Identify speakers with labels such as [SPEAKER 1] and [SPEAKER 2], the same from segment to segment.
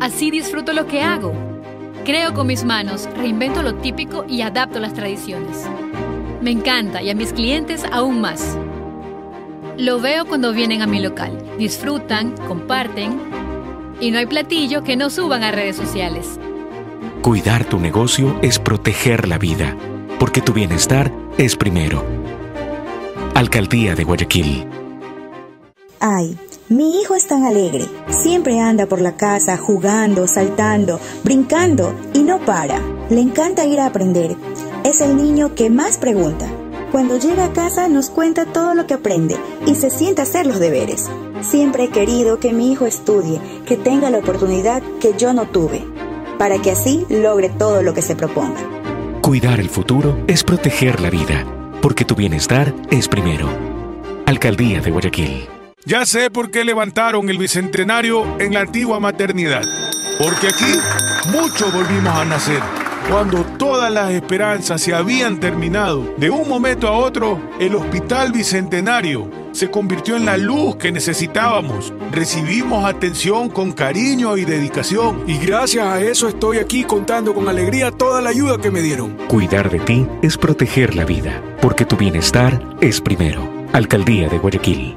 [SPEAKER 1] Así disfruto lo que hago. Creo con mis manos, reinvento lo típico y adapto las tradiciones. Me encanta y a mis clientes aún más. Lo veo cuando vienen a mi local. Disfrutan, comparten y no hay platillo que no suban a redes sociales.
[SPEAKER 2] Cuidar tu negocio es proteger la vida, porque tu bienestar es primero. Alcaldía de Guayaquil.
[SPEAKER 3] Ay, mi hijo es tan alegre. Siempre anda por la casa jugando, saltando, brincando y no para. Le encanta ir a aprender. Es el niño que más pregunta. Cuando llega a casa nos cuenta todo lo que aprende y se siente a hacer los deberes. Siempre he querido que mi hijo estudie, que tenga la oportunidad que yo no tuve, para que así logre todo lo que se proponga.
[SPEAKER 2] Cuidar el futuro es proteger la vida, porque tu bienestar es primero. Alcaldía de Guayaquil.
[SPEAKER 4] Ya sé por qué levantaron el bicentenario en la antigua maternidad. Porque aquí muchos volvimos a nacer. Cuando todas las esperanzas se habían terminado, de un momento a otro, el Hospital Bicentenario se convirtió en la luz que necesitábamos. Recibimos atención con cariño y dedicación.
[SPEAKER 5] Y gracias a eso estoy aquí contando con alegría toda la ayuda que me dieron.
[SPEAKER 2] Cuidar de ti es proteger la vida, porque tu bienestar es primero. Alcaldía de Guayaquil.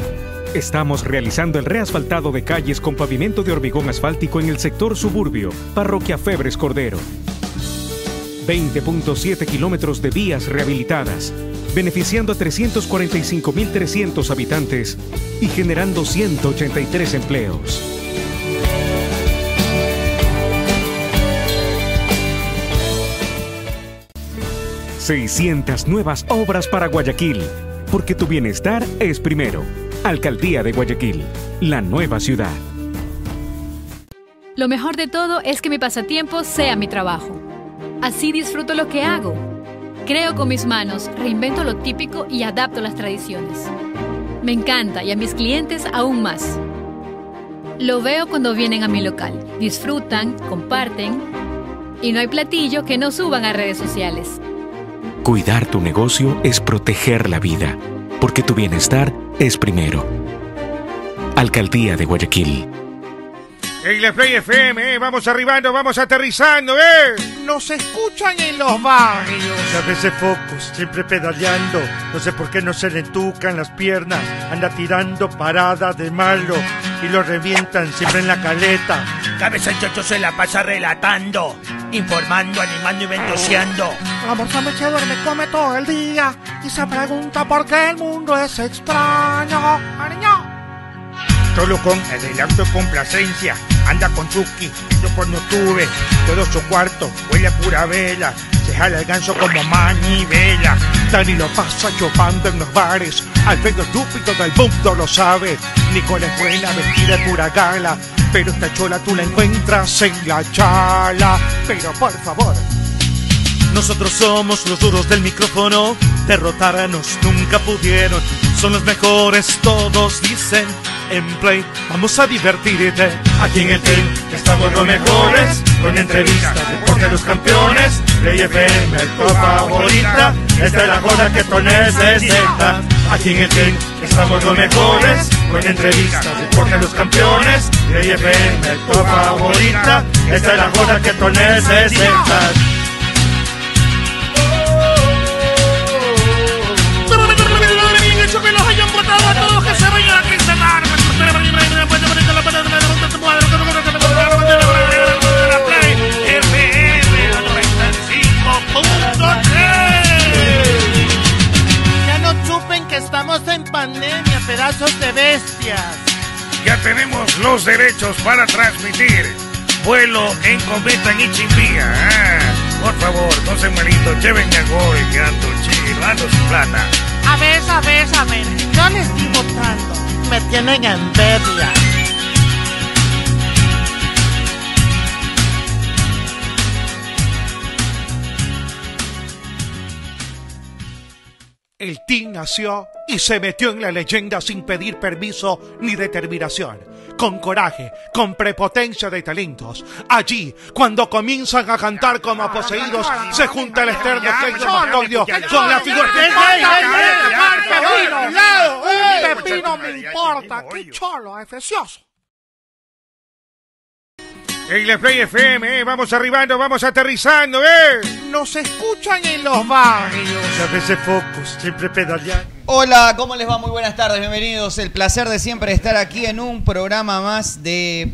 [SPEAKER 6] Estamos realizando el reasfaltado de calles con pavimento de hormigón asfáltico en el sector suburbio, Parroquia Febres Cordero. 20.7 kilómetros de vías rehabilitadas, beneficiando a 345.300 habitantes y generando 183 empleos. ...600 nuevas obras para Guayaquil... ...porque tu bienestar es primero... Alcaldía de Guayaquil, la nueva ciudad.
[SPEAKER 1] Lo mejor de todo es que mi pasatiempo sea mi trabajo. Así disfruto lo que hago. Creo con mis manos, reinvento lo típico y adapto las tradiciones. Me encanta y a mis clientes aún más. Lo veo cuando vienen a mi local. Disfrutan, comparten y no hay platillo que no suban a redes sociales.
[SPEAKER 2] Cuidar tu negocio es proteger la vida, porque tu bienestar es primero. Alcaldía de Guayaquil.
[SPEAKER 4] Hey, la Play FM, eh, vamos arribando, vamos aterrizando, eh.
[SPEAKER 7] Nos escuchan en los barrios.
[SPEAKER 8] A veces focos, siempre pedaleando. No sé por qué no se le entucan las piernas. Anda tirando parada de malo y lo revientan siempre en la caleta.
[SPEAKER 9] Cabeza el chocho se la pasa relatando, informando, animando y ventoseando.
[SPEAKER 7] La persona que duerme come todo el día y se pregunta por qué el mundo es extraño. ¡Ariño!
[SPEAKER 9] Solo con adelanto y complacencia, anda con Chucky, yo por no tuve, todo su cuarto huele a pura vela, se jala el ganso como manivela.
[SPEAKER 8] Dani lo pasa chupando en los bares, Alfredo estúpido del mundo lo sabe, Nicole es buena, vestida de pura gala, pero esta chola tú la encuentras en la chala, pero por favor.
[SPEAKER 10] Nosotros somos los duros del micrófono, derrotarnos nunca pudieron, son los mejores todos dicen, en Play vamos a divertirte.
[SPEAKER 11] Aquí en el team estamos los mejores, con entrevistas, deporte de los campeores, Play FM, tu favorita, esta es la joda que tú necesitas. Aquí en el team estamos los mejores, con entrevistas, deporte de los campeones, Play FM, tu favorita, esta es la joda que tú necesitas.
[SPEAKER 12] que se vayan a
[SPEAKER 8] tenemos los derechos para transmitir vuelo en cometa en Ichimbía. Ah, por favor, no se malito, llévenme a gol, que ando chido, ando sin plata.
[SPEAKER 12] A ver, a ver, a ver, yo les estoy votando, me tienen envidia.
[SPEAKER 13] El team nació y se metió en la leyenda sin pedir permiso ni determinación. Con coraje, con prepotencia de talentos. Allí, cuando comienzan a cantar como poseídos, se junta el externo Keiko Mastorio con la figura
[SPEAKER 7] de Pepino me importa, qué cholo, es precioso.
[SPEAKER 8] En la Play FM, eh, vamos arribando, vamos aterrizando, eh.
[SPEAKER 7] Nos escuchan en los barrios.
[SPEAKER 11] A veces focus, siempre pedaleando.
[SPEAKER 14] Hola, ¿cómo les va? Muy buenas tardes, bienvenidos. El placer de siempre estar aquí en un programa más de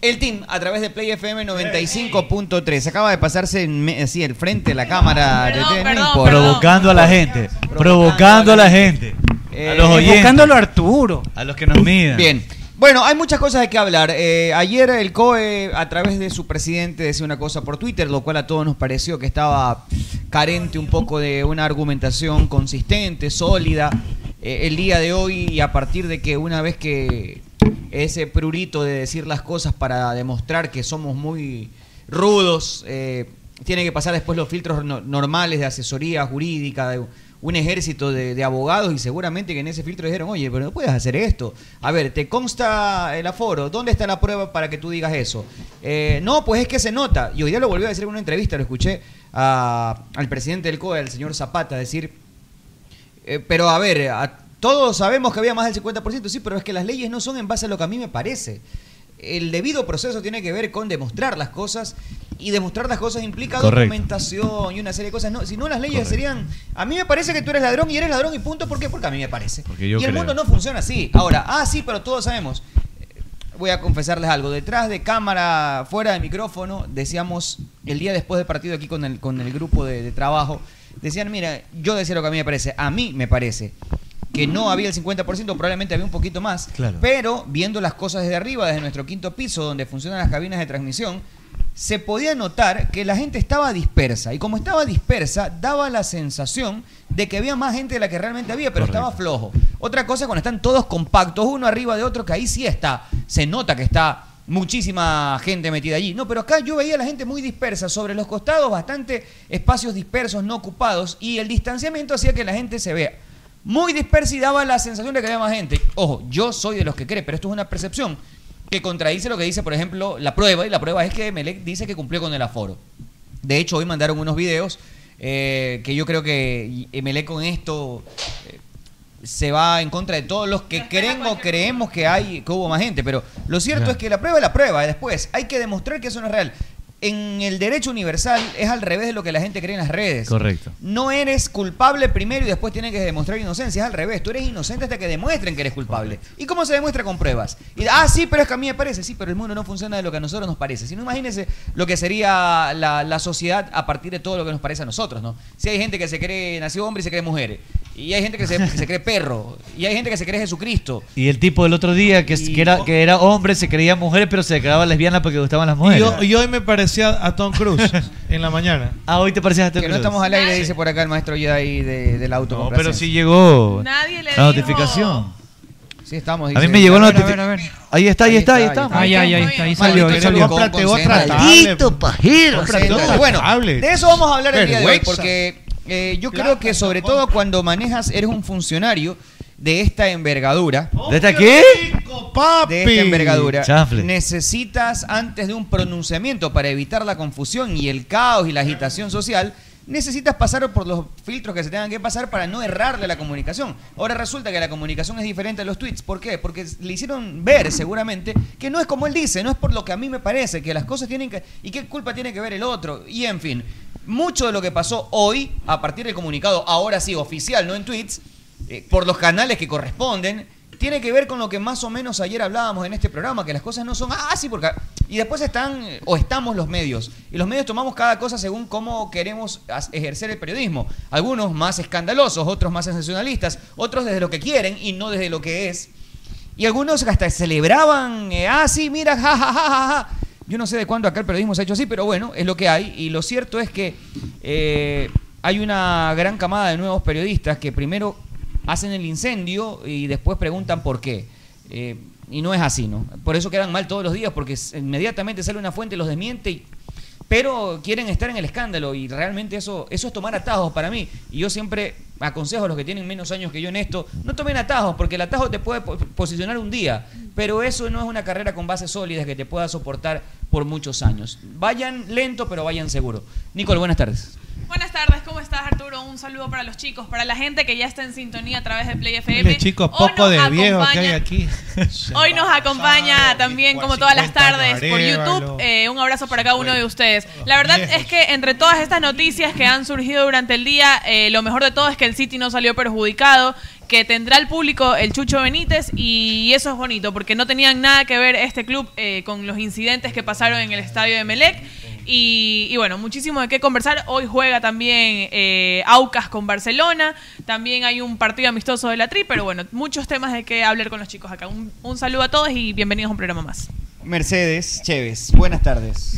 [SPEAKER 14] El Team a través de Play FM 95.3. Acaba de pasarse en me- así el frente de la cámara de TV, no importa.
[SPEAKER 15] Provocando a la gente. Provocando a la gente. A los oyentes.
[SPEAKER 14] Buscándolo
[SPEAKER 15] Eh, a Arturo. A los que nos miran.
[SPEAKER 14] Bien. Bueno, hay muchas cosas de qué hablar. Eh, ayer el COE, a través de su presidente, decía una cosa por Twitter, lo cual a todos nos pareció que estaba carente un poco de una argumentación consistente, sólida. Eh, el día de hoy, y a partir de que una vez que ese prurito de decir las cosas para demostrar que somos muy rudos, eh, tiene que pasar después los filtros no- normales de asesoría jurídica, de un ejército de, de abogados y seguramente que en ese filtro dijeron, oye, pero no puedes hacer esto. A ver, ¿te consta el aforo? ¿Dónde está la prueba para que tú digas eso? Eh, no, pues es que se nota. Y hoy día lo volvió a decir en una entrevista, lo escuché a- al presidente del COE, al señor Zapata, decir, eh, pero a ver, a- todos sabemos que había más del 50%, sí, pero es que las leyes no son en base a lo que a mí me parece. El debido proceso tiene que ver con demostrar las cosas y demostrar las cosas implica
[SPEAKER 15] Correcto.
[SPEAKER 14] documentación y una serie de cosas. No, si no, las leyes
[SPEAKER 15] Correcto.
[SPEAKER 14] serían, a mí me parece que tú eres ladrón y eres ladrón y punto, ¿por qué? Porque a mí me parece.
[SPEAKER 15] Porque yo
[SPEAKER 14] y el
[SPEAKER 15] creo.
[SPEAKER 14] mundo no funciona así. Ahora, ah, sí, pero todos sabemos. Eh, Voy a confesarles algo. Detrás de cámara, fuera de micrófono, decíamos el día después del partido aquí con el, con el grupo de, de trabajo, decían, mira, yo decía lo que a mí me parece. A mí me parece que no había el 50%, probablemente había un poquito más.
[SPEAKER 15] Claro.
[SPEAKER 14] Pero viendo las cosas desde arriba, desde nuestro quinto piso, donde funcionan las cabinas de transmisión, se podía notar que la gente estaba dispersa. Y como estaba dispersa, daba la sensación de que había más gente de la que realmente había, pero estaba flojo. Otra cosa es cuando están todos compactos, uno arriba de otro, que ahí sí está, se nota que está muchísima gente metida allí. No, pero acá yo veía a la gente muy dispersa, sobre los costados bastante espacios dispersos, no ocupados, y el distanciamiento hacía que la gente se vea muy dispersa y daba la sensación de que había más gente. Ojo, yo soy de los que cree, pero esto es una percepción que contradice lo que dice, por ejemplo, la prueba, y la prueba es que Melec dice que cumplió con el aforo. De hecho, hoy mandaron unos videos eh, que yo creo que Melec con esto eh, se va en contra de todos los que creen o creemos que hay que hubo más gente, pero lo cierto
[SPEAKER 15] Ya.
[SPEAKER 14] es que la prueba es la prueba, y después hay que demostrar que eso no es real. En el derecho universal es al revés de lo que la gente cree en las redes.
[SPEAKER 15] Correcto.
[SPEAKER 14] No eres culpable primero y después tienes que demostrar inocencia. Es al revés. Tú eres inocente hasta que demuestren que eres culpable. ¿Y cómo se demuestra con pruebas? Y, ah, sí, pero es que a mí me parece. Sí, pero el mundo no funciona de lo que a nosotros nos parece. Si no, imagínense lo que sería la, la sociedad a partir de todo lo que nos parece a nosotros, ¿no? Si hay gente que se cree nació hombre y se cree mujer. Y hay gente que se, que se cree perro. Y hay gente que se cree Jesucristo.
[SPEAKER 15] Y el tipo del otro día que, que era, que era hombre, se creía mujer, pero se declaraba lesbiana porque gustaban las mujeres.
[SPEAKER 10] Yo, y hoy me parecía a Tom Cruise en la mañana.
[SPEAKER 15] ah, hoy te parecías a Tom
[SPEAKER 14] Que no
[SPEAKER 15] Cruise.
[SPEAKER 14] estamos al aire, dice por acá el maestro Jedi de, del auto.
[SPEAKER 15] No, pero sí llegó
[SPEAKER 14] Nadie le
[SPEAKER 15] la
[SPEAKER 14] dijo.
[SPEAKER 15] notificación.
[SPEAKER 14] Sí, estamos.
[SPEAKER 15] A mí
[SPEAKER 14] dice.
[SPEAKER 15] me llegó la
[SPEAKER 14] A ver, a ver, a
[SPEAKER 15] notificación.
[SPEAKER 14] ver.
[SPEAKER 15] Ahí está, ahí está, ahí está.
[SPEAKER 14] Ahí está, ahí está. Maldito, cómprate otra tablet.
[SPEAKER 15] pajero.
[SPEAKER 14] Cómprate otra
[SPEAKER 15] Bueno,
[SPEAKER 14] tablet. De eso vamos a hablar el día de hoy,
[SPEAKER 15] Vergüenza.
[SPEAKER 14] porque eh, yo creo que sobre todo cuando manejas, eres un funcionario de esta envergadura.
[SPEAKER 15] ¿De esta qué?
[SPEAKER 14] De esta envergadura.
[SPEAKER 15] Chanfle.
[SPEAKER 14] Necesitas, antes de un pronunciamiento para evitar la confusión y el caos y la agitación social, necesitas pasar por los filtros que se tengan que pasar para no errarle la comunicación. Ahora resulta que la comunicación es diferente a los tweets. ¿Por qué? Porque le hicieron ver seguramente que no es como él dice, no es por lo que a mí me parece, que las cosas tienen que... ¿Y qué culpa tiene que ver el otro? Y en fin, mucho de lo que pasó hoy, a partir del comunicado, ahora sí, oficial, no en tweets, eh, por los canales que corresponden, tiene que ver con lo que más o menos ayer hablábamos en este programa, que las cosas no son así porque... Y después están, eh, o estamos los medios, y los medios tomamos cada cosa según cómo queremos as- ejercer el periodismo. Algunos más escandalosos, otros más sensacionalistas, otros desde lo que quieren y no desde lo que es. Y algunos hasta celebraban, eh, ah, sí, mira, ja, ja, ja, ja, ja. Yo no sé de cuándo acá el periodismo se ha hecho así, pero bueno, es lo que hay. Y lo cierto es que eh, hay una gran camada de nuevos periodistas que primero hacen el incendio y después preguntan por qué. Eh, y no es así, ¿no? Por eso quedan mal todos los días, porque s- inmediatamente sale una fuente, los desmiente, y- pero quieren estar en el escándalo y realmente eso, eso es tomar atajos para mí. Y yo siempre aconsejo a los que tienen menos años que yo en esto, no tomen atajos, porque el atajo te puede po- posicionar un día, pero eso no es una carrera con bases sólidas que te pueda soportar por muchos años. Vayan lento, pero vayan seguro. Nicole, buenas tardes.
[SPEAKER 16] Buenas tardes, ¿cómo estás Arturo? Un saludo para los chicos, para la gente que ya está en sintonía a través de Play FM.
[SPEAKER 10] Mire, chicos,
[SPEAKER 16] Hoy
[SPEAKER 10] poco
[SPEAKER 16] nos
[SPEAKER 10] de viejo que
[SPEAKER 16] acompaña-
[SPEAKER 10] hay aquí.
[SPEAKER 16] Hoy nos acompaña también, como todas las
[SPEAKER 10] 50
[SPEAKER 16] tardes, por
[SPEAKER 10] años,
[SPEAKER 16] YouTube. Eh, un abrazo para cada uno de ustedes. La verdad
[SPEAKER 10] viejos.
[SPEAKER 16] es que entre todas estas noticias que han surgido durante el día, eh, lo mejor de todo es que el City no salió perjudicado, que tendrá el público el Chucho Benítez y eso es bonito, porque no tenían nada que ver este club eh, con los incidentes que pasaron en el estadio de Melec. Y, y bueno, muchísimo de qué conversar. Hoy juega también eh, Aucas con Barcelona. También hay un partido amistoso de la Tri, pero bueno, muchos temas de qué hablar con los chicos acá. Un, un saludo a todos y bienvenidos a un programa más.
[SPEAKER 14] Mercedes Chévez, buenas tardes.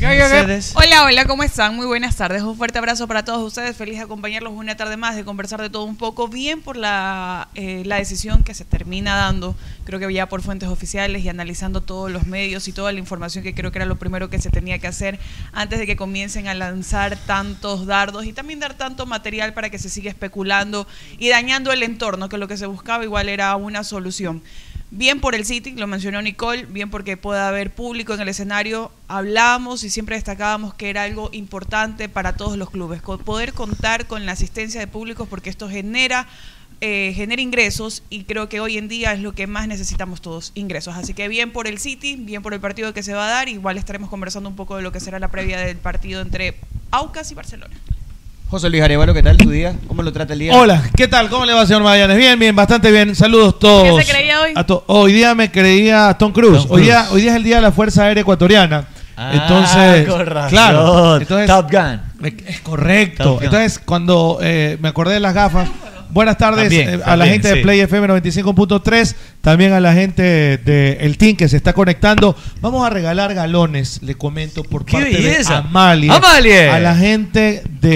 [SPEAKER 17] Hola, hola, ¿cómo están? Muy buenas tardes. Un fuerte abrazo para todos ustedes. Feliz de acompañarlos una tarde más, de conversar de todo un poco. Bien por la, eh, la decisión que se termina dando, creo que ya por fuentes oficiales y analizando todos los medios y toda la información que creo que era lo primero que se tenía que hacer antes de que comiencen a lanzar tantos dardos y también dar tanto material para que se siga especulando y dañando el entorno, que lo que se buscaba igual era una solución. Bien por el City, lo mencionó Nicole, bien porque pueda haber público en el escenario. Hablábamos y siempre destacábamos que era algo importante para todos los clubes, co- poder contar con la asistencia de públicos porque esto genera, eh, genera ingresos y creo que hoy en día es lo que más necesitamos todos, ingresos. Así que bien por el City, bien por el partido que se va a dar, igual estaremos conversando un poco de lo que será la previa del partido entre Aucas y Barcelona.
[SPEAKER 14] José Luis Arevalo, ¿qué tal tu día? ¿Cómo lo trata el día?
[SPEAKER 10] Hola, ¿qué tal? ¿Cómo le va, señor Magallanes? Bien, bien, bastante bien. Saludos todos.
[SPEAKER 16] ¿Qué se creía hoy?
[SPEAKER 10] A to- hoy día me creía Tom Cruise. Hoy, día, hoy día es el día de la Fuerza Aérea Ecuatoriana. Entonces,
[SPEAKER 15] Ah, con razón.
[SPEAKER 10] claro. Entonces, Top Gun. Es
[SPEAKER 15] Top
[SPEAKER 10] correcto.
[SPEAKER 15] Gun.
[SPEAKER 10] Entonces, cuando eh, me acordé de las gafas. Buenas tardes
[SPEAKER 15] También,
[SPEAKER 10] eh, a la
[SPEAKER 15] también,
[SPEAKER 10] gente
[SPEAKER 15] sí.
[SPEAKER 10] de Play FM 95.3, también a la gente de El Team que se está conectando. Vamos a regalar galones, le comento por
[SPEAKER 15] ¡Qué
[SPEAKER 10] parte
[SPEAKER 15] belleza!
[SPEAKER 10] de Amalie,
[SPEAKER 15] ¡Amalie!
[SPEAKER 10] a la gente de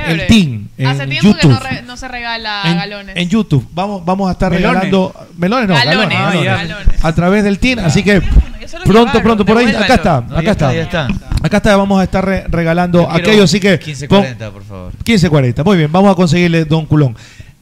[SPEAKER 16] Chévere.
[SPEAKER 10] El Team en
[SPEAKER 16] Hace tiempo
[SPEAKER 10] YouTube.
[SPEAKER 16] que no, re- no se regala
[SPEAKER 10] En-
[SPEAKER 16] galones.
[SPEAKER 10] En YouTube. Vamos, vamos a estar
[SPEAKER 16] Melones.
[SPEAKER 10] regalando melones, no,
[SPEAKER 16] Galones.
[SPEAKER 10] galones,
[SPEAKER 16] Ah,
[SPEAKER 10] galones.
[SPEAKER 16] ya. Galones.
[SPEAKER 10] A través del TIN. Así que pronto, pronto, por ahí. Acá está,
[SPEAKER 15] No,
[SPEAKER 10] acá
[SPEAKER 15] ya
[SPEAKER 10] está.
[SPEAKER 15] está, ya está.
[SPEAKER 10] Acá está, vamos a estar re- regalando
[SPEAKER 15] Yo quiero
[SPEAKER 10] aquello. Así que.
[SPEAKER 15] 15.40,
[SPEAKER 10] pon-
[SPEAKER 15] por favor.
[SPEAKER 10] 15.40. Muy bien, vamos a conseguirle Don Culón.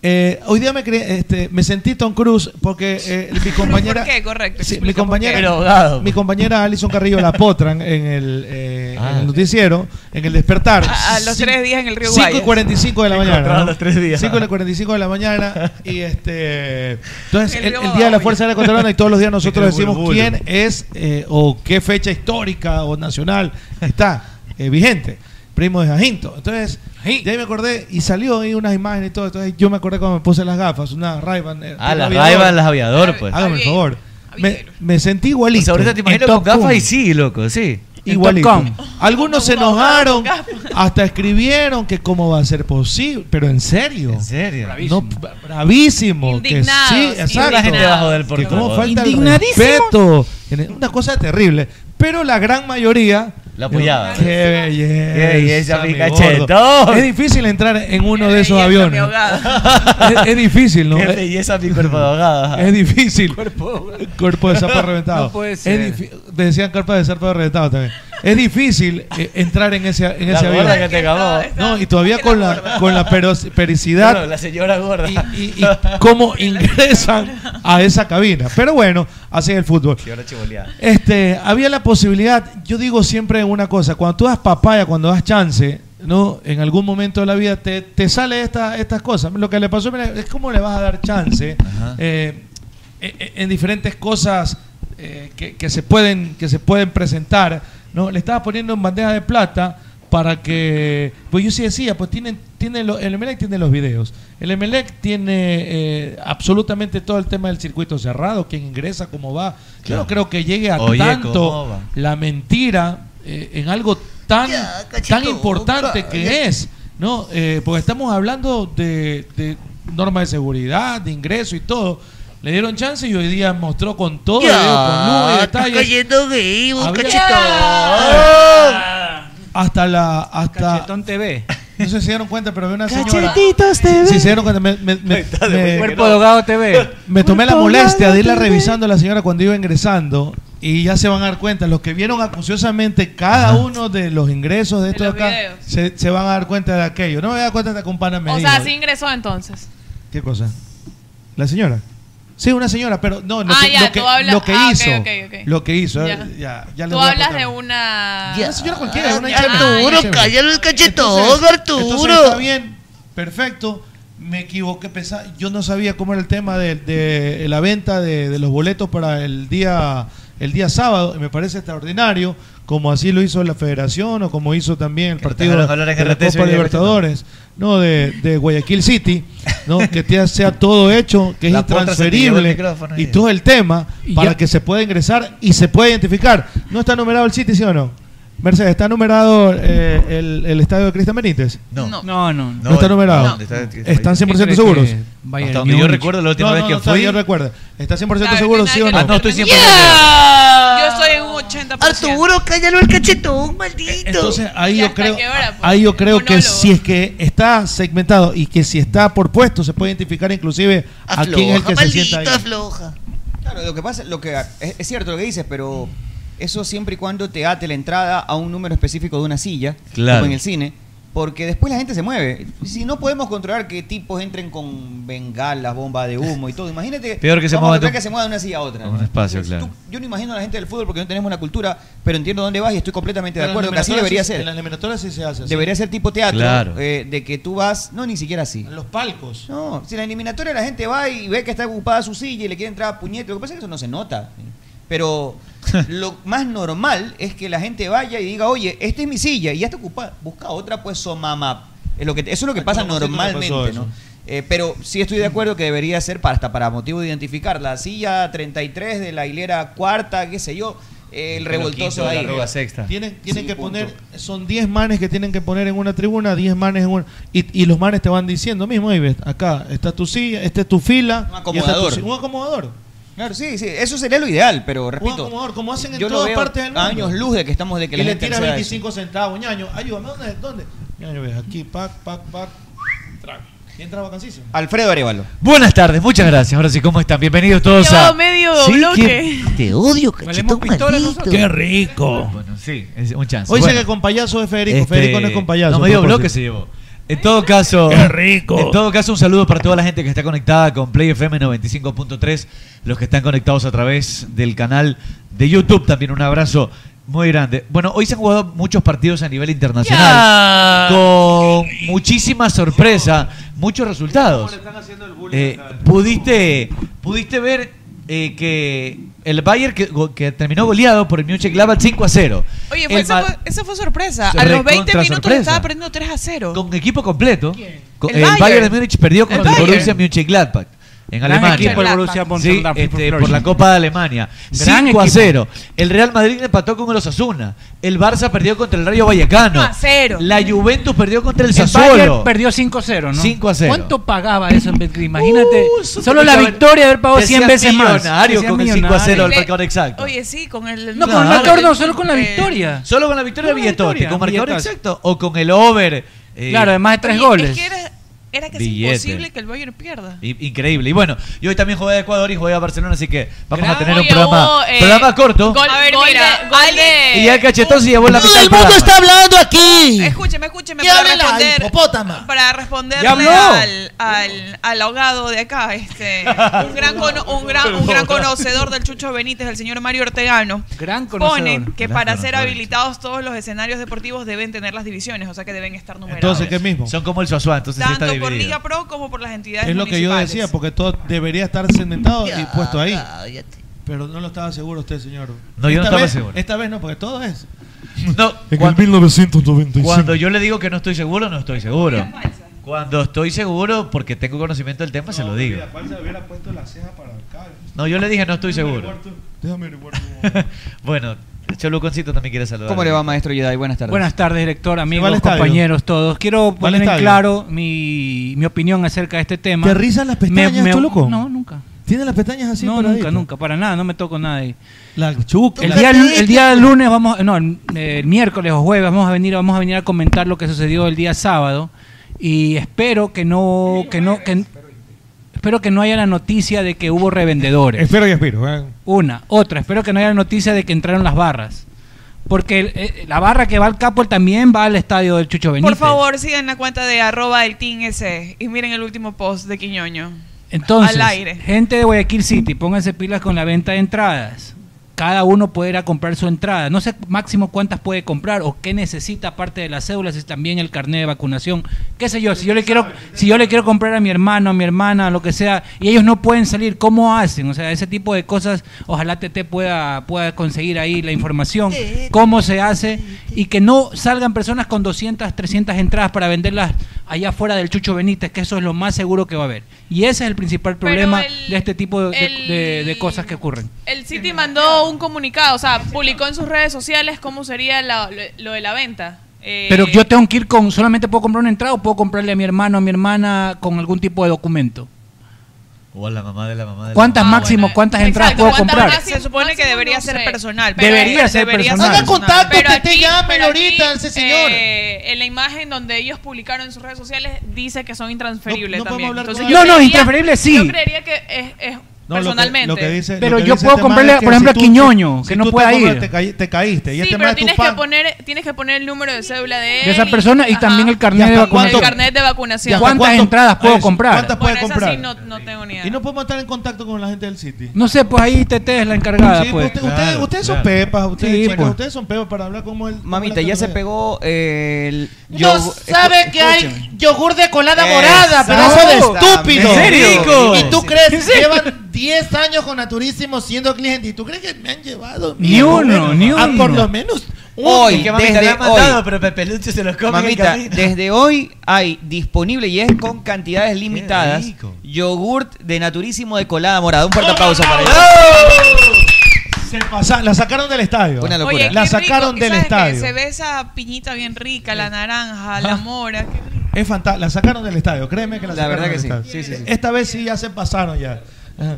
[SPEAKER 10] Eh, hoy día me, cre- este, me sentí Tom Cruz porque eh, mi compañera.
[SPEAKER 17] ¿Por qué? Correcto.
[SPEAKER 10] Sí, mi
[SPEAKER 17] explica por qué.
[SPEAKER 10] compañera,
[SPEAKER 15] pues.
[SPEAKER 10] mi compañera Alison Carrillo la potran en el, eh,
[SPEAKER 15] Ah.
[SPEAKER 10] en el noticiero, en el despertar.
[SPEAKER 17] A- a los
[SPEAKER 10] Cin-
[SPEAKER 17] tres días en el río
[SPEAKER 10] 5 y
[SPEAKER 17] Guayas.
[SPEAKER 10] 45 de la mañana.
[SPEAKER 15] Encontrado
[SPEAKER 10] ¿no?
[SPEAKER 15] a los tres días.
[SPEAKER 10] 5 y 45 de la mañana. Y este. Entonces,
[SPEAKER 15] El
[SPEAKER 10] el,
[SPEAKER 15] río
[SPEAKER 10] el día de la
[SPEAKER 15] Guayas.
[SPEAKER 10] Fuerza Aérea Ecuatoriana y todos los días nosotros
[SPEAKER 15] El
[SPEAKER 10] decimos
[SPEAKER 15] bulbul.
[SPEAKER 10] quién es eh, o qué fecha histórica o nacional está eh, vigente. Primo de Jacinto. Entonces, de ahí me acordé y salió ahí unas imágenes y todo. Entonces, yo me acordé cuando me puse las gafas, una Ray-Ban. eh,
[SPEAKER 15] Ah,
[SPEAKER 10] tipo
[SPEAKER 15] las
[SPEAKER 10] aviador.
[SPEAKER 15] Ray-Ban, las aviador, pues.
[SPEAKER 10] Hágame el favor. Me, me sentí igualito.
[SPEAKER 15] O sea, ahorita te imagino
[SPEAKER 10] En
[SPEAKER 15] con
[SPEAKER 10] Top
[SPEAKER 15] gafas
[SPEAKER 10] Gun.
[SPEAKER 15] y sí, loco, sí.
[SPEAKER 10] Igualito. Algunos se enojaron, hasta escribieron que cómo va a ser posible, pero en serio. En serio. Bravísimo. bravísimo que
[SPEAKER 15] Indignados,
[SPEAKER 10] sí, exacto.
[SPEAKER 15] la gente bajo del
[SPEAKER 10] Que cómo
[SPEAKER 15] portador.
[SPEAKER 10] falta el
[SPEAKER 15] Indignadísimo.
[SPEAKER 10] respeto. Una cosa terrible, pero la gran mayoría
[SPEAKER 15] La apoyaba.
[SPEAKER 10] Qué belleza.
[SPEAKER 15] Qué belleza,
[SPEAKER 10] mi
[SPEAKER 15] mi
[SPEAKER 10] gordo.
[SPEAKER 15] cachetón.
[SPEAKER 10] Es difícil entrar en uno de esos aviones. Es, es difícil, ¿no?
[SPEAKER 15] Qué
[SPEAKER 10] Es-
[SPEAKER 15] belleza, mi cuerpo de ahogado.
[SPEAKER 10] Es difícil. Cuerpo de sapo reventado.
[SPEAKER 15] No puede ser.
[SPEAKER 10] Es difi- decían cuerpo de sapo reventado también. Es difícil eh, entrar en ese, en
[SPEAKER 15] La
[SPEAKER 10] ese
[SPEAKER 15] gorda
[SPEAKER 10] avión.
[SPEAKER 15] que te acabó.
[SPEAKER 10] No, y todavía con la, con la peros-
[SPEAKER 15] No,
[SPEAKER 10] pericidad,
[SPEAKER 15] la señora gorda.
[SPEAKER 10] y cómo ingresan a esa cabina. Pero bueno, así es el fútbol.
[SPEAKER 15] Señora chivoleada.
[SPEAKER 10] Este, había la posibilidad, yo digo siempre una cosa, cuando tú das papaya, cuando das chance, ¿no? En algún momento de la vida te, te sale esta, estas cosas. Lo que le pasó, mira, es cómo le vas a dar chance eh, e- e- en diferentes cosas eh, que, que se pueden, que se pueden presentar. ¿no? Le estaba poniendo en bandeja de plata para que. Pues yo sí decía, pues tienen, tiene lo- el Emelec tiene los videos. El Emelec tiene eh, absolutamente todo el tema del circuito cerrado, quién ingresa, cómo va. Yo no creo que llegue a
[SPEAKER 15] Oye, ¿cómo
[SPEAKER 10] tanto
[SPEAKER 15] va?
[SPEAKER 10] la mentira eh, en algo tan, tan importante que es. ¿no? Eh, porque estamos hablando de, de normas de seguridad, de ingreso y todo. Le dieron chance y hoy día mostró con todo,
[SPEAKER 11] Ya,
[SPEAKER 10] le dio con nube,
[SPEAKER 11] está
[SPEAKER 10] detalles.
[SPEAKER 11] cayendo vivo,
[SPEAKER 10] Había- Ah.
[SPEAKER 11] cachetón.
[SPEAKER 10] Hasta la. Hasta,
[SPEAKER 18] Cachetón TV.
[SPEAKER 10] No sé si se dieron cuenta, pero había una señora.
[SPEAKER 14] Cachetitos
[SPEAKER 10] TV. Si se dieron cuenta, me. me, me, me-
[SPEAKER 15] Cuerpo Dogado TV.
[SPEAKER 10] me tomé la
[SPEAKER 15] Cuerpo
[SPEAKER 10] molestia de irla
[SPEAKER 15] Dogado TV.
[SPEAKER 10] revisando a la señora cuando iba ingresando. Y ya se van a dar cuenta, los que vieron acuciosamente cada uno de los ingresos de esto de, acá, se, se van a dar cuenta de aquello. No me voy a dar cuenta hasta que un pana me
[SPEAKER 16] O
[SPEAKER 10] diga.
[SPEAKER 16] sea, sí ingresó entonces.
[SPEAKER 10] ¿Qué cosa? ¿La señora? Sí, una señora, pero no, lo
[SPEAKER 16] Ah,
[SPEAKER 10] que,
[SPEAKER 16] ya,
[SPEAKER 10] lo que,
[SPEAKER 16] tú hablas-
[SPEAKER 10] lo que
[SPEAKER 16] ah, ok,
[SPEAKER 10] hizo.
[SPEAKER 16] ok, ok.
[SPEAKER 10] Lo que hizo.
[SPEAKER 16] Ya.
[SPEAKER 10] Ya, ya, ya les
[SPEAKER 16] Tú
[SPEAKER 10] voy a
[SPEAKER 16] hablas
[SPEAKER 10] contar.
[SPEAKER 16] de una.
[SPEAKER 10] Una señora
[SPEAKER 17] Ah,
[SPEAKER 10] cualquiera, una hincha de-
[SPEAKER 16] Ah, Arturo,
[SPEAKER 10] Chévere.
[SPEAKER 16] cállalo el cachetón,
[SPEAKER 10] Entonces-
[SPEAKER 16] Arturo.
[SPEAKER 10] entonces está bien, perfecto. Me equivoqué, pensaba, yo no sabía cómo era el tema de, de la venta de, de los boletos para el día el día sábado, y me parece extraordinario, como así lo hizo la Federación o como hizo también el partido
[SPEAKER 15] dejaron hablar en
[SPEAKER 10] de la
[SPEAKER 15] RT, se
[SPEAKER 10] Copa
[SPEAKER 15] veía
[SPEAKER 10] Libertadores, no de, de Guayaquil City, no que te- sea todo hecho, que es
[SPEAKER 15] La potra se te llevó
[SPEAKER 10] intransferible
[SPEAKER 15] el micrófono
[SPEAKER 10] y
[SPEAKER 15] ahí.
[SPEAKER 10] todo el tema para
[SPEAKER 15] ya-
[SPEAKER 10] que se pueda ingresar y se pueda identificar. ¿No está numerado el City, sí o no? Mercedes, ¿está numerado eh, el, el estadio de Cristian Benítez?
[SPEAKER 15] No. No. No, no, no.
[SPEAKER 10] No está numerado.
[SPEAKER 15] No. Está- está-
[SPEAKER 10] ¿Están 100%
[SPEAKER 15] ¿Crees
[SPEAKER 10] seguros?
[SPEAKER 15] que Bayern Hasta donde yo Múnich? recuerdo, la última
[SPEAKER 10] No,
[SPEAKER 15] vez
[SPEAKER 10] no,
[SPEAKER 15] que
[SPEAKER 10] no, hasta
[SPEAKER 15] fui-
[SPEAKER 10] yo recuerdo. ¿Está 100% seguro, sí o no?
[SPEAKER 15] Ah, no, estoy 100%
[SPEAKER 16] Yo estoy en un 80%.
[SPEAKER 12] Arturo, cállalo el cachetón, maldito.
[SPEAKER 10] E, Entonces, ahí yo creo,
[SPEAKER 15] pues?
[SPEAKER 10] ahí yo creo que si es que está segmentado y que si está por puesto, se puede identificar inclusive a quién es el que se sienta ahí.
[SPEAKER 12] floja.
[SPEAKER 14] Claro, lo que pasa, lo que es, es cierto lo que dices, pero eso siempre y cuando te ate la entrada a un número específico de una silla,
[SPEAKER 15] Claro.
[SPEAKER 14] como en el cine, porque después la gente se mueve. Si no podemos controlar que tipos entren con bengalas, bomba de humo y todo, imagínate
[SPEAKER 15] Peor que se
[SPEAKER 14] vamos a
[SPEAKER 15] muevan
[SPEAKER 14] controlar
[SPEAKER 15] de un-
[SPEAKER 14] que se mueva de una silla a otra.
[SPEAKER 15] Un espacio, claro.
[SPEAKER 14] Yo no imagino a la gente del fútbol porque no tenemos una cultura, pero entiendo dónde vas y estoy completamente de
[SPEAKER 10] Pero en
[SPEAKER 14] acuerdo
[SPEAKER 10] las
[SPEAKER 14] que así debería
[SPEAKER 10] eliminatorias sí-
[SPEAKER 14] ser.
[SPEAKER 10] En las eliminatorias sí se hace. así.
[SPEAKER 14] Debería ser tipo teatro,
[SPEAKER 15] Claro.
[SPEAKER 14] eh, de que tú vas, no, ni siquiera así.
[SPEAKER 10] Los palcos.
[SPEAKER 14] No, si en la eliminatoria la gente va y ve que está ocupada su silla y le quiere entrar a puñete, lo que pasa es que eso no se nota. Pero lo más normal es que la gente vaya y diga, oye, esta es mi silla y ya está ocupada, busca otra, pues, o mamá. Es lo que, eso es lo que pasa
[SPEAKER 10] conociste, Ah, me pasó
[SPEAKER 14] normalmente,
[SPEAKER 10] eso.
[SPEAKER 14] ¿no? Eh, pero sí estoy de acuerdo que debería ser para, hasta para motivo de identificar la silla 33 de la hilera cuarta, qué sé yo, eh, el
[SPEAKER 15] Pero
[SPEAKER 14] revoltoso
[SPEAKER 15] quinto de
[SPEAKER 14] ahí.
[SPEAKER 15] la arroba sexta.
[SPEAKER 10] Tienen, tienen
[SPEAKER 14] Sí,
[SPEAKER 10] que
[SPEAKER 14] punto.
[SPEAKER 10] poner, son 10 manes que tienen que poner en una tribuna, 10 manes en una. Y, y los manes te van diciendo mismo, ahí ves, acá está tu silla, esta es tu fila.
[SPEAKER 14] Un
[SPEAKER 10] y esta es tu
[SPEAKER 14] acomodador.
[SPEAKER 10] si- un acomodador.
[SPEAKER 14] Claro, sí, sí, eso sería lo ideal, pero repito.
[SPEAKER 10] acomodador, como hacen en
[SPEAKER 14] yo lo
[SPEAKER 10] todas
[SPEAKER 14] veo
[SPEAKER 10] partes del
[SPEAKER 14] a
[SPEAKER 10] mundo.
[SPEAKER 14] años luz de que estamos de que
[SPEAKER 10] Y
[SPEAKER 14] la
[SPEAKER 10] le
[SPEAKER 14] gente
[SPEAKER 10] tiras
[SPEAKER 14] sea eso.
[SPEAKER 10] 25 centavos, ñaño. Ayúdame, ¿dónde? ¿Dónde? Ñaño, ves, aquí, pac, pac, pac. Trac. Y entra vacancísimo.
[SPEAKER 14] Alfredo Arevalo.
[SPEAKER 15] Buenas tardes, muchas gracias. Ahora sí, ¿cómo están? Bienvenidos todos
[SPEAKER 10] Llevado
[SPEAKER 15] a.
[SPEAKER 10] medio
[SPEAKER 15] que-
[SPEAKER 10] bloque.
[SPEAKER 15] Te odio,
[SPEAKER 10] Valemos pistolas nosotros. Qué rico.
[SPEAKER 15] Bueno, sí, es un chance.
[SPEAKER 10] Hoy
[SPEAKER 15] Bueno,
[SPEAKER 10] sé que con payaso es Federico.
[SPEAKER 15] este,
[SPEAKER 10] Federico no es con payaso.
[SPEAKER 15] No,
[SPEAKER 10] a
[SPEAKER 15] medio
[SPEAKER 10] propósito.
[SPEAKER 15] bloque se llevó. En todo caso,
[SPEAKER 10] Qué rico.
[SPEAKER 15] En todo caso, un saludo para toda la gente que está conectada con Play FM 95.3, los que están conectados a través del canal de YouTube también un abrazo muy grande. Bueno, hoy se han jugado muchos partidos a nivel internacional con muchísima sorpresa, muchos resultados. Eh, pudiste pudiste ver eh, que el Bayern que, go- que terminó goleado por el Mönchengladbach 5 a 0.
[SPEAKER 16] Oye, fue-
[SPEAKER 15] El
[SPEAKER 16] esa,
[SPEAKER 15] Ma-
[SPEAKER 16] fue, esa fue sorpresa.
[SPEAKER 15] Se
[SPEAKER 16] A los
[SPEAKER 15] recontra
[SPEAKER 16] 20 minutos
[SPEAKER 15] sorpresa.
[SPEAKER 16] le estaba perdiendo 3 a 0.
[SPEAKER 15] con equipo completo. con- eh,
[SPEAKER 16] El
[SPEAKER 15] el, Bayern.
[SPEAKER 16] Bayern
[SPEAKER 15] de Múnich perdió
[SPEAKER 16] El
[SPEAKER 15] contra el
[SPEAKER 16] Bayern.
[SPEAKER 15] Borussia Mönchengladbach en
[SPEAKER 19] Gran
[SPEAKER 15] Alemania.
[SPEAKER 19] equipo el Borussia
[SPEAKER 15] Sí,
[SPEAKER 19] Mönchengladbach,
[SPEAKER 15] este,
[SPEAKER 19] Florian.
[SPEAKER 15] por la Copa de Alemania.
[SPEAKER 19] Gran
[SPEAKER 15] 5 a
[SPEAKER 19] equipo.
[SPEAKER 15] 0. El Real Madrid empató con el Osasuna. El Barça perdió contra el Rayo Vallecano.
[SPEAKER 19] 1 a 0.
[SPEAKER 15] La Juventus perdió contra el
[SPEAKER 19] El Bayern
[SPEAKER 15] Sassuolo.
[SPEAKER 19] perdió 5-0, ¿no?
[SPEAKER 15] 5 a 0.
[SPEAKER 19] ¿Cuánto pagaba eso en Betcris? Imagínate,
[SPEAKER 15] eso
[SPEAKER 19] solo la
[SPEAKER 15] pagaba-
[SPEAKER 19] victoria haber pagado
[SPEAKER 15] Te
[SPEAKER 19] 100
[SPEAKER 15] hacías
[SPEAKER 19] veces más.
[SPEAKER 15] millonario
[SPEAKER 19] Te
[SPEAKER 15] con el
[SPEAKER 19] hacías
[SPEAKER 15] 5 a 0 del
[SPEAKER 19] millonario.
[SPEAKER 15] marcador exacto.
[SPEAKER 16] Oye, sí, con el.
[SPEAKER 19] No, con el
[SPEAKER 15] Claro.
[SPEAKER 19] marcador no, solo con la victoria.
[SPEAKER 15] Solo con la victoria de
[SPEAKER 19] Con la
[SPEAKER 15] billetote,
[SPEAKER 19] victoria,
[SPEAKER 15] con marcador
[SPEAKER 19] billetazo.
[SPEAKER 15] exacto o con el over. eh,
[SPEAKER 19] Claro, además de tres
[SPEAKER 16] Oye,
[SPEAKER 19] goles.
[SPEAKER 16] Es que era, era casi
[SPEAKER 15] Billete.
[SPEAKER 16] imposible que el Bayern pierda.
[SPEAKER 15] I- Increíble. Y bueno, y hoy también juega a Ecuador y juega a Barcelona, así que vamos a tener un
[SPEAKER 16] Oye,
[SPEAKER 15] programa,
[SPEAKER 16] hubo, eh,
[SPEAKER 15] programa corto.
[SPEAKER 16] Gol, a ver, mira, gol de-
[SPEAKER 15] y ya el cachetón se llevó la
[SPEAKER 16] Todo
[SPEAKER 15] mitad
[SPEAKER 16] el
[SPEAKER 15] del
[SPEAKER 16] mundo
[SPEAKER 15] programa.
[SPEAKER 16] está
[SPEAKER 12] hablando aquí.
[SPEAKER 16] Escúcheme, escúcheme.
[SPEAKER 12] ¿Qué
[SPEAKER 16] Para
[SPEAKER 12] habla la
[SPEAKER 16] responder,
[SPEAKER 12] hipopótama?
[SPEAKER 16] para responderle
[SPEAKER 12] Ya habló.
[SPEAKER 16] al, al, al ahogado de acá, este, un, gran cono- un, gran, un gran conocedor del Chucho Benítez, el señor Mario Ortegano,
[SPEAKER 19] Gran conocedor.
[SPEAKER 16] pone que
[SPEAKER 19] Gran
[SPEAKER 16] para ser
[SPEAKER 19] conocedor.
[SPEAKER 16] habilitados todos los escenarios deportivos deben tener las divisiones, o sea que deben estar numerados.
[SPEAKER 10] Entonces, ¿qué mismo?
[SPEAKER 15] Son como el Suazua, entonces
[SPEAKER 16] Tanto por Liga Pro como por las entidades
[SPEAKER 10] Es lo que yo
[SPEAKER 16] municipales.
[SPEAKER 10] decía, porque todo debería estar segmentado y puesto ahí.
[SPEAKER 15] Pero no lo estaba seguro usted, señor. No, yo
[SPEAKER 10] Esta
[SPEAKER 15] no estaba
[SPEAKER 10] vez-
[SPEAKER 15] seguro.
[SPEAKER 10] Esta vez no, porque todo es.
[SPEAKER 15] No,
[SPEAKER 10] En
[SPEAKER 15] cuan-
[SPEAKER 10] el 1995.
[SPEAKER 15] cuando yo le digo que no estoy seguro, no estoy seguro. Cuando estoy seguro, porque tengo conocimiento del tema, se lo digo.
[SPEAKER 10] hubiera puesto la ceja para acá.
[SPEAKER 15] No, yo le dije no estoy seguro.
[SPEAKER 10] Déjame averiguar.
[SPEAKER 15] bueno, Choluconcito también quiere saludar.
[SPEAKER 14] ¿Cómo le va, maestro Jedi? Buenas tardes.
[SPEAKER 19] Buenas tardes, director,
[SPEAKER 14] va al
[SPEAKER 19] amigos,
[SPEAKER 14] estadio.
[SPEAKER 19] compañeros, todos. Quiero
[SPEAKER 14] al
[SPEAKER 19] poner en
[SPEAKER 14] estadio.
[SPEAKER 19] claro mi, mi opinión acerca de este tema.
[SPEAKER 10] ¿Te rizas las
[SPEAKER 19] Me-
[SPEAKER 10] pestañas,
[SPEAKER 19] me-
[SPEAKER 10] Choluco?
[SPEAKER 19] No, nunca.
[SPEAKER 10] ¿Tiene las pestañas así?
[SPEAKER 19] No,
[SPEAKER 10] paraditas?
[SPEAKER 19] nunca, nunca, para nada, no me toco nada ahí.
[SPEAKER 10] La chuca.
[SPEAKER 19] El día, el día lunes vamos, no, el, eh, miércoles o jueves vamos a venir, vamos a venir a comentar lo que sucedió el día sábado y espero que no, que no, que espero que no haya la noticia de que hubo revendedores.
[SPEAKER 10] Espero y espero. ¿eh?
[SPEAKER 19] Una, otra, espero que no haya la noticia de que entraron las barras. Porque eh, la barra que va al Capol también va al estadio del Chucho Benítez.
[SPEAKER 17] Por favor, sigan la cuenta de arroba el team ese y miren el último post de Quiñoño.
[SPEAKER 19] Entonces,
[SPEAKER 17] Al aire.
[SPEAKER 19] gente de Guayaquil City, pónganse pilas con la venta de entradas. Cada uno puede ir a comprar su entrada. No sé máximo cuántas puede comprar o qué necesita aparte de las cédulas, y también el carnet de vacunación, qué sé yo. Si yo le quiero, si yo le quiero comprar a mi hermano, a mi hermana, lo que sea, y ellos no pueden salir, ¿cómo hacen? O sea, ese tipo de cosas. Ojalá TT pueda pueda conseguir ahí la información, cómo se hace y que no salgan personas con 200, 300 entradas para venderlas allá afuera del Chucho Benítez, que eso es lo más seguro que va a haber. Y ese es el principal problema de este tipo de, de- de- de cosas que ocurren.
[SPEAKER 17] El City mandó un comunicado, o sea, publicó en sus redes sociales cómo sería la- lo, lo de la venta. Eh,
[SPEAKER 19] Pero yo tengo que ir con, solamente puedo comprar una entrada o puedo comprarle a mi hermano, a mi hermana con algún tipo de documento.
[SPEAKER 15] O a la mamá de la mamá de la
[SPEAKER 19] ¿Cuántas
[SPEAKER 15] mamá.
[SPEAKER 19] máximo, cuántas entradas
[SPEAKER 17] Ah, exacto,
[SPEAKER 19] puedo
[SPEAKER 17] ¿cuántas
[SPEAKER 19] comprar?
[SPEAKER 17] horas Se supone que debería ser personal. pero-
[SPEAKER 19] Debería ser personal. Haga
[SPEAKER 17] contacto, pero
[SPEAKER 20] que te llamen
[SPEAKER 17] pero
[SPEAKER 20] ahorita ese señor.
[SPEAKER 17] eh, en la imagen donde ellos publicaron en sus redes sociales dice que son intransferibles también. Entonces,
[SPEAKER 19] con
[SPEAKER 17] yo
[SPEAKER 19] él. No, no,
[SPEAKER 17] creería-
[SPEAKER 19] intransferibles sí.
[SPEAKER 17] Yo creería que es, es
[SPEAKER 10] No, lo que-
[SPEAKER 17] personalmente.
[SPEAKER 10] lo que dice-
[SPEAKER 19] Pero
[SPEAKER 10] lo que
[SPEAKER 19] yo
[SPEAKER 10] dice
[SPEAKER 19] puedo
[SPEAKER 10] este man
[SPEAKER 19] comprarle,
[SPEAKER 10] es que
[SPEAKER 19] por ejemplo, a
[SPEAKER 10] tú-
[SPEAKER 19] Quiñoño, que no
[SPEAKER 10] tú te
[SPEAKER 19] pueda
[SPEAKER 10] compras,
[SPEAKER 19] ir.
[SPEAKER 10] te, caí- te caíste. Y
[SPEAKER 17] Sí,
[SPEAKER 10] este man
[SPEAKER 17] pero
[SPEAKER 10] es tu
[SPEAKER 17] tienes
[SPEAKER 10] fan.
[SPEAKER 17] que, poner, tienes que poner el número de cédula de,
[SPEAKER 19] De
[SPEAKER 17] él
[SPEAKER 19] esa persona y también el carnet de vacunación.
[SPEAKER 17] El carnet de vacunación.
[SPEAKER 19] ¿Cuántas entradas puedo
[SPEAKER 10] Eso,
[SPEAKER 19] comprar?
[SPEAKER 10] ¿Cuántas puede
[SPEAKER 17] Bueno, esa
[SPEAKER 10] comprar?
[SPEAKER 17] sí no, no tengo ni idea.
[SPEAKER 10] Y no podemos estar en contacto con la gente del City.
[SPEAKER 19] No sé, pues ahí TT es la encargada.
[SPEAKER 10] Sí,
[SPEAKER 19] pues.
[SPEAKER 10] usted- usted- ustedes son pepas, ustedes,
[SPEAKER 19] Sí,
[SPEAKER 10] chicas,
[SPEAKER 19] pues.
[SPEAKER 10] ustedes son pepas para hablar como el.
[SPEAKER 14] Mamita, ya se pegó eh, el.
[SPEAKER 20] No
[SPEAKER 14] yogur-
[SPEAKER 20] sabe
[SPEAKER 14] escu-
[SPEAKER 20] que hay
[SPEAKER 14] escúchame.
[SPEAKER 20] yogur de colada morada, pedazo de
[SPEAKER 14] Exactamente.
[SPEAKER 20] estúpido.
[SPEAKER 14] ¿En serio?
[SPEAKER 20] ¿Y tú
[SPEAKER 14] ¿En
[SPEAKER 20] crees que
[SPEAKER 14] serio?
[SPEAKER 20] llevan 10 años con Naturísimo siendo cliente? ¿Y tú crees que me han llevado?
[SPEAKER 14] Ni
[SPEAKER 20] mierda?
[SPEAKER 14] uno, ni
[SPEAKER 20] Ah,
[SPEAKER 14] uno.
[SPEAKER 20] por lo menos uno.
[SPEAKER 14] Hoy, desde hoy.
[SPEAKER 15] pero Pepe Lucho se los come en el
[SPEAKER 14] Mamita,
[SPEAKER 15] camino.
[SPEAKER 14] desde hoy hay disponible y es con cantidades limitadas yogurt de naturísimo de colada morada. Un fuerte aplauso para ellos.
[SPEAKER 10] Se pasa- la sacaron del estadio.
[SPEAKER 14] Una locura.
[SPEAKER 17] Oye, qué
[SPEAKER 10] la sacaron
[SPEAKER 17] rico. ¿Y
[SPEAKER 10] del
[SPEAKER 17] sabes qué?
[SPEAKER 10] estadio.
[SPEAKER 17] Se ve esa piñita bien rica, la naranja, la mora. qué rico.
[SPEAKER 10] Es fantástico. La sacaron del estadio. Créeme que la,
[SPEAKER 14] La
[SPEAKER 10] sacaron
[SPEAKER 14] verdad
[SPEAKER 10] del
[SPEAKER 14] que sí.
[SPEAKER 10] estadio.
[SPEAKER 14] Sí, sí, sí.
[SPEAKER 10] Esta vez sí ya se pasaron ya. Ajá.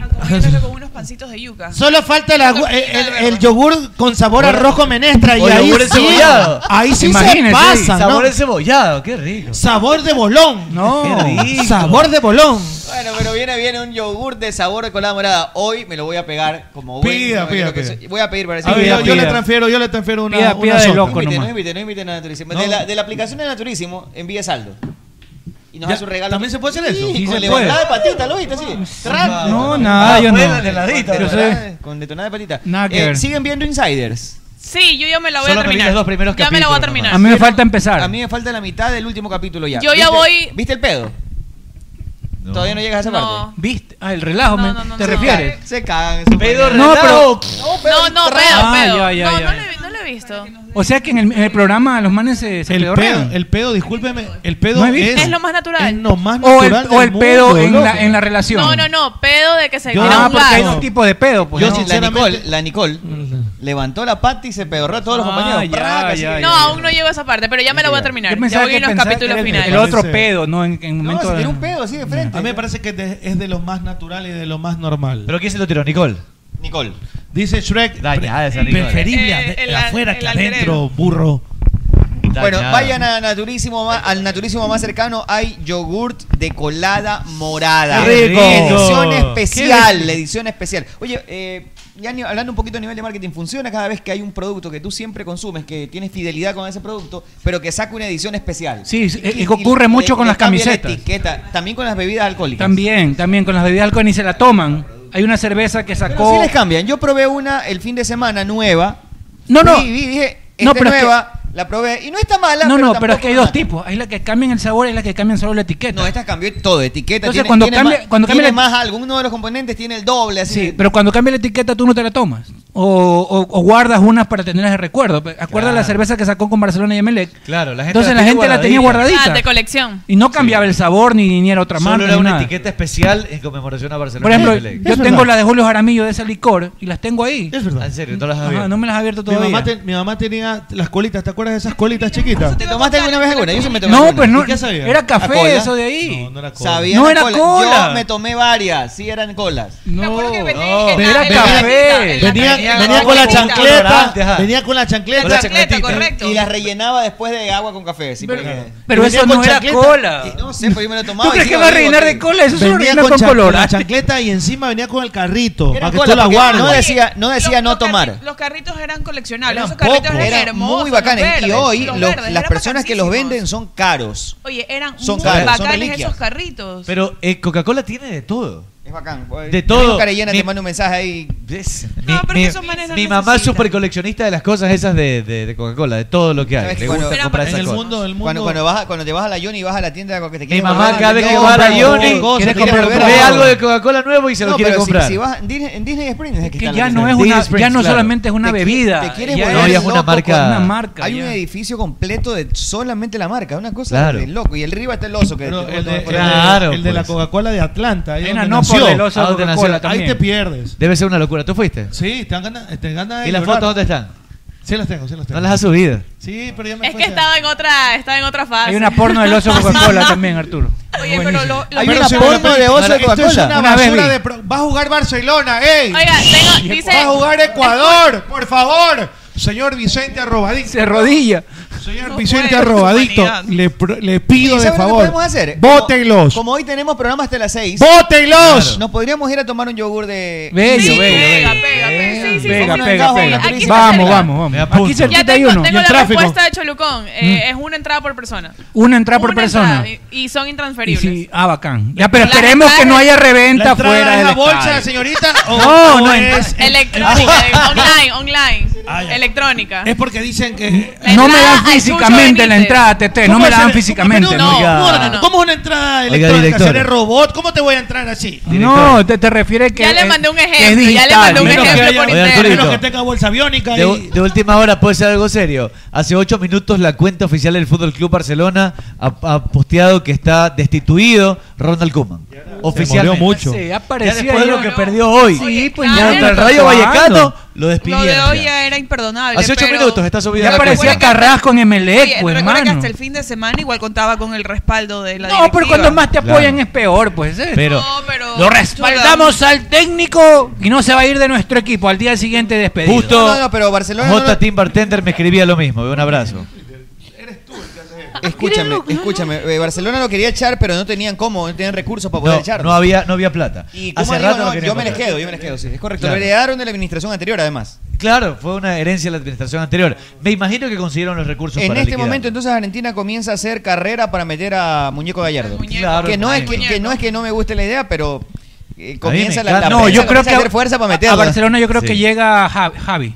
[SPEAKER 17] Acompañándolo con unos pancitos de yuca.
[SPEAKER 20] Solo falta el, agu- el, el- el yogur con sabor a rojo menestra. Y
[SPEAKER 15] O
[SPEAKER 20] ahí
[SPEAKER 15] yogur
[SPEAKER 20] sí,
[SPEAKER 15] encebollado.
[SPEAKER 20] ahí sí se
[SPEAKER 15] Imagínese,
[SPEAKER 20] pasa. ¿no?
[SPEAKER 15] Sabor encebollado, qué rico.
[SPEAKER 20] Sabor de bolón.
[SPEAKER 19] No.
[SPEAKER 7] Oh,
[SPEAKER 15] Qué rico.
[SPEAKER 20] Sabor de bolón.
[SPEAKER 14] Bueno, pero viene bien un yogur de sabor de colada morada. Hoy me lo voy a pegar como buen-
[SPEAKER 10] Pida,
[SPEAKER 14] creo
[SPEAKER 10] pida,
[SPEAKER 14] que
[SPEAKER 10] pida.
[SPEAKER 14] soy- Voy a pedir para
[SPEAKER 10] A ver, yo, yo le transfiero, yo le transfiero una.
[SPEAKER 14] Pida,
[SPEAKER 10] una
[SPEAKER 14] de
[SPEAKER 10] sopa.
[SPEAKER 14] loco nomás. No inviten, no inviten a Naturísimo. De,
[SPEAKER 10] No.
[SPEAKER 14] la, de la aplicación de Naturísimo, envíe saldo. Y nos
[SPEAKER 10] Ya,
[SPEAKER 14] da su regalo.
[SPEAKER 10] ¿también se puede hacer eso?
[SPEAKER 14] Sí,
[SPEAKER 10] Sí,
[SPEAKER 14] con
[SPEAKER 10] se
[SPEAKER 14] levantada de
[SPEAKER 10] puede.
[SPEAKER 14] patita, ¿lo viste? Sí. Tran.
[SPEAKER 19] No, nada, yo no.
[SPEAKER 14] Con detonada-
[SPEAKER 19] Yo sé.
[SPEAKER 14] Con detonada de patita.
[SPEAKER 19] Nada que
[SPEAKER 14] Eh,
[SPEAKER 19] ver.
[SPEAKER 14] Siguen viendo Insiders.
[SPEAKER 17] Sí, yo ya me la voy
[SPEAKER 14] Solo
[SPEAKER 17] a
[SPEAKER 14] me vi
[SPEAKER 17] terminar.
[SPEAKER 14] los dos primeros
[SPEAKER 17] ya me la voy
[SPEAKER 14] capítulos
[SPEAKER 17] a terminar.
[SPEAKER 19] A mí me falta empezar.
[SPEAKER 14] A mí me falta la mitad del último capítulo ya.
[SPEAKER 17] Yo ya
[SPEAKER 14] ¿Viste-
[SPEAKER 17] voy-
[SPEAKER 14] ¿Viste el pedo? pues, Todavía no llegas a esa
[SPEAKER 17] No.
[SPEAKER 14] parte.
[SPEAKER 19] ¿Viste? Ah, el relajo,
[SPEAKER 17] No,
[SPEAKER 19] me-
[SPEAKER 17] no, no,
[SPEAKER 19] ¿te
[SPEAKER 17] no.
[SPEAKER 19] refieres?
[SPEAKER 14] Se cagan.
[SPEAKER 19] Pedo
[SPEAKER 14] No,
[SPEAKER 19] relajo.
[SPEAKER 17] No, no, pedo,
[SPEAKER 19] Ah,
[SPEAKER 17] pedo.
[SPEAKER 19] ya, ya,
[SPEAKER 17] no,
[SPEAKER 19] ya.
[SPEAKER 17] No, lo he, no lo he visto.
[SPEAKER 19] O sea que en el, en el programa los manes se, se
[SPEAKER 10] El pedo,
[SPEAKER 19] pedorrean.
[SPEAKER 10] el pedo, discúlpeme, el pedo
[SPEAKER 19] No he
[SPEAKER 10] es,
[SPEAKER 19] visto.
[SPEAKER 17] Es lo más natural.
[SPEAKER 10] es lo más
[SPEAKER 19] O el,
[SPEAKER 10] natural
[SPEAKER 19] o el
[SPEAKER 10] del
[SPEAKER 19] pedo
[SPEAKER 10] mundo,
[SPEAKER 19] en
[SPEAKER 10] loco.
[SPEAKER 19] la, en la relación.
[SPEAKER 17] No, no, no. Pedo de que se
[SPEAKER 19] Yo-
[SPEAKER 17] tira
[SPEAKER 19] Ah,
[SPEAKER 17] un
[SPEAKER 19] porque hay
[SPEAKER 17] vaso.
[SPEAKER 19] dos tipos de pedo. Pues,
[SPEAKER 14] Yo,
[SPEAKER 19] ¿no?
[SPEAKER 14] la Nicole, la Nicole levantó la pata y se pedorró a todos los
[SPEAKER 19] Ah,
[SPEAKER 14] compañeros.
[SPEAKER 19] ya,
[SPEAKER 14] Praca, así.
[SPEAKER 19] ya, ya,
[SPEAKER 17] No, aún no llego a esa parte, pero ya me la voy a terminar.
[SPEAKER 19] Yo
[SPEAKER 17] Ya
[SPEAKER 19] pensaba
[SPEAKER 17] voy a
[SPEAKER 19] que
[SPEAKER 17] los
[SPEAKER 19] pensaba que
[SPEAKER 17] capítulos
[SPEAKER 19] era el-
[SPEAKER 17] finales.
[SPEAKER 19] El otro
[SPEAKER 10] Parece-
[SPEAKER 19] pedo, ¿no? En, en
[SPEAKER 14] No,
[SPEAKER 19] momento
[SPEAKER 14] se
[SPEAKER 19] de-
[SPEAKER 14] tiró un pedo así de frente.
[SPEAKER 10] A mí me parece que de- es de lo más natural y de lo más normal.
[SPEAKER 15] ¿Pero quién se lo tiró? ¿Nicole?
[SPEAKER 14] Nicole.
[SPEAKER 10] Dice Shrek,
[SPEAKER 15] Dañada esa Nicole.
[SPEAKER 10] preferible ade-
[SPEAKER 17] Eh, el-
[SPEAKER 10] afuera
[SPEAKER 17] el
[SPEAKER 10] que
[SPEAKER 17] alter
[SPEAKER 10] adentro, burro.
[SPEAKER 14] Bueno,
[SPEAKER 15] Dañada.
[SPEAKER 14] vayan a naturísimo más- al naturísimo más cercano. Hay yogurt de colada morada.
[SPEAKER 15] ¡Qué rico!
[SPEAKER 14] Edición
[SPEAKER 15] ¡Qué
[SPEAKER 14] especial,
[SPEAKER 15] rico!
[SPEAKER 14] edición especial. Oye, eh, ya ni- hablando un poquito a nivel de marketing, funciona cada vez que hay un producto que tú siempre consumes, que tienes fidelidad con ese producto, pero que saca una edición especial.
[SPEAKER 19] Sí, es-
[SPEAKER 14] Y-
[SPEAKER 19] es que ocurre
[SPEAKER 14] le-
[SPEAKER 19] mucho con
[SPEAKER 14] le
[SPEAKER 19] las
[SPEAKER 14] cambia la
[SPEAKER 19] camisetas.
[SPEAKER 14] etiqueta, también con las bebidas alcohólicas.
[SPEAKER 19] También, también, con las bebidas alcohólicas ni se la toman. Hay una cerveza que
[SPEAKER 14] Pero
[SPEAKER 19] sacó...
[SPEAKER 14] sí les cambian. Yo probé una el fin de semana nueva.
[SPEAKER 19] No, no.
[SPEAKER 14] Vi, vi, dije,
[SPEAKER 19] No,
[SPEAKER 14] esta
[SPEAKER 19] pero es que-
[SPEAKER 14] nueva, la probé. Y no está mala.
[SPEAKER 19] no, no, pero es
[SPEAKER 14] tampoco
[SPEAKER 19] que hay dos tipos. Hay la que cambian el sabor y la que cambian solo la etiqueta.
[SPEAKER 14] No, esta cambió todo, etiqueta.
[SPEAKER 19] Entonces,
[SPEAKER 14] tiene,
[SPEAKER 19] cuando
[SPEAKER 14] tiene
[SPEAKER 19] cambia-
[SPEAKER 14] más,
[SPEAKER 19] cuando cambia
[SPEAKER 14] tiene
[SPEAKER 19] la-
[SPEAKER 14] más algo, uno de los componentes tiene el doble, así.
[SPEAKER 19] Sí, pero cuando cambia la etiqueta tú no te la tomas. O, o- o guardas unas para tenerlas de recuerdo. Pe- Acuerda la cerveza que sacó con Barcelona y Emelec.
[SPEAKER 15] Claro, la gente
[SPEAKER 19] Entonces la gente la tenía
[SPEAKER 17] Ah,
[SPEAKER 19] guardadita.
[SPEAKER 17] de colección.
[SPEAKER 19] Y no cambiaba el sabor ni, ni era otra
[SPEAKER 15] Solo
[SPEAKER 19] marca.
[SPEAKER 15] era
[SPEAKER 19] ni
[SPEAKER 15] una
[SPEAKER 19] nada.
[SPEAKER 15] etiqueta especial en conmemoración a
[SPEAKER 19] Por
[SPEAKER 15] Barcelona.
[SPEAKER 19] ejemplo,
[SPEAKER 15] y Emelec.
[SPEAKER 19] yo tengo la de Julio Jaramillo de ese licor y las tengo ahí.
[SPEAKER 10] Es verdad.
[SPEAKER 15] En serio, no las
[SPEAKER 19] Ajá,
[SPEAKER 15] había.
[SPEAKER 19] no me las he abierto
[SPEAKER 10] Mi
[SPEAKER 19] todavía.
[SPEAKER 10] mamá, te- mi mamá tenía las colitas, ¿te acuerdas? acuerdas de esas colitas chiquitas?
[SPEAKER 14] ¿Te tomaste alguna vez alguna? Yo sí me tomé
[SPEAKER 10] No,
[SPEAKER 14] alguna.
[SPEAKER 10] pues no.
[SPEAKER 14] ¿Y qué sabía?
[SPEAKER 10] Era café
[SPEAKER 14] ¿A cola?
[SPEAKER 10] eso
[SPEAKER 19] de ahí.
[SPEAKER 14] No,
[SPEAKER 10] era
[SPEAKER 14] cola. era
[SPEAKER 10] No era
[SPEAKER 14] cola.
[SPEAKER 10] cola.
[SPEAKER 14] Yo me tomé varias. Sí, eran colas.
[SPEAKER 19] No,
[SPEAKER 14] no.
[SPEAKER 20] en la- Era en la- café. en la- Venía- en la- venía con la chancleta, venía con la chancleta. Con la chancleta, correcto.
[SPEAKER 14] Y las rellenaba después de agua con café. Sí, pero,
[SPEAKER 19] pero eso no era cola.
[SPEAKER 14] No sé, pero yo me lo tomaba.
[SPEAKER 19] ¿Tú crees que va a rellenar de cola? Eso es una
[SPEAKER 20] venía
[SPEAKER 19] orina
[SPEAKER 20] con,
[SPEAKER 19] con
[SPEAKER 20] chan-
[SPEAKER 19] color.
[SPEAKER 20] la chancleta y encima venía con el carrito
[SPEAKER 14] Era
[SPEAKER 20] para que
[SPEAKER 14] cola,
[SPEAKER 20] tú la
[SPEAKER 14] porque
[SPEAKER 20] guardes.
[SPEAKER 14] No decía no, decía no tomar.
[SPEAKER 17] Los carritos eran coleccionables. Esos
[SPEAKER 14] Pocos.
[SPEAKER 17] carritos eran,
[SPEAKER 14] Eran
[SPEAKER 17] hermosos.
[SPEAKER 14] muy bacanes.
[SPEAKER 17] los verdes,
[SPEAKER 14] y hoy
[SPEAKER 17] los
[SPEAKER 14] lo-
[SPEAKER 17] verdes,
[SPEAKER 14] las
[SPEAKER 17] eran
[SPEAKER 14] personas que los
[SPEAKER 17] bacanísimos.
[SPEAKER 14] venden son caros.
[SPEAKER 17] Oye, eran
[SPEAKER 14] Son
[SPEAKER 17] muy
[SPEAKER 14] caros, son
[SPEAKER 17] bacanes
[SPEAKER 14] reliquias.
[SPEAKER 17] esos carritos.
[SPEAKER 15] Pero eh, Coca-Cola tiene de todo.
[SPEAKER 14] Es bacán. eh,
[SPEAKER 15] De todo.
[SPEAKER 14] Carellena
[SPEAKER 15] Mi-
[SPEAKER 14] te manda un mensaje ahí.
[SPEAKER 15] Mi, mi- mi mamá es súper coleccionista de las cosas esas de, de- de Coca-Cola, de todo lo que hay.
[SPEAKER 14] ¿Sabes?
[SPEAKER 15] Le gusta comprar esas cosas.
[SPEAKER 14] Cuando, cuando, vas a- cuando te vas a la Johnny y vas a la tienda de que te
[SPEAKER 15] Mi
[SPEAKER 14] quieren
[SPEAKER 15] mamá
[SPEAKER 14] volver
[SPEAKER 15] cada vez que
[SPEAKER 14] no,
[SPEAKER 15] va a la
[SPEAKER 14] pero-
[SPEAKER 15] Johnny
[SPEAKER 14] cosas,
[SPEAKER 15] quiere
[SPEAKER 14] quiere
[SPEAKER 15] comprar,
[SPEAKER 14] volver a
[SPEAKER 15] ve
[SPEAKER 14] todo.
[SPEAKER 15] algo de Coca-Cola nuevo y se lo
[SPEAKER 14] No,
[SPEAKER 15] quiere
[SPEAKER 14] pero si-
[SPEAKER 15] comprar.
[SPEAKER 14] Si, vas en Disney, en Disney Springs es que,
[SPEAKER 15] Que
[SPEAKER 14] está
[SPEAKER 15] ya
[SPEAKER 14] la
[SPEAKER 15] no
[SPEAKER 14] tienda.
[SPEAKER 15] es una-
[SPEAKER 14] Disney Springs,
[SPEAKER 15] ya no solamente es una
[SPEAKER 14] Te qui-
[SPEAKER 15] bebida,
[SPEAKER 14] Te quieres
[SPEAKER 15] ya
[SPEAKER 14] volver
[SPEAKER 15] es- No, ya es una
[SPEAKER 14] loco con-
[SPEAKER 15] marca. Una marca,
[SPEAKER 14] Hay
[SPEAKER 15] ya.
[SPEAKER 14] un edificio completo de solamente la marca, una cosa
[SPEAKER 15] Claro.
[SPEAKER 14] de loco. Y el arriba está el oso que
[SPEAKER 10] Pero
[SPEAKER 14] te-
[SPEAKER 10] el de,
[SPEAKER 14] por-
[SPEAKER 10] el de-
[SPEAKER 15] Claro,
[SPEAKER 10] el de la
[SPEAKER 15] pues.
[SPEAKER 10] Coca-Cola de Atlanta. Ahí
[SPEAKER 15] Ahí
[SPEAKER 10] donde
[SPEAKER 15] no, no,
[SPEAKER 10] nació.
[SPEAKER 15] por el oso
[SPEAKER 10] Ah, donde
[SPEAKER 15] Coca-Cola
[SPEAKER 10] nació. Ahí
[SPEAKER 15] también.
[SPEAKER 10] te pierdes.
[SPEAKER 15] Debe ser una locura. ¿Tú fuiste?
[SPEAKER 10] Sí, te dan ganas te dan ganas de
[SPEAKER 15] ¿Y las
[SPEAKER 10] llorar.
[SPEAKER 15] fotos dónde están?
[SPEAKER 10] Sí las tengo, sí las tengo.
[SPEAKER 15] No las has subido.
[SPEAKER 10] Sí, pero ya me
[SPEAKER 16] Es que estaba en otra, estaba en otra fase.
[SPEAKER 19] Hay una porno del oso Coca-Cola también, Arturo.
[SPEAKER 16] Ah. Oye, pero lo, lo-
[SPEAKER 19] Hay una porno de oso de
[SPEAKER 20] Esto es
[SPEAKER 19] Coca-Cola.
[SPEAKER 20] una
[SPEAKER 19] Una vez
[SPEAKER 20] basura
[SPEAKER 19] vi.
[SPEAKER 20] de pro- Va a jugar Barcelona, ¡ey!
[SPEAKER 16] Oiga, tengo- dice-
[SPEAKER 20] Va a jugar Ecuador, por favor. Señor Vicente Arrobadicto.
[SPEAKER 19] Se arrodilla.
[SPEAKER 20] Señor
[SPEAKER 10] Vicente
[SPEAKER 20] puede,
[SPEAKER 10] Arrobadicto,
[SPEAKER 20] humanidad.
[SPEAKER 10] le, pro- le pido
[SPEAKER 14] ¿Y
[SPEAKER 10] de
[SPEAKER 14] sabes lo que
[SPEAKER 10] favor.
[SPEAKER 14] podemos hacer?
[SPEAKER 10] Bótenlos.
[SPEAKER 14] Como hoy tenemos programa hasta las 6.
[SPEAKER 10] ¡Bótenlos! Claro.
[SPEAKER 14] Nos podríamos ir a tomar un yogur de.
[SPEAKER 19] Bello,
[SPEAKER 14] Sí,
[SPEAKER 19] bello, bello.
[SPEAKER 16] sí, sí,
[SPEAKER 19] Pega,
[SPEAKER 16] sí.
[SPEAKER 19] pega, pega.
[SPEAKER 16] Aquí está
[SPEAKER 19] Vamos,
[SPEAKER 16] cerca.
[SPEAKER 19] vamos, vamos. Aquí
[SPEAKER 16] ya
[SPEAKER 19] cerquita hay
[SPEAKER 16] tengo,
[SPEAKER 19] uno.
[SPEAKER 16] tengo
[SPEAKER 19] Y el
[SPEAKER 16] la
[SPEAKER 19] tráfico.
[SPEAKER 16] respuesta de Cholucón. Eh, Es una entrada por persona.
[SPEAKER 19] Una entrada por
[SPEAKER 16] Una
[SPEAKER 19] persona.
[SPEAKER 16] entrada y, y son
[SPEAKER 19] Y
[SPEAKER 16] intransferibles.
[SPEAKER 19] sí, ah, bacán. Ya, pero
[SPEAKER 16] La
[SPEAKER 19] esperemos
[SPEAKER 16] entrada
[SPEAKER 19] que no
[SPEAKER 16] es-
[SPEAKER 19] haya reventa
[SPEAKER 20] ¿La entrada
[SPEAKER 19] fuera
[SPEAKER 20] es
[SPEAKER 19] del
[SPEAKER 20] la bolsa
[SPEAKER 19] estadio.
[SPEAKER 20] de señorita o,
[SPEAKER 19] No,
[SPEAKER 20] o
[SPEAKER 19] no,
[SPEAKER 20] es,
[SPEAKER 16] Electrónica,
[SPEAKER 10] Ah.
[SPEAKER 16] online, online. Electrónica.
[SPEAKER 20] es porque dicen que
[SPEAKER 19] Ah, No me
[SPEAKER 16] entrada
[SPEAKER 19] dan
[SPEAKER 16] al
[SPEAKER 19] físicamente la entrada, Tete. No
[SPEAKER 20] ¿Cómo
[SPEAKER 19] me la
[SPEAKER 20] hacer-
[SPEAKER 19] dan
[SPEAKER 20] cómo-
[SPEAKER 19] físicamente.
[SPEAKER 20] pero No, no, no, no. ¿Cómo es una entrada
[SPEAKER 19] Oiga,
[SPEAKER 20] electrónica?
[SPEAKER 19] director.
[SPEAKER 20] ¿Seré robot? ¿Cómo te voy a entrar así?
[SPEAKER 19] No, te, te refieres que.
[SPEAKER 16] Ya le
[SPEAKER 19] es-
[SPEAKER 16] mandé un
[SPEAKER 19] que es
[SPEAKER 16] ejemplo, ya le
[SPEAKER 19] digital.
[SPEAKER 16] mandé un
[SPEAKER 19] Menos que
[SPEAKER 16] ejemplo
[SPEAKER 19] haya-
[SPEAKER 16] por
[SPEAKER 15] Oye,
[SPEAKER 16] internet.
[SPEAKER 15] Arturito,
[SPEAKER 20] Que tenga bolsa biónica
[SPEAKER 15] de,
[SPEAKER 20] y...
[SPEAKER 15] de última hora puede ser algo serio. Hace ocho minutos la cuenta oficial del Fútbol Club Barcelona ha, ha posteado que está destituido Ronald Koeman. Oficialmente.
[SPEAKER 10] demoró mucho.
[SPEAKER 19] Sí, ya
[SPEAKER 15] Ya
[SPEAKER 19] parecía
[SPEAKER 15] después de
[SPEAKER 19] yo-
[SPEAKER 15] lo que perdió hoy.
[SPEAKER 19] Sí, pues
[SPEAKER 15] Contra
[SPEAKER 19] ya
[SPEAKER 15] el
[SPEAKER 19] está
[SPEAKER 15] Rayo
[SPEAKER 19] actuando.
[SPEAKER 15] Vallecano lo
[SPEAKER 17] Lo
[SPEAKER 15] despidieron.
[SPEAKER 17] de hoy
[SPEAKER 15] ya.
[SPEAKER 17] ya era imperdonable.
[SPEAKER 15] Hace ocho
[SPEAKER 17] pero-
[SPEAKER 15] minutos está subido
[SPEAKER 19] Ya
[SPEAKER 15] la cuenta.
[SPEAKER 19] parecía Carrasco en
[SPEAKER 17] Oye,
[SPEAKER 19] Emelec, pues,
[SPEAKER 17] recuerda que
[SPEAKER 19] hermano.
[SPEAKER 17] hasta el fin de semana igual contaba con el respaldo de la
[SPEAKER 19] No, pero
[SPEAKER 17] directiva.
[SPEAKER 19] cuando más te apoyan
[SPEAKER 15] Claro.
[SPEAKER 19] es peor, pues. eh.
[SPEAKER 15] Pero-
[SPEAKER 17] No, pero...
[SPEAKER 19] Lo respaldamos al técnico y no se va a ir de nuestro equipo. Al día siguiente despedido.
[SPEAKER 15] Justo
[SPEAKER 14] No, no, pero Barcelona no
[SPEAKER 15] J.
[SPEAKER 14] lo-
[SPEAKER 15] Tim Bartender me escribía lo mismo. Un abrazo.
[SPEAKER 14] Escúchame, escúchame. eh, Barcelona lo quería echar, pero no tenían cómo, no tenían recursos para poder
[SPEAKER 15] No,
[SPEAKER 14] echarlo.
[SPEAKER 15] no había, no había plata.
[SPEAKER 14] Y como
[SPEAKER 15] Hace
[SPEAKER 14] digo, no,
[SPEAKER 15] rato no
[SPEAKER 14] yo me les
[SPEAKER 15] queríamos.
[SPEAKER 14] quedo, yo me les quedo, sí, es correcto.
[SPEAKER 15] Claro.
[SPEAKER 14] Lo heredaron de la administración anterior, además.
[SPEAKER 15] Claro, fue una herencia de la administración anterior. Me imagino que consiguieron los recursos
[SPEAKER 14] En
[SPEAKER 15] para
[SPEAKER 14] este
[SPEAKER 15] liquidarlo.
[SPEAKER 14] momento, entonces, Argentina comienza a hacer carrera para meter a Muñeco Gallardo.
[SPEAKER 15] Claro,
[SPEAKER 14] que, no es que,
[SPEAKER 15] muñeco.
[SPEAKER 14] que no es que no me guste la idea, pero eh, comienza la, la
[SPEAKER 15] encanta. No,
[SPEAKER 14] prensa
[SPEAKER 15] yo creo
[SPEAKER 14] comienza a
[SPEAKER 15] que a-
[SPEAKER 14] hacer fuerza para
[SPEAKER 15] a- a
[SPEAKER 14] meterla.
[SPEAKER 19] A Barcelona yo creo
[SPEAKER 15] Sí.
[SPEAKER 19] que llega Javi. Javi.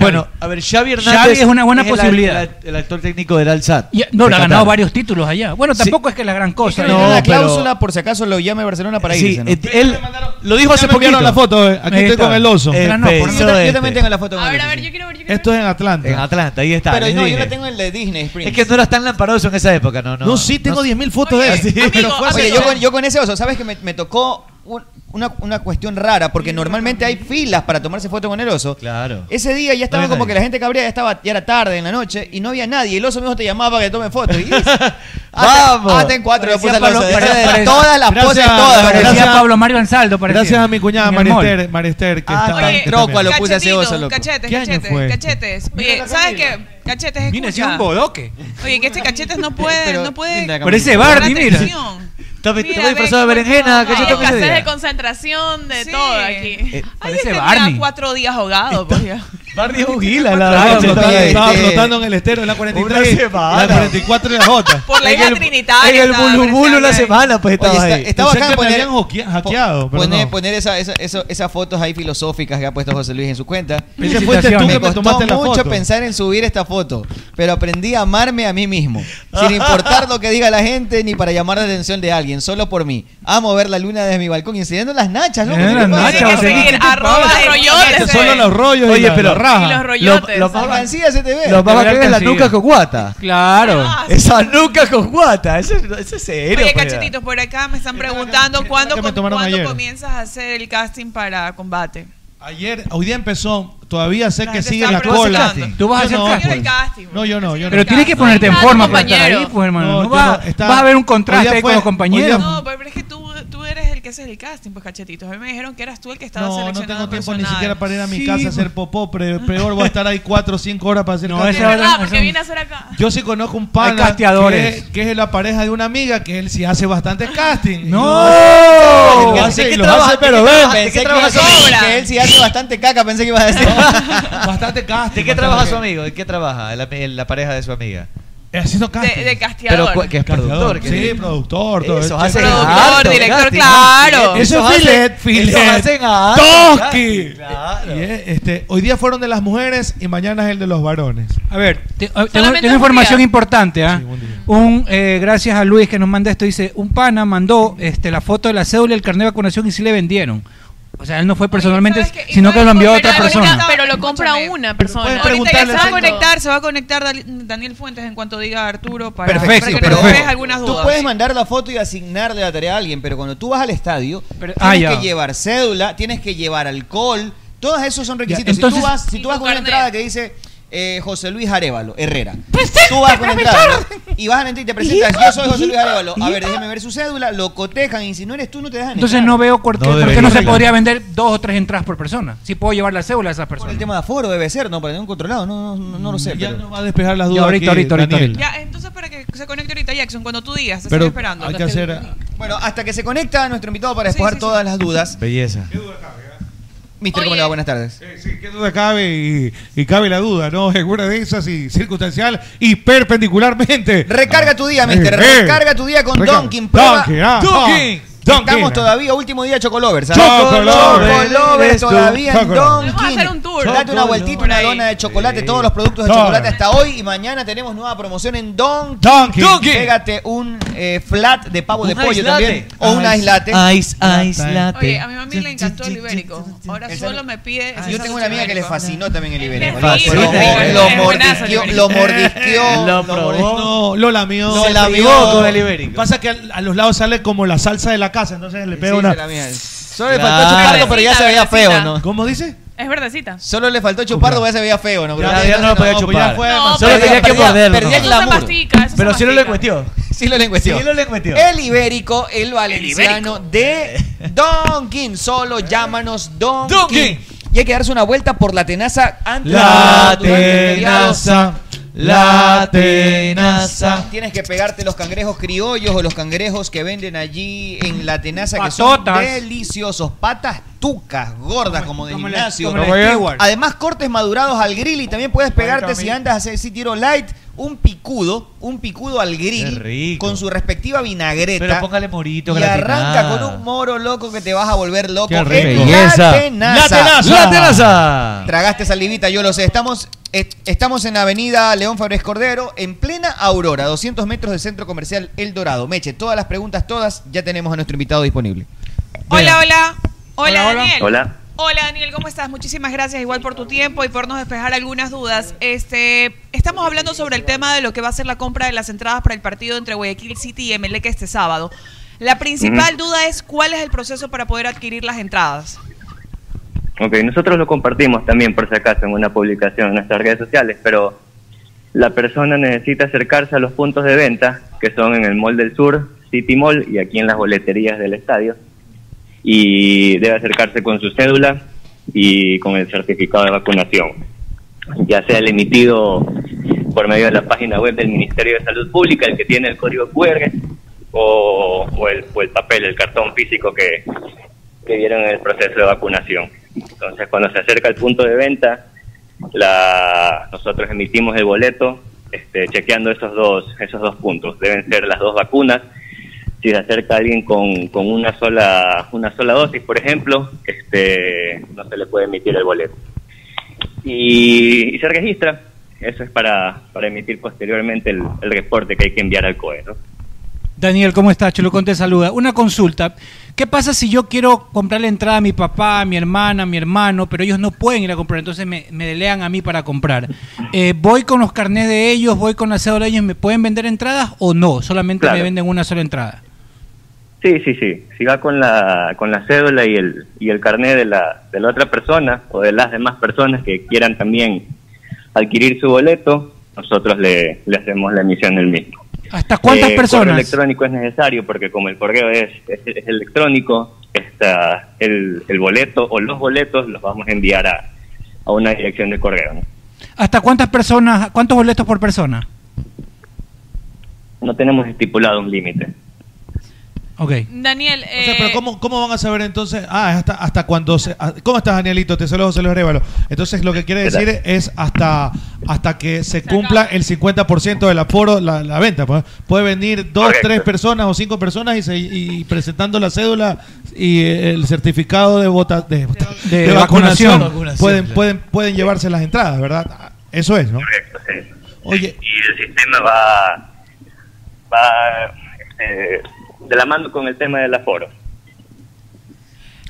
[SPEAKER 15] Bueno, a ver, Xavi Hernández
[SPEAKER 19] Xavi es una buena
[SPEAKER 15] el-
[SPEAKER 19] posibilidad.
[SPEAKER 15] El, el actor técnico del Al-Sad.
[SPEAKER 19] Ya- no, le ha ganado varios títulos allá. Bueno, tampoco es que es la gran cosa.
[SPEAKER 14] Tiene una cláusula por si acaso lo llame Barcelona para
[SPEAKER 15] Sí,
[SPEAKER 14] irse. ¿no?
[SPEAKER 15] eh, él lo dijo hace
[SPEAKER 10] me enviaron
[SPEAKER 15] poquito.
[SPEAKER 10] la foto, eh. Aquí
[SPEAKER 15] Ahí
[SPEAKER 10] estoy
[SPEAKER 15] está.
[SPEAKER 10] con el oso.
[SPEAKER 15] El
[SPEAKER 10] Era no, por-
[SPEAKER 15] peso
[SPEAKER 14] yo, ta- yo
[SPEAKER 15] este.
[SPEAKER 14] también tengo la foto con
[SPEAKER 16] A ver,
[SPEAKER 14] el
[SPEAKER 16] a
[SPEAKER 14] oso.
[SPEAKER 16] ver, yo quiero ver, yo quiero
[SPEAKER 10] Esto es en Atlanta.
[SPEAKER 15] En Atlanta, ahí está.
[SPEAKER 14] Pero
[SPEAKER 15] les
[SPEAKER 14] no, yo
[SPEAKER 15] dije.
[SPEAKER 14] la tengo en el de Disney Springs.
[SPEAKER 15] Es que no eras tan lamparoso en esa época, no, no.
[SPEAKER 10] No, sí, tengo 10.000 fotos de eso.
[SPEAKER 14] Pero fue hace- Oye, yo
[SPEAKER 16] amigo.
[SPEAKER 14] con, yo con ese oso, ¿sabes que me, me tocó un- una, una cuestión rara? Porque normalmente hay filas para tomarse foto con el oso.
[SPEAKER 15] Claro.
[SPEAKER 14] Ese día ya estaba
[SPEAKER 15] había
[SPEAKER 14] como
[SPEAKER 15] nadie.
[SPEAKER 14] que la gente cabreada, ya, estaba, ya era tarde en la noche y no había nadie. El oso mismo te llamaba para que tomen fotos. Y dices, hasta-
[SPEAKER 15] Vamos.
[SPEAKER 14] Hasta en cuatro lo
[SPEAKER 15] Parecía
[SPEAKER 14] puse al
[SPEAKER 15] Pablo-
[SPEAKER 14] oso.
[SPEAKER 15] parecía-
[SPEAKER 14] De- de-
[SPEAKER 15] parecía-
[SPEAKER 14] Todas las poses,
[SPEAKER 10] Gracias,
[SPEAKER 14] todas.
[SPEAKER 10] parecía-
[SPEAKER 14] parecía-
[SPEAKER 19] Parecía Pablo Mario Ansaldo. parecía.
[SPEAKER 10] Gracias a mi cuñada
[SPEAKER 19] En el mall.
[SPEAKER 10] Marister, Marister, que
[SPEAKER 14] Ah,
[SPEAKER 10] está
[SPEAKER 14] oye,
[SPEAKER 10] en
[SPEAKER 14] troco a lo puse a ese
[SPEAKER 17] Cachetitos,
[SPEAKER 14] oso, loco.
[SPEAKER 17] Cachetes,
[SPEAKER 10] ¿Qué año
[SPEAKER 17] cachetes,
[SPEAKER 10] fue?
[SPEAKER 17] cachetes. Oye, ¿sabes qué? Cachetes, escucha.
[SPEAKER 19] Mira, si es un bodoque.
[SPEAKER 17] Oye, que este cachetes no puede,
[SPEAKER 14] Pero-
[SPEAKER 17] no puede.
[SPEAKER 14] Linda,
[SPEAKER 19] Parece
[SPEAKER 17] poner
[SPEAKER 19] Barbie, mira.
[SPEAKER 17] atención.
[SPEAKER 15] Estaba
[SPEAKER 17] Mira,
[SPEAKER 15] estaba
[SPEAKER 17] ve
[SPEAKER 15] disfrazado de
[SPEAKER 17] cómo
[SPEAKER 15] berenjena,
[SPEAKER 17] no,
[SPEAKER 15] que yo
[SPEAKER 17] hay
[SPEAKER 15] toqué ese
[SPEAKER 16] escasez de
[SPEAKER 15] día.
[SPEAKER 16] concentración de
[SPEAKER 17] Ah, Sí.
[SPEAKER 16] todo aquí.
[SPEAKER 17] Ay,
[SPEAKER 19] Parece
[SPEAKER 17] este
[SPEAKER 19] Barney.
[SPEAKER 17] tenía cuatro días ahogado, pues ya.
[SPEAKER 15] Bardi es un gila,
[SPEAKER 10] Estaba
[SPEAKER 15] la
[SPEAKER 10] flotando,
[SPEAKER 14] Este-
[SPEAKER 10] estaba flotando en el estero en la 43.
[SPEAKER 15] Una semana.
[SPEAKER 10] La 44 y la J.
[SPEAKER 17] Por la
[SPEAKER 15] En
[SPEAKER 17] isla
[SPEAKER 15] el-
[SPEAKER 17] Trinitaria.
[SPEAKER 15] En el
[SPEAKER 17] estaba
[SPEAKER 15] bulubulu la
[SPEAKER 17] presente.
[SPEAKER 15] semana, pues estaba
[SPEAKER 14] Oye, está-
[SPEAKER 15] ahí.
[SPEAKER 14] estaba
[SPEAKER 10] Pensé
[SPEAKER 14] acá
[SPEAKER 10] que me
[SPEAKER 14] poner,
[SPEAKER 10] habían hoquea- hackeado, pero
[SPEAKER 14] poner,
[SPEAKER 10] no.
[SPEAKER 14] poner esa- esa- eso- esas fotos ahí filosóficas que ha puesto José Luis en su cuenta.
[SPEAKER 10] Ese fuiste tú que
[SPEAKER 14] me
[SPEAKER 10] me
[SPEAKER 14] costó
[SPEAKER 10] tomaste la
[SPEAKER 14] mucho
[SPEAKER 10] foto.
[SPEAKER 14] pensar en subir esta foto, pero aprendí a amarme a mí mismo, sin importar lo que diga la gente ni para llamar la atención de alguien, solo por mí. Amo ver la luna desde mi balcón, enseñando las nachas, loco,
[SPEAKER 19] Eh,
[SPEAKER 14] ¿qué
[SPEAKER 19] las
[SPEAKER 14] te pasa?
[SPEAKER 19] nachas,
[SPEAKER 17] Tiene que
[SPEAKER 19] José Luis,
[SPEAKER 17] seguir
[SPEAKER 19] ¿qué te
[SPEAKER 17] arroba
[SPEAKER 19] pasa?
[SPEAKER 17] rollotes.
[SPEAKER 10] Solo
[SPEAKER 17] eh.
[SPEAKER 10] los rollos
[SPEAKER 15] Oye,
[SPEAKER 10] y la,
[SPEAKER 15] pero-
[SPEAKER 10] la raja.
[SPEAKER 16] Y los
[SPEAKER 15] Lo-
[SPEAKER 16] rollotes.
[SPEAKER 15] lo-
[SPEAKER 14] Alcancía se te ve.
[SPEAKER 15] Lo más
[SPEAKER 19] Gabriel
[SPEAKER 15] bacán es la
[SPEAKER 19] Cancilla.
[SPEAKER 15] nuca con guata.
[SPEAKER 19] Claro.
[SPEAKER 15] Esa nuca con guata. Eso, eso es serio.
[SPEAKER 17] Oye,
[SPEAKER 15] pues.
[SPEAKER 17] cachetitos, por acá me están preguntando cuándo,
[SPEAKER 10] que me
[SPEAKER 17] com-
[SPEAKER 10] tomaron
[SPEAKER 17] cuándo
[SPEAKER 10] ayer.
[SPEAKER 17] comienzas a hacer el casting para combate.
[SPEAKER 10] Ayer, hoy día empezó, todavía sé que sigue la
[SPEAKER 19] está preguntando.
[SPEAKER 10] cola.
[SPEAKER 19] Tú vas a
[SPEAKER 10] Yo
[SPEAKER 19] hacer casting.
[SPEAKER 10] pues. No, yo no, yo no.
[SPEAKER 19] Pero tienes que ponerte en forma para estar ahí, pues, hermano. No,
[SPEAKER 10] yo
[SPEAKER 19] vas-
[SPEAKER 10] está-
[SPEAKER 19] vas a ver un
[SPEAKER 10] hoy día
[SPEAKER 19] contraste ahí con
[SPEAKER 10] fue-
[SPEAKER 19] los compañeros.
[SPEAKER 10] hoy día-
[SPEAKER 19] No,
[SPEAKER 17] pero es que tú, tú eres el que hace el casting, pues cachetitos. A mí me dijeron que eras tú el que estaba
[SPEAKER 10] No, no
[SPEAKER 17] seleccionando
[SPEAKER 10] tengo tiempo ni
[SPEAKER 17] personajes.
[SPEAKER 10] siquiera para ir a mi
[SPEAKER 17] Sí,
[SPEAKER 10] casa a hacer popó, pero peor voy a estar ahí cuatro o cinco horas para hacer
[SPEAKER 19] No,
[SPEAKER 10] casting.
[SPEAKER 19] esa es
[SPEAKER 17] Ah, porque viene a hacer acá.
[SPEAKER 10] Yo sí conozco un pana
[SPEAKER 19] Hay casteadores.
[SPEAKER 10] Que, es, que es la pareja de una amiga que él sí hace bastantes casting.
[SPEAKER 19] ¡No!
[SPEAKER 10] Y lo
[SPEAKER 19] ¿De
[SPEAKER 10] hace,
[SPEAKER 19] qué
[SPEAKER 10] y lo
[SPEAKER 19] trabaja-
[SPEAKER 10] hace, pero
[SPEAKER 19] de qué
[SPEAKER 10] ve.
[SPEAKER 19] trabaja- de qué trabaja su amigo? Que él sí hace
[SPEAKER 10] bastante caca, pensé que iba a decir. bastante casting. Eh,
[SPEAKER 15] ¿De qué trabaja su amigo? ¿De qué trabaja la, la pareja de su amiga?
[SPEAKER 10] Haciendo casting.
[SPEAKER 17] De, de
[SPEAKER 15] Pero
[SPEAKER 17] casteador.
[SPEAKER 15] cu- que es productor. que-
[SPEAKER 10] Sí, productor. todo
[SPEAKER 15] Esos
[SPEAKER 10] el
[SPEAKER 15] hacen
[SPEAKER 10] cheque.
[SPEAKER 15] harto
[SPEAKER 17] Productor,
[SPEAKER 15] de
[SPEAKER 17] director,
[SPEAKER 15] casting,
[SPEAKER 17] claro.
[SPEAKER 15] ¿no?
[SPEAKER 10] Eso
[SPEAKER 15] Esos
[SPEAKER 10] es
[SPEAKER 15] hacen-
[SPEAKER 10] filet, filet.
[SPEAKER 15] esos hacen harto de
[SPEAKER 10] Toski.
[SPEAKER 15] casting, claro.
[SPEAKER 10] Y es, este, hoy día fueron de las mujeres y mañana es el de los varones.
[SPEAKER 19] A ver, te- eh, tengo- tengo,
[SPEAKER 10] Solamente un
[SPEAKER 19] información
[SPEAKER 10] día.
[SPEAKER 19] importante. ¿ah? un eh, Gracias a Luis que nos manda esto. Dice, un pana mandó este, la foto de la cédula y el carnet de vacunación y sí le vendieron. O sea, él no fue personalmente, sino que lo envió a otra persona.
[SPEAKER 17] Ah, pero lo compra una persona.
[SPEAKER 19] pueden
[SPEAKER 17] Ahorita ya
[SPEAKER 19] preguntarle
[SPEAKER 17] se va a
[SPEAKER 19] al señor.
[SPEAKER 17] conectar, se va a conectar Dal- Daniel Fuentes en cuanto diga Arturo para,
[SPEAKER 19] Perfecto,
[SPEAKER 17] para que
[SPEAKER 19] pero-
[SPEAKER 17] nos dejes algunas
[SPEAKER 14] Tú
[SPEAKER 17] dudas.
[SPEAKER 14] puedes mandar la foto y asignarle la tarea a alguien, pero cuando tú vas al estadio, tienes
[SPEAKER 19] ah, ya.
[SPEAKER 14] que llevar cédula, tienes que llevar alcohol, todos esos son requisitos. si
[SPEAKER 19] entonces-
[SPEAKER 14] tú vas, si tú vas con una entrada que dice eh, José Luis Arevalo, Herrera,
[SPEAKER 17] Pues
[SPEAKER 14] tú vas con una entrada y vas a entrar y te presentas, yo soy José Luis Arevalo, a ver, déjeme ver su cédula, lo cotejan y si no eres tú no te dejan
[SPEAKER 19] Entonces
[SPEAKER 14] entrar.
[SPEAKER 19] no veo por qué,
[SPEAKER 14] No
[SPEAKER 19] por qué
[SPEAKER 14] debería
[SPEAKER 19] no se
[SPEAKER 14] llegar.
[SPEAKER 19] podría vender dos o tres entradas por persona. Si puedo llevar la cédula a esas personas. Mm,
[SPEAKER 14] El tema de aforo debe ser, ¿no? Para tener un controlado, no, no, no, no lo sé.
[SPEAKER 10] Ya
[SPEAKER 14] pero-
[SPEAKER 10] no va a despejar las
[SPEAKER 14] Ya,
[SPEAKER 10] dudas.
[SPEAKER 14] ahorita,
[SPEAKER 10] aquí,
[SPEAKER 14] ahorita, ahorita,
[SPEAKER 10] Daniel.
[SPEAKER 14] ahorita.
[SPEAKER 17] Ya, entonces para que se conecte ahorita Jackson, cuando tú digas, te
[SPEAKER 10] Pero
[SPEAKER 17] estoy esperando.
[SPEAKER 10] hay que hacer-
[SPEAKER 14] Bueno, hasta que se conecta nuestro invitado para despejar todas las dudas.
[SPEAKER 15] Belleza.
[SPEAKER 14] Mister, ¿cómo le va? Buenas tardes.
[SPEAKER 10] ¿Qué duda cabe? Y, y cabe la duda, ¿no? Es una de esas y circunstancial y perpendicularmente.
[SPEAKER 14] Recarga tu día, mister. Recarga tu día con
[SPEAKER 10] Recarga.
[SPEAKER 14] Donkin. Prueba-
[SPEAKER 10] Dunkin', ah, Dunkin', Dunkin'.
[SPEAKER 14] Estamos todavía último día Chocolovers. ¿ah?
[SPEAKER 10] Chocolovers.
[SPEAKER 14] Chocolovers
[SPEAKER 10] Eres tú.
[SPEAKER 14] todavía en
[SPEAKER 10] Chocolovers.
[SPEAKER 14] Donkin.
[SPEAKER 17] Vamos a hacer un tour.
[SPEAKER 14] Date una
[SPEAKER 17] Chocolovers.
[SPEAKER 14] vueltita, una dona de chocolate, todos los productos de
[SPEAKER 17] Todo.
[SPEAKER 14] chocolate hasta hoy. Y mañana tenemos nueva promoción en Donkin.
[SPEAKER 10] Dunkin'. Dunkin'.
[SPEAKER 14] Pégate un eh, flat de pavo de
[SPEAKER 15] Un
[SPEAKER 14] pollo
[SPEAKER 15] ice latte.
[SPEAKER 14] también. O un
[SPEAKER 15] Ice-
[SPEAKER 14] ice latte.
[SPEAKER 15] ice- ice Latte. latte.
[SPEAKER 17] Oye, a mi mami le encantó el ibérico. Ahora solo me pide.
[SPEAKER 14] Ah, Yo tengo una amiga que le fascinó también el ibérico.
[SPEAKER 15] Es rico,
[SPEAKER 14] Lo-
[SPEAKER 15] es
[SPEAKER 14] Lo
[SPEAKER 15] buenazo
[SPEAKER 14] mordisqueó, lo mordisqueó.
[SPEAKER 15] Lo
[SPEAKER 14] probó.
[SPEAKER 10] No, lo lamió.
[SPEAKER 14] Se
[SPEAKER 10] Lo
[SPEAKER 14] privó con el
[SPEAKER 10] ibérico. Pasa que al- a los lados sale como la salsa de la casa, entonces le pega
[SPEAKER 14] Sí,
[SPEAKER 10] una. pues,
[SPEAKER 14] se la mía. Solo le faltó chuparlo, pero ya se veía feo, ¿no?
[SPEAKER 10] ¿Cómo dice?
[SPEAKER 17] Es verdecita.
[SPEAKER 14] Solo le faltó chuparlo, pero ya se veía feo, ¿no?
[SPEAKER 15] Ya, ya no lo podía chupar.
[SPEAKER 14] No,
[SPEAKER 15] Solo tenía que morderlo.
[SPEAKER 14] Perdía el
[SPEAKER 15] Eso se
[SPEAKER 14] glamour.
[SPEAKER 17] mastica, eso
[SPEAKER 15] Pero sí lo lengüeteó.
[SPEAKER 14] Sí lo lengüeteó.
[SPEAKER 15] Sí lo lengüeteó.
[SPEAKER 14] El ibérico, el valenciano de Donkin. Solo llámanos Donkin. Y hay que darse una vuelta por la tenaza antes
[SPEAKER 15] La
[SPEAKER 14] durante el mediado.
[SPEAKER 15] tenaza, la tenaza.
[SPEAKER 14] Tienes que pegarte los cangrejos criollos o los cangrejos que venden allí en la tenaza que
[SPEAKER 15] Patotas.
[SPEAKER 14] son deliciosos. Patas tucas, gordas como de
[SPEAKER 15] como la-
[SPEAKER 14] gimnasio.
[SPEAKER 15] como la Como Stewart. yo.
[SPEAKER 14] Además, cortes madurados al grill y también puedes pegarte si andas a hacer si tiro light. Un picudo, un picudo al
[SPEAKER 15] Qué
[SPEAKER 14] grill
[SPEAKER 15] rico.
[SPEAKER 14] con su respectiva vinagreta.
[SPEAKER 15] Pero póngale morito,
[SPEAKER 14] y
[SPEAKER 15] gratinado.
[SPEAKER 14] arranca con un moro loco que te vas a volver loco.
[SPEAKER 15] Qué
[SPEAKER 14] en
[SPEAKER 15] rico.
[SPEAKER 14] La
[SPEAKER 15] Belleza.
[SPEAKER 14] tenaza.
[SPEAKER 15] La tenaza. La tenaza.
[SPEAKER 14] Tragaste salivita, yo lo sé. Estamos, est- estamos en Avenida León Fabres Cordero, en plena aurora, 200 metros del Centro Comercial El Dorado. Meche, todas las preguntas, todas, ya tenemos a nuestro invitado disponible.
[SPEAKER 17] Hola, hola. Hola, Daniel.
[SPEAKER 14] Hola.
[SPEAKER 17] Hola, Daniel, ¿cómo estás? Muchísimas gracias igual por tu tiempo y por nos despejar algunas dudas. Este, estamos hablando sobre el tema de lo que va a ser la compra de las entradas para el partido entre Guayaquil City y Emelec este sábado. La principal
[SPEAKER 21] Ujú.
[SPEAKER 17] duda es cuál es el proceso para poder adquirir las entradas.
[SPEAKER 21] Ok, nosotros lo compartimos también por si acaso en una publicación en nuestras redes sociales, pero la persona necesita acercarse a los puntos de venta que son en el Mall del Sur, City Mall y aquí en las boleterías del estadio y debe acercarse con su cédula y con el certificado de vacunación, ya sea el emitido por medio de la página web del Ministerio de Salud Pública, el que tiene el código QR o, o el, o el papel, el cartón físico que, que dieron en el proceso de vacunación. Entonces, cuando se acerca el punto de venta, la, nosotros emitimos el boleto este, chequeando esos dos, esos dos puntos. Deben ser las dos vacunas. Si se acerca alguien con, con una, sola, una sola dosis, por ejemplo, este, no se le puede emitir el boleto. Y, y se registra. Eso es para, para emitir posteriormente el, el reporte que hay que enviar al COE. ¿no?
[SPEAKER 19] Daniel, ¿cómo estás? Cholucón te saluda. Una consulta. ¿Qué pasa si yo quiero comprar la entrada a mi papá, a mi hermana, a mi hermano, pero ellos no pueden ir a comprar? Entonces me, me delegan a mí para comprar. Eh, ¿Voy con los carnés de ellos? ¿Voy con la cédula de ellos? ¿Me pueden vender entradas o no? Solamente
[SPEAKER 21] Claro.
[SPEAKER 19] me venden una sola entrada.
[SPEAKER 21] Sí, sí, sí. Si va con la, con la cédula y el, y el carnet de la, de la otra persona o de las demás personas que quieran también adquirir su boleto, nosotros le, le hacemos la emisión del mismo.
[SPEAKER 19] ¿Hasta cuántas
[SPEAKER 21] Eh, Correo
[SPEAKER 19] personas?
[SPEAKER 21] electrónico es necesario porque como el correo es, es- es electrónico, está el, el boleto o los boletos los vamos a enviar a, a una dirección de correo. ¿no?
[SPEAKER 19] ¿Hasta cuántas personas? ¿Cuántos boletos por persona?
[SPEAKER 21] No tenemos estipulado un límite.
[SPEAKER 10] Ok.
[SPEAKER 16] Daniel,
[SPEAKER 10] O sea, pero ¿cómo, cómo van a saber entonces? Ah, es hasta, hasta cuando se... ah, ¿Cómo estás, Danielito? Te saludo, José Luis Révalo. Entonces, lo que quiere
[SPEAKER 21] ¿Qué tal?
[SPEAKER 10] decir es hasta, hasta que se cumpla el 50% del aforo, la, la venta. pues. Puede venir dos,
[SPEAKER 21] Correcto.
[SPEAKER 10] tres personas o cinco personas y, se- y presentando la cédula y eh, el certificado de, vota, de, vota-
[SPEAKER 19] de
[SPEAKER 10] de vacunación,
[SPEAKER 19] vacunación,
[SPEAKER 10] pueden,
[SPEAKER 21] claro.
[SPEAKER 10] pueden, pueden llevarse las entradas, ¿verdad? Ah, Eso es, ¿no?
[SPEAKER 21] Correcto, sí.
[SPEAKER 10] Oye.
[SPEAKER 21] Y el sistema va, va este, de la mano con el tema del aforo.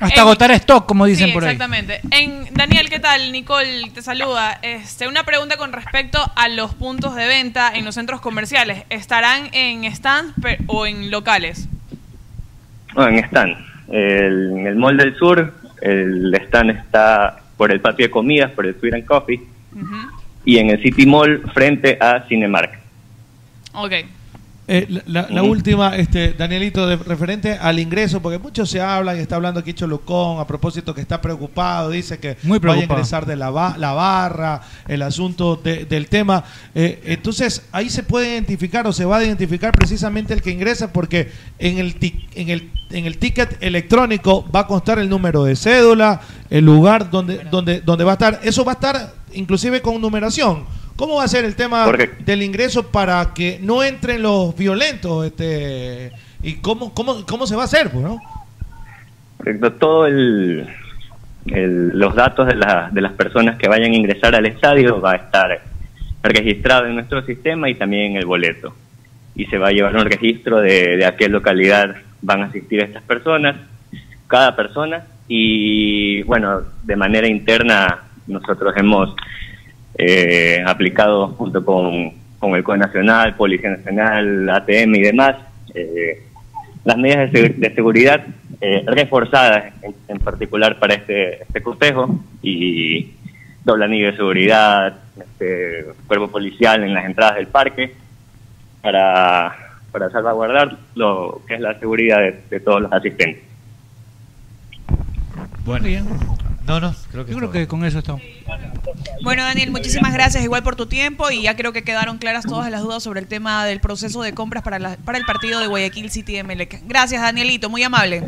[SPEAKER 19] Hasta agotar stock, como dicen
[SPEAKER 16] sí,
[SPEAKER 19] por ahí.
[SPEAKER 16] exactamente. En, Daniel, ¿qué tal? Nicole te saluda. Este, una pregunta con respecto a los puntos de venta en los centros comerciales. ¿Estarán en stands per- o en locales?
[SPEAKER 21] No, en stand. El- en el Mall del Sur, el stand está por el patio de comidas, por el Sweet and Coffee. Y en el City Mall, frente a Cinemark.
[SPEAKER 16] Ok.
[SPEAKER 10] Eh, la- la, la
[SPEAKER 21] Ujú.
[SPEAKER 10] última, este, Danielito, de, referente al ingreso, porque mucho se habla y está hablando aquí Cholucón a propósito que está preocupado, dice que
[SPEAKER 19] Muy
[SPEAKER 10] vaya a
[SPEAKER 19] preocupado.
[SPEAKER 10] ingresar de la, ba- la barra, el asunto de- del tema. Eh, entonces, ahí se puede identificar o se va a identificar precisamente el que ingresa, porque en el, ti- en el, en el ticket electrónico va a constar el número de cédula, el lugar donde, donde, donde va a estar. Eso va a estar inclusive con numeración. ¿Cómo va a ser el tema
[SPEAKER 21] Correcto.
[SPEAKER 10] del ingreso para que no entren los violentos? Este, ¿Y cómo, cómo, cómo se va a hacer? Pues, ¿no?
[SPEAKER 21] Correcto. Todo el, el- los datos de, la- de las personas que vayan a ingresar al estadio va a estar registrado en nuestro sistema y también en el boleto. Y se va a llevar un registro de, de a qué localidad van a asistir estas personas, cada persona. Y bueno, de manera interna nosotros hemos eh, aplicado junto con, con el Código Nacional, Policía Nacional, ATM y demás, eh, las medidas de, segu- de seguridad eh, reforzadas en, en particular para este, este cortejo y doble anillo de seguridad, este, cuerpo policial en las entradas del parque para, para salvaguardar lo que es la seguridad de, de todos los asistentes.
[SPEAKER 15] Bueno. No, no, creo que
[SPEAKER 19] Yo
[SPEAKER 15] está
[SPEAKER 19] creo que con eso estamos.
[SPEAKER 17] Bueno, Daniel, muchísimas gracias igual por tu tiempo y ya creo que quedaron claras todas las dudas sobre el tema del proceso de compras para, la- para el partido de Guayaquil City Emelec. Gracias, Danielito, muy amable.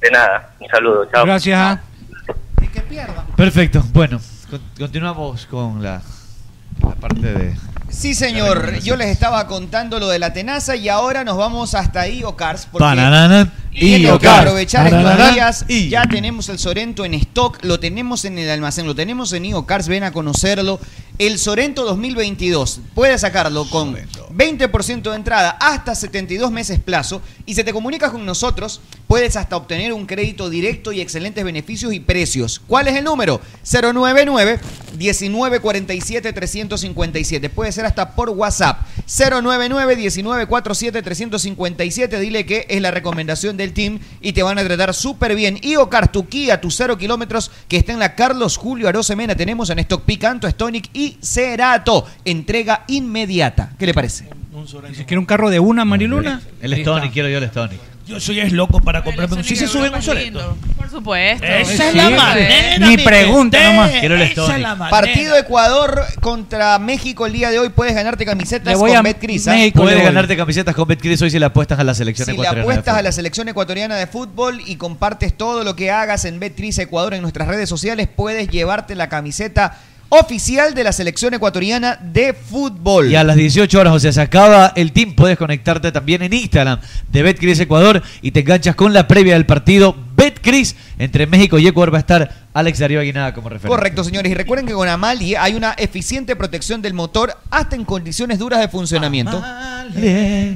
[SPEAKER 21] De nada, un saludo, chao.
[SPEAKER 10] ah.
[SPEAKER 15] Gracias. Perfecto. Bueno, con- continuamos con la, la parte de.
[SPEAKER 14] Sí, señor. Yo les estaba contando lo de la tenaza y ahora nos vamos hasta IOCARS. porque
[SPEAKER 15] Pananana y
[SPEAKER 14] Tengo que
[SPEAKER 15] Ocar.
[SPEAKER 14] aprovechar estos
[SPEAKER 15] Pananana.
[SPEAKER 14] días. Ya tenemos el Sorento en stock, lo tenemos en el almacén, lo tenemos en IOCARS, ven a conocerlo. El Sorento 2022, puedes sacarlo con 20% de entrada hasta 72 meses plazo y si te comunicas con nosotros, puedes hasta obtener un crédito directo y excelentes beneficios y precios. ¿Cuál es el número? 099 1947 357. Puede ser hasta por WhatsApp. 099 1947 357. Dile que es la recomendación del team y te van a tratar súper bien. IOCAR, tu Kia, tus 0 kilómetros, que está en la Carlos Julio Arosemena. Tenemos en stock Picanto, Stonic y Cerato. Entrega inmediata. ¿Qué le parece?
[SPEAKER 19] Si quiere un carro de una, Mariluna.
[SPEAKER 15] El Stonic, quiero yo el Stonic.
[SPEAKER 20] Yo soy es loco para comprarme. Si se suben un soleto.
[SPEAKER 16] Por supuesto.
[SPEAKER 15] Eh,
[SPEAKER 20] Esa es la
[SPEAKER 16] Sí,
[SPEAKER 19] Eh,
[SPEAKER 20] manera.
[SPEAKER 16] pues.
[SPEAKER 20] mi pregunta gente. nomás.
[SPEAKER 15] Quiero el
[SPEAKER 20] Esa es
[SPEAKER 15] Stonic.
[SPEAKER 20] la manera.
[SPEAKER 14] Partido Ecuador contra México el día de hoy. Puedes ganarte camisetas
[SPEAKER 15] Le voy
[SPEAKER 14] con
[SPEAKER 15] a
[SPEAKER 14] Betcris. ¿ah?
[SPEAKER 15] Puedes ganarte camisetas con Betcris hoy si le apuestas a la selección
[SPEAKER 14] Si le
[SPEAKER 15] ecuatoriana de
[SPEAKER 14] apuestas a la selección ecuatoriana de fútbol y compartes todo lo que hagas en Betriz Ecuador en nuestras redes sociales, puedes llevarte la camiseta oficial de la selección ecuatoriana de fútbol.
[SPEAKER 15] Y a las 18 horas, o sea, se acaba el team, puedes conectarte también en Instagram de BetCris Ecuador y te enganchas con la previa del partido BetCris Entre México y Ecuador va a estar Alex Darío Aguinaga como referente.
[SPEAKER 14] Correcto, señores. Y recuerden que con Amalie hay una eficiente protección del motor hasta en condiciones duras de funcionamiento.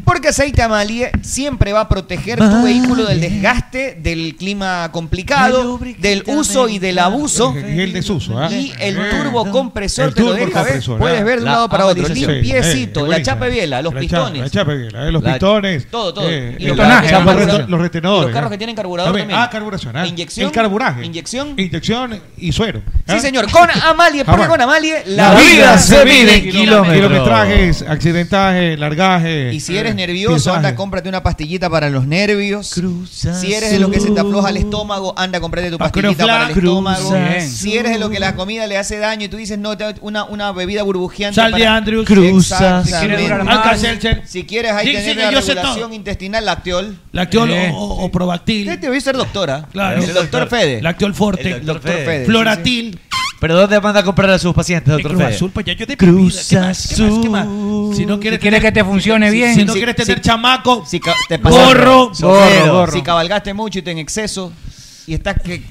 [SPEAKER 14] Porque aceite Amalie siempre va a proteger tu vehículo del desgaste, del clima complicado, del uso y del abuso.
[SPEAKER 10] Y el desuso, ¿ah?
[SPEAKER 14] Y el turbo
[SPEAKER 10] El
[SPEAKER 14] compresor te lo deja ver.
[SPEAKER 10] turbocompresor,
[SPEAKER 14] Puedes
[SPEAKER 10] ah.
[SPEAKER 14] ver de un
[SPEAKER 10] La
[SPEAKER 14] lado para otro.
[SPEAKER 10] amortización. Sí, eh,
[SPEAKER 14] Limpiecito, la
[SPEAKER 10] buenísima.
[SPEAKER 14] chapa de biela, los
[SPEAKER 10] La chapa-
[SPEAKER 14] pistones.
[SPEAKER 10] la chapa de biela, eh, los
[SPEAKER 14] La-
[SPEAKER 10] pistones.
[SPEAKER 14] Todo, todo.
[SPEAKER 10] Eh,
[SPEAKER 14] Y
[SPEAKER 10] el
[SPEAKER 14] los
[SPEAKER 10] tonaje,
[SPEAKER 14] carros que
[SPEAKER 10] los
[SPEAKER 14] tienen
[SPEAKER 10] reto- los retenedores,
[SPEAKER 14] Los carros
[SPEAKER 10] ¿no?
[SPEAKER 14] que tienen carburador
[SPEAKER 10] También,
[SPEAKER 14] también.
[SPEAKER 10] Ah, carburación. ah,
[SPEAKER 14] Inyección.
[SPEAKER 10] El carburaje.
[SPEAKER 14] Inyección.
[SPEAKER 10] Inyección y suero. ¿eh?
[SPEAKER 14] Sí, señor. Con Amalie, porque
[SPEAKER 10] ¿Ah? Jamás.
[SPEAKER 14] con Amalie la vida se mide en kilómetros.
[SPEAKER 10] Kilometrajes, accidentaje, largaje.
[SPEAKER 14] Y si eres nervioso, anda, cómprate una pastillita para los nervios. si eres de los que se te afloja el estómago, anda, cómprate tu pastillita
[SPEAKER 10] Acroflac.
[SPEAKER 14] para el estómago.
[SPEAKER 10] Cruz Azul.
[SPEAKER 14] Si eres de los que la comida le hace daño y tú dices, no, te- una, una bebida burbujeante.
[SPEAKER 10] Sal de
[SPEAKER 14] para...
[SPEAKER 10] Andrews. Cruz
[SPEAKER 14] Exactamente.
[SPEAKER 10] Azul. Si quieres durar más. Alka-Seltzer.
[SPEAKER 14] Si quieres, ahí
[SPEAKER 10] Dixie
[SPEAKER 14] tener
[SPEAKER 10] de
[SPEAKER 14] la
[SPEAKER 10] Yo sé
[SPEAKER 14] regulación intestinal lacteol.
[SPEAKER 10] Lacteol
[SPEAKER 14] Eh.
[SPEAKER 10] o, o- o probactil.
[SPEAKER 14] Usted debió ser doctora.
[SPEAKER 10] Claro.
[SPEAKER 14] El doctor Fede.
[SPEAKER 10] Lacteol forte.
[SPEAKER 14] El doctor Fede.
[SPEAKER 10] Floratil.
[SPEAKER 15] ¿Pero dónde manda a comprar a sus pacientes, doctor
[SPEAKER 10] Cruz
[SPEAKER 15] Fede?
[SPEAKER 10] Azul, pues ya yo te
[SPEAKER 15] Cruz
[SPEAKER 10] Azul. oh. Si no quieres,
[SPEAKER 15] quieres
[SPEAKER 10] tener-
[SPEAKER 15] que te funcione
[SPEAKER 10] si-
[SPEAKER 15] bien.
[SPEAKER 10] Si no
[SPEAKER 15] Si-
[SPEAKER 10] quieres
[SPEAKER 15] si-
[SPEAKER 10] tener chamaco,
[SPEAKER 14] Si ca- te pasa-
[SPEAKER 10] gorro,
[SPEAKER 14] sombrero. Si cabalgaste mucho y te en exceso y estás que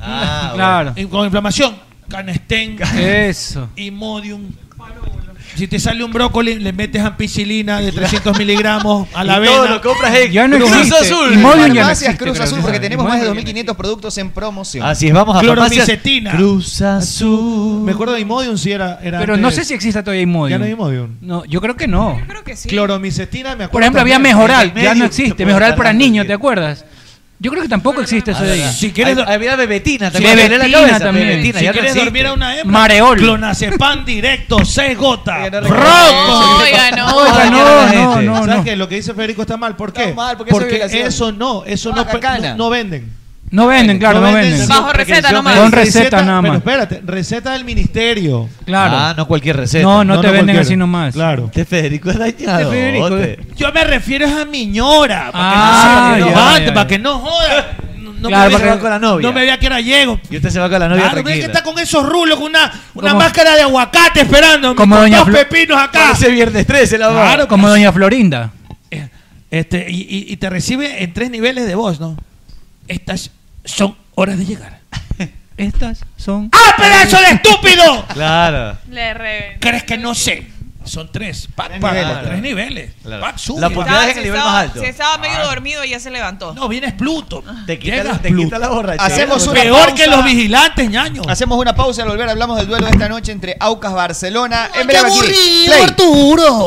[SPEAKER 10] Ah, Claro. Y Con inflamación, canestén,
[SPEAKER 19] Eso.
[SPEAKER 10] imodium. Si te sale un brócoli, le metes ampicilina de 300 miligramos a la vena.
[SPEAKER 15] Ya no
[SPEAKER 10] Cruz
[SPEAKER 15] existe.
[SPEAKER 10] Azul.
[SPEAKER 15] Imodium ya no
[SPEAKER 14] Farmacias
[SPEAKER 15] existe,
[SPEAKER 14] Cruz
[SPEAKER 15] creo
[SPEAKER 14] Azul,
[SPEAKER 15] que
[SPEAKER 14] porque
[SPEAKER 15] no.
[SPEAKER 14] tenemos más de
[SPEAKER 15] Imodium
[SPEAKER 14] 2.500 productos en promoción.
[SPEAKER 15] Así es, vamos a farmacias.
[SPEAKER 10] Cloromicetina.
[SPEAKER 15] Cruz Azul.
[SPEAKER 10] Me acuerdo de Imodium si era. era
[SPEAKER 19] Pero
[SPEAKER 10] antes
[SPEAKER 19] no
[SPEAKER 10] de-
[SPEAKER 19] sé si exista todavía Imodium.
[SPEAKER 10] Ya no hay Imodium.
[SPEAKER 19] No, yo creo que no.
[SPEAKER 10] Cloromicetina, me acuerdo.
[SPEAKER 19] Por ejemplo, había
[SPEAKER 10] también.
[SPEAKER 19] Mejoral,
[SPEAKER 10] En el
[SPEAKER 19] ya no
[SPEAKER 10] medio
[SPEAKER 19] existe.
[SPEAKER 10] te
[SPEAKER 19] Mejoral
[SPEAKER 10] puedo
[SPEAKER 19] para
[SPEAKER 10] dar-
[SPEAKER 19] niños, ¿te acuerdas? Yo creo que tampoco existe eso de ahí.
[SPEAKER 10] Si quieres,
[SPEAKER 19] Hay-
[SPEAKER 15] Había bebetina
[SPEAKER 10] también,
[SPEAKER 19] Sí,
[SPEAKER 10] me duele la
[SPEAKER 19] Bebetina
[SPEAKER 10] cabeza,
[SPEAKER 19] también.
[SPEAKER 10] Bebetina,
[SPEAKER 19] Si
[SPEAKER 10] ya no
[SPEAKER 19] quieres
[SPEAKER 10] existe.
[SPEAKER 19] dormir a una hembra,
[SPEAKER 10] Mareol.
[SPEAKER 19] Clonazepam
[SPEAKER 10] directo, 6 gotas.
[SPEAKER 19] Roco. Oiga, no, oiga, no, no, no,
[SPEAKER 10] ¿Sabes
[SPEAKER 19] no.
[SPEAKER 10] que lo que dice Federico está mal? ¿Por qué?
[SPEAKER 19] mal, porque
[SPEAKER 10] porque
[SPEAKER 19] eso es violación.
[SPEAKER 10] eso no, eso no, no, no venden.
[SPEAKER 19] No venden, claro, no venden. Con receta nada
[SPEAKER 10] Pero
[SPEAKER 19] más.
[SPEAKER 10] espérate, receta del ministerio.
[SPEAKER 19] Claro.
[SPEAKER 15] Ah, no cualquier receta.
[SPEAKER 19] No, no, te venden
[SPEAKER 15] cualquiera.
[SPEAKER 19] así nomás. eh.
[SPEAKER 10] Claro.
[SPEAKER 15] Te Federico es dañado.
[SPEAKER 10] Federico,
[SPEAKER 15] bote.
[SPEAKER 10] Yo me refiero a mi ñora,
[SPEAKER 15] Ah,
[SPEAKER 10] para que no se
[SPEAKER 15] ya,
[SPEAKER 10] levante,
[SPEAKER 15] ya,
[SPEAKER 10] para
[SPEAKER 15] ya.
[SPEAKER 10] que no joda. No, no
[SPEAKER 15] Claro,
[SPEAKER 10] me
[SPEAKER 15] para
[SPEAKER 10] vea,
[SPEAKER 15] que- con la novia.
[SPEAKER 10] no me vea que era llego.
[SPEAKER 15] Y usted se va con la novia
[SPEAKER 10] Claro, pero es que
[SPEAKER 15] tranquila.
[SPEAKER 10] está con esos rulos, con una, una
[SPEAKER 15] Como-
[SPEAKER 10] máscara de aguacate esperando.
[SPEAKER 15] Como
[SPEAKER 10] con
[SPEAKER 15] Doña
[SPEAKER 10] dos
[SPEAKER 15] Flo-
[SPEAKER 10] pepinos acá.
[SPEAKER 15] Parece Viernes 13 la va.
[SPEAKER 10] Claro,
[SPEAKER 19] Como Doña Florinda.
[SPEAKER 10] Este, y, y- y te recibe en tres niveles de voz, ¿no? Estas son horas de llegar.
[SPEAKER 19] Estas son.
[SPEAKER 10] ¡Ah, pedazo de estúpido!
[SPEAKER 15] Claro.
[SPEAKER 16] Le re...
[SPEAKER 10] ¿Crees que no sé? Son tres. Pac,
[SPEAKER 15] Tres
[SPEAKER 10] pac,
[SPEAKER 15] niveles.
[SPEAKER 10] tres niveles.
[SPEAKER 15] Claro.
[SPEAKER 10] Pac, sube.
[SPEAKER 15] La oportunidad es en el nivel más alto.
[SPEAKER 17] Si estaba medio
[SPEAKER 10] Ah.
[SPEAKER 17] dormido, ya se levantó. Ah.
[SPEAKER 10] No, vienes Pluto.
[SPEAKER 15] Te
[SPEAKER 10] quita-
[SPEAKER 15] quita,
[SPEAKER 10] te quita
[SPEAKER 15] la
[SPEAKER 10] la borrachera.
[SPEAKER 15] borrachera.
[SPEAKER 14] Hacemos una
[SPEAKER 10] Peor
[SPEAKER 14] pausa.
[SPEAKER 10] que los vigilantes, ñaño.
[SPEAKER 14] Hacemos una pausa y al volver hablamos del duelo de esta noche entre Aucas Barcelona. en breve aquí.
[SPEAKER 7] aburrido,
[SPEAKER 14] Play.
[SPEAKER 7] Arturo!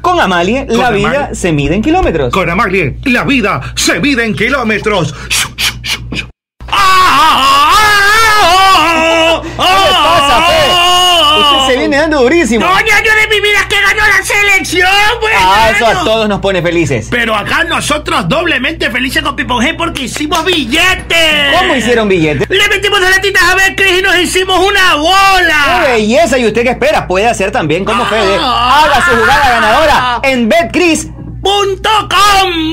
[SPEAKER 22] Con Amalie la
[SPEAKER 23] Con
[SPEAKER 22] vida
[SPEAKER 23] Amalie.
[SPEAKER 22] se mide en kilómetros.
[SPEAKER 23] Con Amalie, la vida se mide en kilómetros.
[SPEAKER 9] Ah,
[SPEAKER 7] ¿Qué le pasa, Fe?
[SPEAKER 22] Usted se viene dando durísimo.
[SPEAKER 7] ¡Doña, yo de mi vida que ganó la selección, güey!
[SPEAKER 22] Ah, eso
[SPEAKER 7] ganó.
[SPEAKER 22] a todos nos pone felices.
[SPEAKER 7] Pero acá nosotros doblemente felices con Pipo G porque hicimos billetes.
[SPEAKER 22] ¿Cómo hicieron billetes?
[SPEAKER 7] Le metimos las latitas a ver y nos hicimos una bola.
[SPEAKER 22] ¡Qué belleza! ¿Y usted qué espera? Puede hacer también
[SPEAKER 7] Ah.
[SPEAKER 22] como Fede. Haga su jugada ganadora en BetCris.com.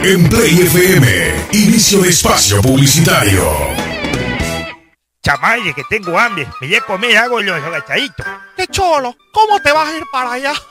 [SPEAKER 6] En Play FM, inicio de espacio publicitario.
[SPEAKER 8] Chamaye, que tengo hambre. Me voy a comer hago los agachaditos.
[SPEAKER 7] ¡Qué cholo! ¿Cómo te vas a ir para allá?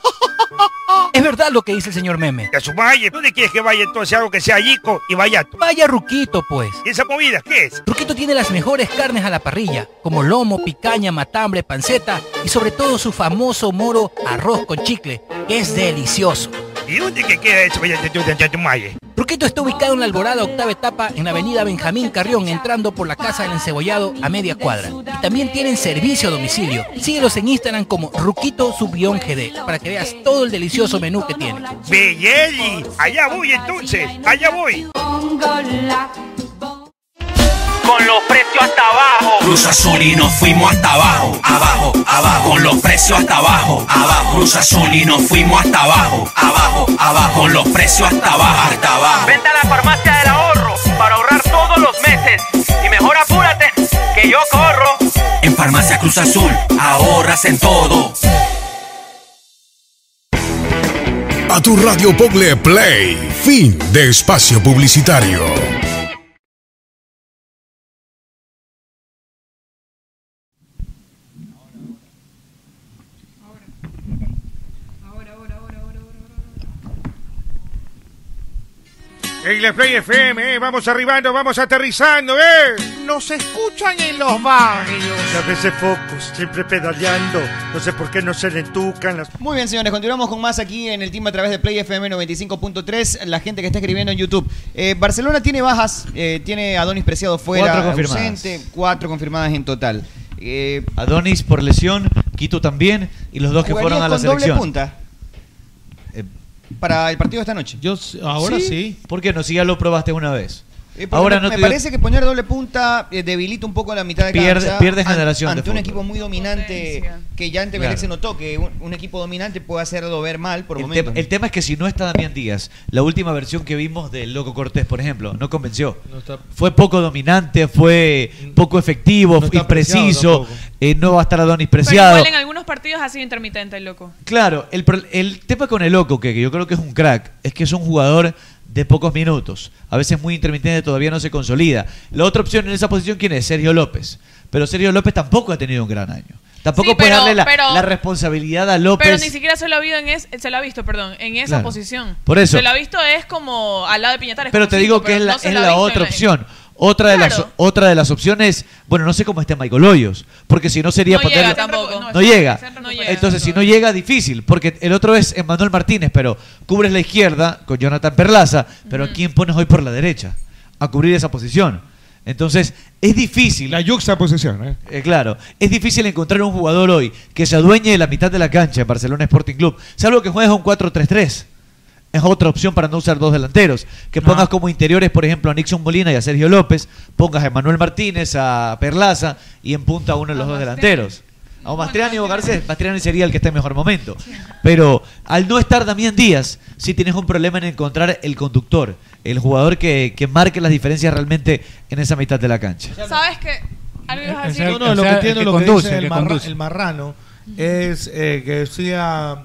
[SPEAKER 19] Es verdad lo que dice el señor Meme.
[SPEAKER 8] Ya su maye, ¿dónde quieres que vaya entonces algo que sea yico y vaya tú?
[SPEAKER 19] Vaya Ruquito, pues.
[SPEAKER 8] ¿Y esa movida qué es?
[SPEAKER 19] Ruquito tiene las mejores carnes a la parrilla, como lomo, picaña, matambre, panceta y sobre todo su famoso moro arroz con chicle, que es delicioso.
[SPEAKER 8] ¿Y dónde que queda eso? Vaya, ya, ya, ya, tu maye.
[SPEAKER 19] Ruquito está ubicado en la Alborada Octava Etapa en la avenida Benjamín Carrión, entrando por la Casa del Encebollado a media cuadra. Y también tienen servicio a domicilio. Síguelos en Instagram como Ruquito-GD para que veas todo el delicioso menú que tiene.
[SPEAKER 8] Belleli, allá voy entonces, allá voy.
[SPEAKER 9] Con los precios hasta abajo. Cruz Azul y nos fuimos hasta abajo. Abajo, abajo. Con los precios hasta abajo. Abajo. Cruz Azul y nos fuimos hasta abajo. Abajo, abajo. Con los precios hasta abajo. Hasta abajo.
[SPEAKER 5] Vente a la farmacia del ahorro para ahorrar todos los meses. Y mejor apúrate, que yo corro.
[SPEAKER 9] En Farmacia Cruz Azul ahorras en todo.
[SPEAKER 24] A tu radio Pogle Play. Fin de espacio publicitario.
[SPEAKER 8] En la Play FM, eh, vamos arribando, vamos aterrizando, eh.
[SPEAKER 7] Nos escuchan en los barrios.
[SPEAKER 23] Y A veces focus, siempre pedaleando. No sé por qué no se le entucan las.
[SPEAKER 14] Muy bien, señores, continuamos con más aquí en el team a través de Play FM 95.3. La gente que está escribiendo en YouTube. Eh, Barcelona tiene bajas, eh, tiene a Donis Preciado fuera,
[SPEAKER 15] Cuatro confirmadas.
[SPEAKER 14] ausente, cuatro confirmadas en total. Eh,
[SPEAKER 15] Adonis por lesión, Quito también y los dos que
[SPEAKER 14] ¿jugarías
[SPEAKER 15] fueron a la
[SPEAKER 14] con doble
[SPEAKER 15] selección. Eh,
[SPEAKER 14] punta para el partido de esta noche?
[SPEAKER 10] Yo ahora sí.
[SPEAKER 15] ¿Por qué no? Si ya lo probaste una vez.
[SPEAKER 14] Eh, porque
[SPEAKER 15] Ahora
[SPEAKER 14] me,
[SPEAKER 15] no
[SPEAKER 14] me
[SPEAKER 15] te dio-
[SPEAKER 14] parece que poner doble punta eh, debilita un poco la mitad de
[SPEAKER 15] Pierde-
[SPEAKER 14] cancha
[SPEAKER 15] pierde
[SPEAKER 14] an-
[SPEAKER 15] generación de
[SPEAKER 14] ante un
[SPEAKER 15] fútbol.
[SPEAKER 14] equipo muy dominante que ya ante
[SPEAKER 15] Claro.
[SPEAKER 14] Melec se notó que un, un equipo dominante puede hacerlo ver mal por
[SPEAKER 15] El,
[SPEAKER 14] momentos.
[SPEAKER 15] tema- el tema es que si no está Damián Díaz, la última versión que vimos del Loco Cortés, por ejemplo, no convenció.
[SPEAKER 10] No está-
[SPEAKER 15] Fue poco dominante, fue poco efectivo, fue
[SPEAKER 10] Preciado
[SPEAKER 15] impreciso, eh, no va a estar Adonis
[SPEAKER 16] Pero
[SPEAKER 15] Preciado.
[SPEAKER 16] igual en algunos partidos ha sido intermitente el loco.
[SPEAKER 15] Claro, el, pro- el tema con el loco, que que yo creo que es un crack, es que es un jugador de pocos minutos. A veces muy intermitente, todavía no se consolida. La otra opción en esa posición, ¿quién es? Sergio López. Pero Sergio López tampoco ha tenido un gran año. Tampoco
[SPEAKER 16] Sí,
[SPEAKER 15] puede
[SPEAKER 16] pero-
[SPEAKER 15] darle la,
[SPEAKER 16] pero-
[SPEAKER 15] la responsabilidad a López.
[SPEAKER 16] Pero ni siquiera se lo ha, visto en es- se lo ha visto perdón, en esa
[SPEAKER 15] pues- Claro.
[SPEAKER 16] posición.
[SPEAKER 15] Por eso.
[SPEAKER 16] Se lo ha visto es como al lado de Piñatares.
[SPEAKER 15] Pero
[SPEAKER 16] como
[SPEAKER 15] te
[SPEAKER 16] cinco,
[SPEAKER 15] digo que
[SPEAKER 16] pero
[SPEAKER 15] es la,
[SPEAKER 16] no se
[SPEAKER 15] es
[SPEAKER 16] lo ha
[SPEAKER 15] la
[SPEAKER 16] visto
[SPEAKER 15] otra
[SPEAKER 16] en
[SPEAKER 15] opción. Otra, de las, otra de las opciones, bueno, no sé cómo está Michael Hoyos, porque si no sería
[SPEAKER 16] No
[SPEAKER 15] ponerlo-
[SPEAKER 16] llega tampoco.
[SPEAKER 15] No llega. Entonces, si no llega, difícil, porque el otro es Emmanuel Martínez, pero cubres la izquierda con Jonathan Perlaza, pero ¿a quién pones hoy por la derecha? A cubrir esa posición. Entonces, es difícil. La
[SPEAKER 10] posición, ¿eh?
[SPEAKER 15] eh, claro, es difícil encontrar un jugador hoy que se adueñe de la mitad de la cancha en Barcelona Sporting Club, salvo que juegues a un 4-3-3. Es otra opción para no usar dos delanteros. Que pongas como interiores, por ejemplo, a Nixon Molina y a Sergio López, pongas a Manuel Martínez, a Perlaza y en punta a uno de los dos delanteros. A Mastriani o Garcés, Mastriani sería el que esté en mejor momento. Pero al no estar Damián Díaz, sí tienes un problema en encontrar el conductor, el jugador que, que marque las diferencias realmente en esa mitad de la cancha.
[SPEAKER 16] ¿Sabes qué? Algo ibas a decir.
[SPEAKER 10] Ah, No, no, lo que
[SPEAKER 15] el
[SPEAKER 10] entiendo,
[SPEAKER 15] que
[SPEAKER 10] lo
[SPEAKER 15] conduce,
[SPEAKER 10] que dice
[SPEAKER 15] el que
[SPEAKER 10] el, marra-
[SPEAKER 15] conduce.
[SPEAKER 10] el marrano es eh, que decía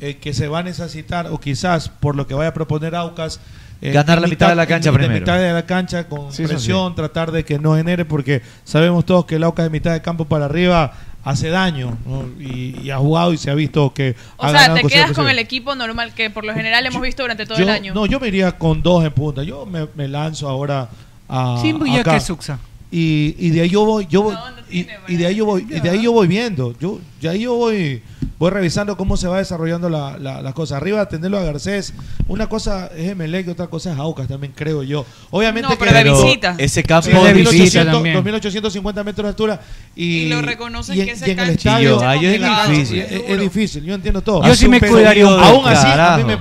[SPEAKER 10] eh, que se va a necesitar, o quizás por lo que vaya a proponer Aucas, eh,
[SPEAKER 15] Ganar la
[SPEAKER 10] en
[SPEAKER 15] mitad de la cancha
[SPEAKER 10] en- en
[SPEAKER 15] primero.
[SPEAKER 10] mitad de la cancha con
[SPEAKER 15] Sí, eso sí.
[SPEAKER 10] presión, tratar de que no genere, porque sabemos todos que el Aucas de mitad de campo para arriba hace daño ¿no? y, y ha jugado y se ha visto que
[SPEAKER 16] O
[SPEAKER 10] ha
[SPEAKER 16] sea,
[SPEAKER 10] ganado
[SPEAKER 16] te
[SPEAKER 10] con
[SPEAKER 16] quedas
[SPEAKER 10] cero
[SPEAKER 16] con
[SPEAKER 10] presión.
[SPEAKER 16] el equipo normal que por lo general hemos visto durante todo
[SPEAKER 10] Yo-
[SPEAKER 16] el año.
[SPEAKER 10] No, yo me iría con dos en punta. Yo me, me lanzo ahora a.
[SPEAKER 19] Sí, voy a
[SPEAKER 10] acá.
[SPEAKER 19] que Suxa.
[SPEAKER 10] Y, y de ahí yo voy, yo voy, y, y de ahí yo voy, y de ahí yo voy viendo, yo, de ahí yo voy, voy revisando cómo se va desarrollando la, la, la cosa. Arriba tenerlo a Garcés, una cosa es Emelec, otra cosa es Aucas también creo yo. Obviamente
[SPEAKER 15] No,
[SPEAKER 10] que
[SPEAKER 15] pero de Pero visita. ese campo de visita
[SPEAKER 10] 2800,
[SPEAKER 15] también.
[SPEAKER 10] 2850 metros de altura y,
[SPEAKER 17] lo reconocen
[SPEAKER 10] y en-
[SPEAKER 17] que esa
[SPEAKER 10] y en el
[SPEAKER 17] cancha
[SPEAKER 10] estadio
[SPEAKER 15] es complicada.
[SPEAKER 10] en la cancha,
[SPEAKER 15] difícil.
[SPEAKER 10] es- es difícil, yo entiendo todo.
[SPEAKER 19] Yo sí me
[SPEAKER 10] Pero
[SPEAKER 19] cuidaría un
[SPEAKER 10] aún
[SPEAKER 19] poco,
[SPEAKER 10] así a mí
[SPEAKER 19] carajo.
[SPEAKER 10] me,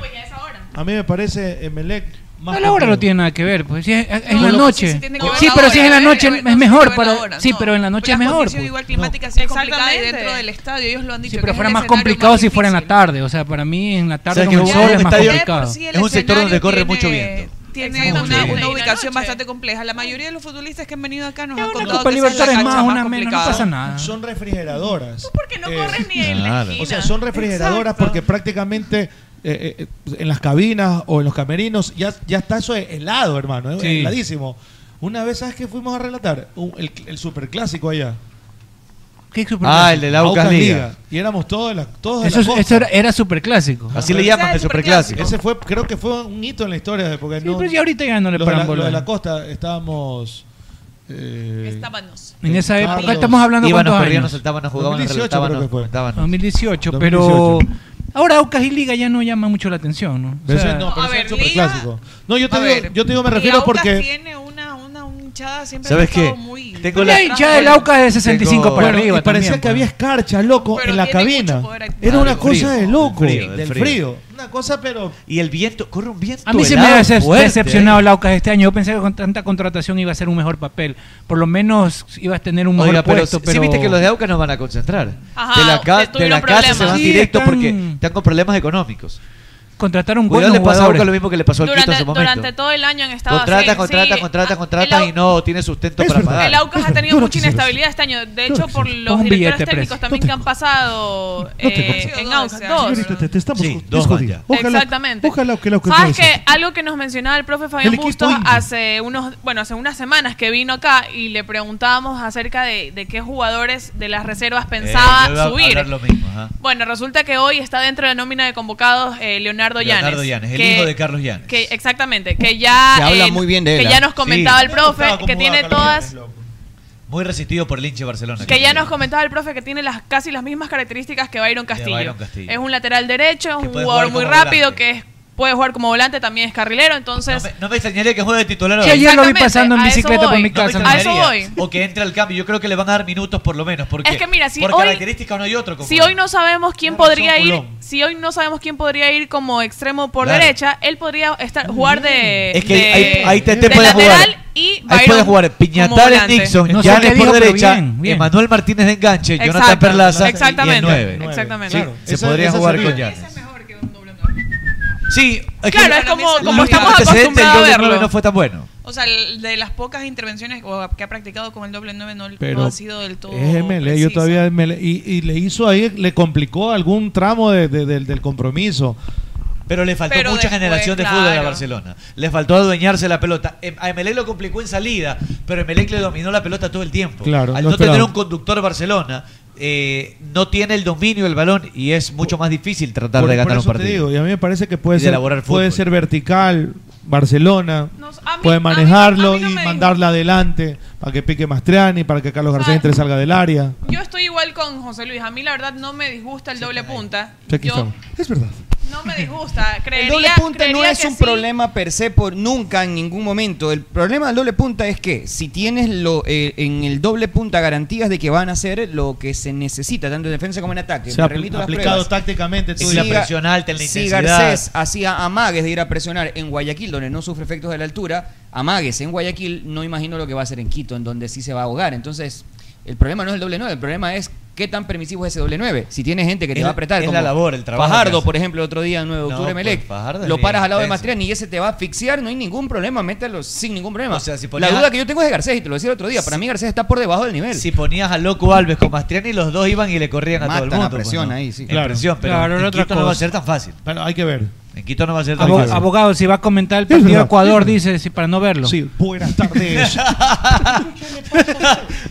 [SPEAKER 10] a mí me parece E. Emelec más
[SPEAKER 19] No, la hora
[SPEAKER 10] completo.
[SPEAKER 19] no tiene nada que ver, pues si es, es
[SPEAKER 10] No,
[SPEAKER 19] la
[SPEAKER 10] lo-
[SPEAKER 19] noche.
[SPEAKER 10] sí, sí
[SPEAKER 19] Sí,
[SPEAKER 10] tiene que ver la
[SPEAKER 19] pero
[SPEAKER 10] hora,
[SPEAKER 19] si es en la
[SPEAKER 10] a ver,
[SPEAKER 19] noche
[SPEAKER 17] a ver,
[SPEAKER 19] es
[SPEAKER 17] no,
[SPEAKER 19] mejor,
[SPEAKER 17] sí,
[SPEAKER 19] para-
[SPEAKER 17] buena hora,
[SPEAKER 19] sí,
[SPEAKER 17] no.
[SPEAKER 19] pero en la noche es
[SPEAKER 17] Las
[SPEAKER 19] mejor.
[SPEAKER 17] condiciones
[SPEAKER 19] pues.
[SPEAKER 17] igual climáticas sí es complicada y
[SPEAKER 16] Exactamente.
[SPEAKER 17] dentro del estadio, ellos lo han dicho.
[SPEAKER 19] Sí, pero
[SPEAKER 17] que
[SPEAKER 19] fuera
[SPEAKER 17] es el
[SPEAKER 19] más
[SPEAKER 17] escenario
[SPEAKER 19] complicado
[SPEAKER 17] más
[SPEAKER 19] si fuera en la tarde, o sea, para mí en la tarde
[SPEAKER 15] ¿Sabes
[SPEAKER 19] con
[SPEAKER 15] que
[SPEAKER 19] el
[SPEAKER 15] es
[SPEAKER 19] sol
[SPEAKER 15] un
[SPEAKER 19] es más
[SPEAKER 15] estadio-
[SPEAKER 19] complicado.
[SPEAKER 17] Sí, el
[SPEAKER 15] Es un sector donde
[SPEAKER 17] escenario
[SPEAKER 15] corre
[SPEAKER 17] tiene-
[SPEAKER 15] mucho viento.
[SPEAKER 17] Tiene
[SPEAKER 19] Exactamente.
[SPEAKER 17] una,
[SPEAKER 19] Sí.
[SPEAKER 17] una ubicación bastante compleja. La mayoría de los futbolistas que han venido acá nos han contado
[SPEAKER 19] Copa
[SPEAKER 17] que esa es la
[SPEAKER 19] Libertadores
[SPEAKER 17] cancha
[SPEAKER 19] más, una
[SPEAKER 17] más
[SPEAKER 19] menos, no
[SPEAKER 17] complicada.
[SPEAKER 19] pasa nada.
[SPEAKER 10] Son refrigeradoras. porque
[SPEAKER 23] Eh,
[SPEAKER 10] no corres
[SPEAKER 16] ni
[SPEAKER 19] en la Claro.
[SPEAKER 10] O sea,
[SPEAKER 19] esquina.
[SPEAKER 10] son refrigeradoras porque prácticamente eh, eh, en las cabinas o en los camerinos ya, ya está eso helado, hermano. Es
[SPEAKER 19] Sí.
[SPEAKER 10] heladísimo. Una vez, ¿sabes qué fuimos a relatar? Un- el, el superclásico allá.
[SPEAKER 19] ¿Qué
[SPEAKER 15] Ah, el de la Aucas Liga.
[SPEAKER 10] Y éramos todos de la, todos de
[SPEAKER 19] Eso,
[SPEAKER 10] Oh, la
[SPEAKER 19] es-
[SPEAKER 10] costa.
[SPEAKER 19] eso era, era superclásico.
[SPEAKER 15] Así le llaman, el superclásico.
[SPEAKER 10] Ese fue, creo que fue un hito en la historia. de- Porque no,
[SPEAKER 19] pero ya ahorita ya no le
[SPEAKER 10] los de la-
[SPEAKER 19] paran bola.
[SPEAKER 10] los de la costa estábamos... eh,
[SPEAKER 16] Estábamos.
[SPEAKER 19] En esa época
[SPEAKER 10] Carlos.
[SPEAKER 19] estamos hablando
[SPEAKER 15] Íbamos,
[SPEAKER 19] cuántos
[SPEAKER 15] perdíamos,
[SPEAKER 19] años?
[SPEAKER 15] saltábamos, jugábamos,
[SPEAKER 19] 2018 creo
[SPEAKER 15] reventábamos,
[SPEAKER 19] que fue.
[SPEAKER 15] reventábamos.
[SPEAKER 19] 2018, pero ahora Aucas y Liga ya no llama mucho la atención, ¿no?
[SPEAKER 10] Pero eso- no, pero eso es el superclásico. No, yo te, digo, yo te digo, me
[SPEAKER 17] Y
[SPEAKER 10] refiero
[SPEAKER 17] Aucas
[SPEAKER 10] porque...
[SPEAKER 17] tiene una, una hinchada siempre
[SPEAKER 10] ¿Sabes
[SPEAKER 17] que ha
[SPEAKER 10] qué?
[SPEAKER 17] estado muy...
[SPEAKER 15] Tengo
[SPEAKER 10] la-
[SPEAKER 19] hinchada del Aucas de 65 para
[SPEAKER 10] Bueno,
[SPEAKER 19] arriba
[SPEAKER 10] y
[SPEAKER 19] también,
[SPEAKER 10] parecía que
[SPEAKER 19] pues.
[SPEAKER 10] había escarcha, loco, en la cabina. Era una cosa de loco.
[SPEAKER 15] Del frío, del frío.
[SPEAKER 10] Una cosa, pero.
[SPEAKER 15] Y el viento, corre un viento.
[SPEAKER 19] pues. A mí se me
[SPEAKER 15] helado
[SPEAKER 19] ha decep-
[SPEAKER 15] fuerte,
[SPEAKER 19] decepcionado
[SPEAKER 15] ¿eh?
[SPEAKER 19] el Aucas este año. Yo pensé que con tanta contratación iba a ser un mejor papel. Por lo menos ibas a tener un mejor
[SPEAKER 15] Oiga, pero,
[SPEAKER 19] puesto.
[SPEAKER 15] sí
[SPEAKER 19] Pero
[SPEAKER 15] viste que los de Aucas no van a concentrar.
[SPEAKER 19] Ajá,
[SPEAKER 15] de la, ca-
[SPEAKER 19] que
[SPEAKER 15] de la
[SPEAKER 19] tuvieron
[SPEAKER 15] casa se
[SPEAKER 19] problemas.
[SPEAKER 15] van
[SPEAKER 19] Sí,
[SPEAKER 15] directo
[SPEAKER 19] están-
[SPEAKER 15] porque están con problemas económicos.
[SPEAKER 19] Contrataron
[SPEAKER 15] Cuidado,
[SPEAKER 19] buenos
[SPEAKER 15] le pasa a
[SPEAKER 19] jugadores.
[SPEAKER 15] Aucas lo mismo que le pasó al Quito en
[SPEAKER 16] Durante,
[SPEAKER 15] su momento.
[SPEAKER 16] durante todo el año han estado
[SPEAKER 15] Contrata,
[SPEAKER 16] así,
[SPEAKER 15] contrata,
[SPEAKER 16] sí. Ah,
[SPEAKER 15] contrata, contrata
[SPEAKER 16] el Au-
[SPEAKER 15] y no tiene sustento para pagar.
[SPEAKER 16] El Aucas ha tenido
[SPEAKER 15] Yo no
[SPEAKER 16] mucha
[SPEAKER 15] quisiera
[SPEAKER 16] inestabilidad este año. De hecho, por los
[SPEAKER 15] Un
[SPEAKER 16] directores
[SPEAKER 15] billete,
[SPEAKER 16] técnicos
[SPEAKER 15] precio.
[SPEAKER 16] también que han pasado eh, en Aucas. Dos.
[SPEAKER 20] Señorita, te, te estamos
[SPEAKER 15] Sí,
[SPEAKER 20] con-
[SPEAKER 15] dos
[SPEAKER 20] discutiendo.
[SPEAKER 15] van ya.
[SPEAKER 20] Ojalá,
[SPEAKER 16] Exactamente.
[SPEAKER 20] Ojalá que la Aucas
[SPEAKER 16] ¿Sabes
[SPEAKER 20] no
[SPEAKER 16] que Algo que nos mencionaba el profe Fabián
[SPEAKER 20] El equipo
[SPEAKER 16] Bustos
[SPEAKER 20] indio.
[SPEAKER 16] hace unos, bueno, hace unas semanas que vino acá y le preguntábamos acerca de, de qué jugadores de las reservas
[SPEAKER 15] Eh,
[SPEAKER 16] pensaba
[SPEAKER 15] yo iba a
[SPEAKER 16] subir.
[SPEAKER 15] hablar lo mismo, ajá.
[SPEAKER 16] Bueno, resulta que hoy está dentro de la nómina de convocados eh, Leonardo,
[SPEAKER 15] Leonardo Llanes, el
[SPEAKER 16] que-
[SPEAKER 15] hijo de Carlos Llanes.
[SPEAKER 16] que exactamente, que ya eh,
[SPEAKER 15] Se habla muy bien de él,
[SPEAKER 16] que
[SPEAKER 15] ¿ah?
[SPEAKER 16] ya nos comentaba
[SPEAKER 15] Sí.
[SPEAKER 16] el profe que tiene todas
[SPEAKER 15] Muy resistido por el hinche Barcelona.
[SPEAKER 16] que ya nos comentaba el profe que tiene las casi las mismas características que Byron Castillo.
[SPEAKER 15] Byron Castillo.
[SPEAKER 16] Es un lateral derecho, es un
[SPEAKER 15] puede
[SPEAKER 16] jugador
[SPEAKER 15] jugar
[SPEAKER 16] muy
[SPEAKER 15] como
[SPEAKER 16] rápido que es- puede jugar como volante, también es carrilero, entonces
[SPEAKER 15] No me extrañaría que juegue de titular.
[SPEAKER 16] Sí, ayer lo vi pasando en Exactamente, a eso bicicleta por voy. mi
[SPEAKER 15] No me
[SPEAKER 16] casa.
[SPEAKER 15] extrañaría.
[SPEAKER 16] A eso voy.
[SPEAKER 15] O que entre al cambio. Yo creo que le van a dar minutos por lo menos. Porque,
[SPEAKER 16] Es que mira, si
[SPEAKER 15] por
[SPEAKER 16] hoy-
[SPEAKER 15] características no hay otro. como
[SPEAKER 16] si
[SPEAKER 15] él.
[SPEAKER 16] hoy no sabemos quién
[SPEAKER 15] Tiene razón,
[SPEAKER 16] podría ir,
[SPEAKER 15] Culón.
[SPEAKER 16] si hoy no sabemos quién podría ir como extremo por
[SPEAKER 15] Claro.
[SPEAKER 16] derecha, él podría estar jugar de
[SPEAKER 15] Es que
[SPEAKER 16] de-
[SPEAKER 15] ahí- ahí te- te
[SPEAKER 16] de
[SPEAKER 15] puede jugar.
[SPEAKER 16] lateral y
[SPEAKER 15] Ahí
[SPEAKER 16] Byron
[SPEAKER 15] puede jugar
[SPEAKER 16] como
[SPEAKER 15] Piñatares,
[SPEAKER 16] volante.
[SPEAKER 15] Nixon,
[SPEAKER 19] No sé
[SPEAKER 15] Llanes
[SPEAKER 19] qué dijo,
[SPEAKER 15] por
[SPEAKER 19] pero
[SPEAKER 15] derecha,
[SPEAKER 19] bien, bien.
[SPEAKER 15] Emanuel Martínez de enganche, Jonathan
[SPEAKER 16] Exacto,
[SPEAKER 15] Perlaza y el
[SPEAKER 16] exactamente,
[SPEAKER 15] 9.
[SPEAKER 16] exactamente.
[SPEAKER 15] Sí,
[SPEAKER 16] Claro.
[SPEAKER 15] se
[SPEAKER 16] Esa-
[SPEAKER 15] podría
[SPEAKER 16] esa
[SPEAKER 15] jugar
[SPEAKER 16] sería-
[SPEAKER 15] con Llanes. Sí,
[SPEAKER 16] Claro, es como-
[SPEAKER 15] el
[SPEAKER 16] como
[SPEAKER 15] último
[SPEAKER 16] estamos
[SPEAKER 15] antecedente, el
[SPEAKER 16] acostumbrados a
[SPEAKER 15] doble
[SPEAKER 16] verlo.
[SPEAKER 15] nueve no fue tan bueno.
[SPEAKER 17] O sea, el- de las pocas intervenciones o- que ha practicado con el doble 9 no, no
[SPEAKER 10] Pero
[SPEAKER 17] ha sido del todo...
[SPEAKER 10] es MLE, yo todavía es MLE, y, y le hizo ahí, le complicó algún tramo de- de- del- del compromiso.
[SPEAKER 15] Pero le faltó
[SPEAKER 10] Pero
[SPEAKER 15] mucha
[SPEAKER 10] después,
[SPEAKER 15] generación de fútbol a
[SPEAKER 10] claro.
[SPEAKER 15] Barcelona. Le faltó adueñarse la pelota. Em- A Emelec lo complicó en salida, pero Emelec le dominó la pelota todo el tiempo.
[SPEAKER 10] Claro,
[SPEAKER 15] Al
[SPEAKER 10] lo
[SPEAKER 15] no tener
[SPEAKER 10] esperaba.
[SPEAKER 15] un conductor Barcelona, eh, no tiene el dominio del balón y es mucho más difícil tratar
[SPEAKER 10] Por-
[SPEAKER 15] de
[SPEAKER 10] por
[SPEAKER 15] ganar un
[SPEAKER 10] eso te
[SPEAKER 15] partido.
[SPEAKER 10] digo, y a mí me parece que
[SPEAKER 15] Y
[SPEAKER 10] puede
[SPEAKER 15] de
[SPEAKER 10] ser,
[SPEAKER 15] elaborar
[SPEAKER 10] puede ser vertical, Barcelona, puede manejarlo y mandarla adelante para que pique Mastriani, para que Carlos García entre salga del área.
[SPEAKER 16] Yo estoy igual con José Luis, a mí la verdad no me disgusta el doble punta.
[SPEAKER 10] Aquí
[SPEAKER 16] Yo
[SPEAKER 10] estamos. Es verdad.
[SPEAKER 16] no me disgusta, creería
[SPEAKER 14] El doble punta no
[SPEAKER 16] creería
[SPEAKER 14] es
[SPEAKER 16] que
[SPEAKER 14] un
[SPEAKER 16] sí.
[SPEAKER 14] problema per se por nunca en ningún momento. El problema del doble punta es que si tienes lo, eh, en el doble punta garantías de que van a hacer lo que se necesita tanto en defensa como en ataque.
[SPEAKER 10] Se
[SPEAKER 14] Me
[SPEAKER 10] ha
[SPEAKER 14] remito a
[SPEAKER 10] apl-
[SPEAKER 14] las
[SPEAKER 10] aplicado
[SPEAKER 14] pruebas.
[SPEAKER 10] tácticamente. tú
[SPEAKER 14] Si
[SPEAKER 10] dices.
[SPEAKER 14] Ga- si Garcés hacía amagues de ir a presionar en Guayaquil, donde no sufre efectos de la altura, amagues en Guayaquil, no imagino lo que va a hacer en Quito, en donde sí se va a ahogar. Entonces, el problema no es el doble 9, el problema es qué tan permisivo es ese doble 9. Si tienes gente que te
[SPEAKER 15] Es-
[SPEAKER 14] va a apretar,
[SPEAKER 15] es
[SPEAKER 14] como
[SPEAKER 15] la labor, el trabajo que
[SPEAKER 14] Fajardo,
[SPEAKER 15] hace.
[SPEAKER 14] por ejemplo, otro día, el 9 de
[SPEAKER 15] No,
[SPEAKER 14] octubre,
[SPEAKER 15] pues,
[SPEAKER 14] Melec,
[SPEAKER 15] Fajardo es
[SPEAKER 14] lo
[SPEAKER 15] bien
[SPEAKER 14] paras al lado de
[SPEAKER 15] intenso.
[SPEAKER 14] Mastriani y ese te va a asfixiar, no hay ningún problema, mételo sin ningún problema.
[SPEAKER 15] O sea, si
[SPEAKER 14] la
[SPEAKER 15] ponías-
[SPEAKER 14] duda que yo tengo es de Garcés, y te lo decía el otro día, para mí Garcés está por debajo del nivel.
[SPEAKER 15] Si ponías a Loco Alves con Mastriani, los dos iban y le corrían a
[SPEAKER 14] Matan
[SPEAKER 15] todo el mundo.
[SPEAKER 14] a presión
[SPEAKER 15] pues, ¿no?
[SPEAKER 14] ahí, sí.
[SPEAKER 15] En
[SPEAKER 10] Claro.
[SPEAKER 15] presión, pero
[SPEAKER 10] Claro,
[SPEAKER 15] en
[SPEAKER 10] era otra
[SPEAKER 15] Quito no va a
[SPEAKER 10] cosa.
[SPEAKER 15] ser tan fácil.
[SPEAKER 10] Bueno, hay que ver.
[SPEAKER 15] En Quito no va a ser tan
[SPEAKER 19] Abo-
[SPEAKER 15] fácil.
[SPEAKER 19] abogado, si va a comentar el
[SPEAKER 15] Es
[SPEAKER 19] partido de
[SPEAKER 15] verdad,
[SPEAKER 19] Ecuador,
[SPEAKER 15] es verdad.
[SPEAKER 19] dice, si para no verlo. Sí,
[SPEAKER 10] buenas tardes.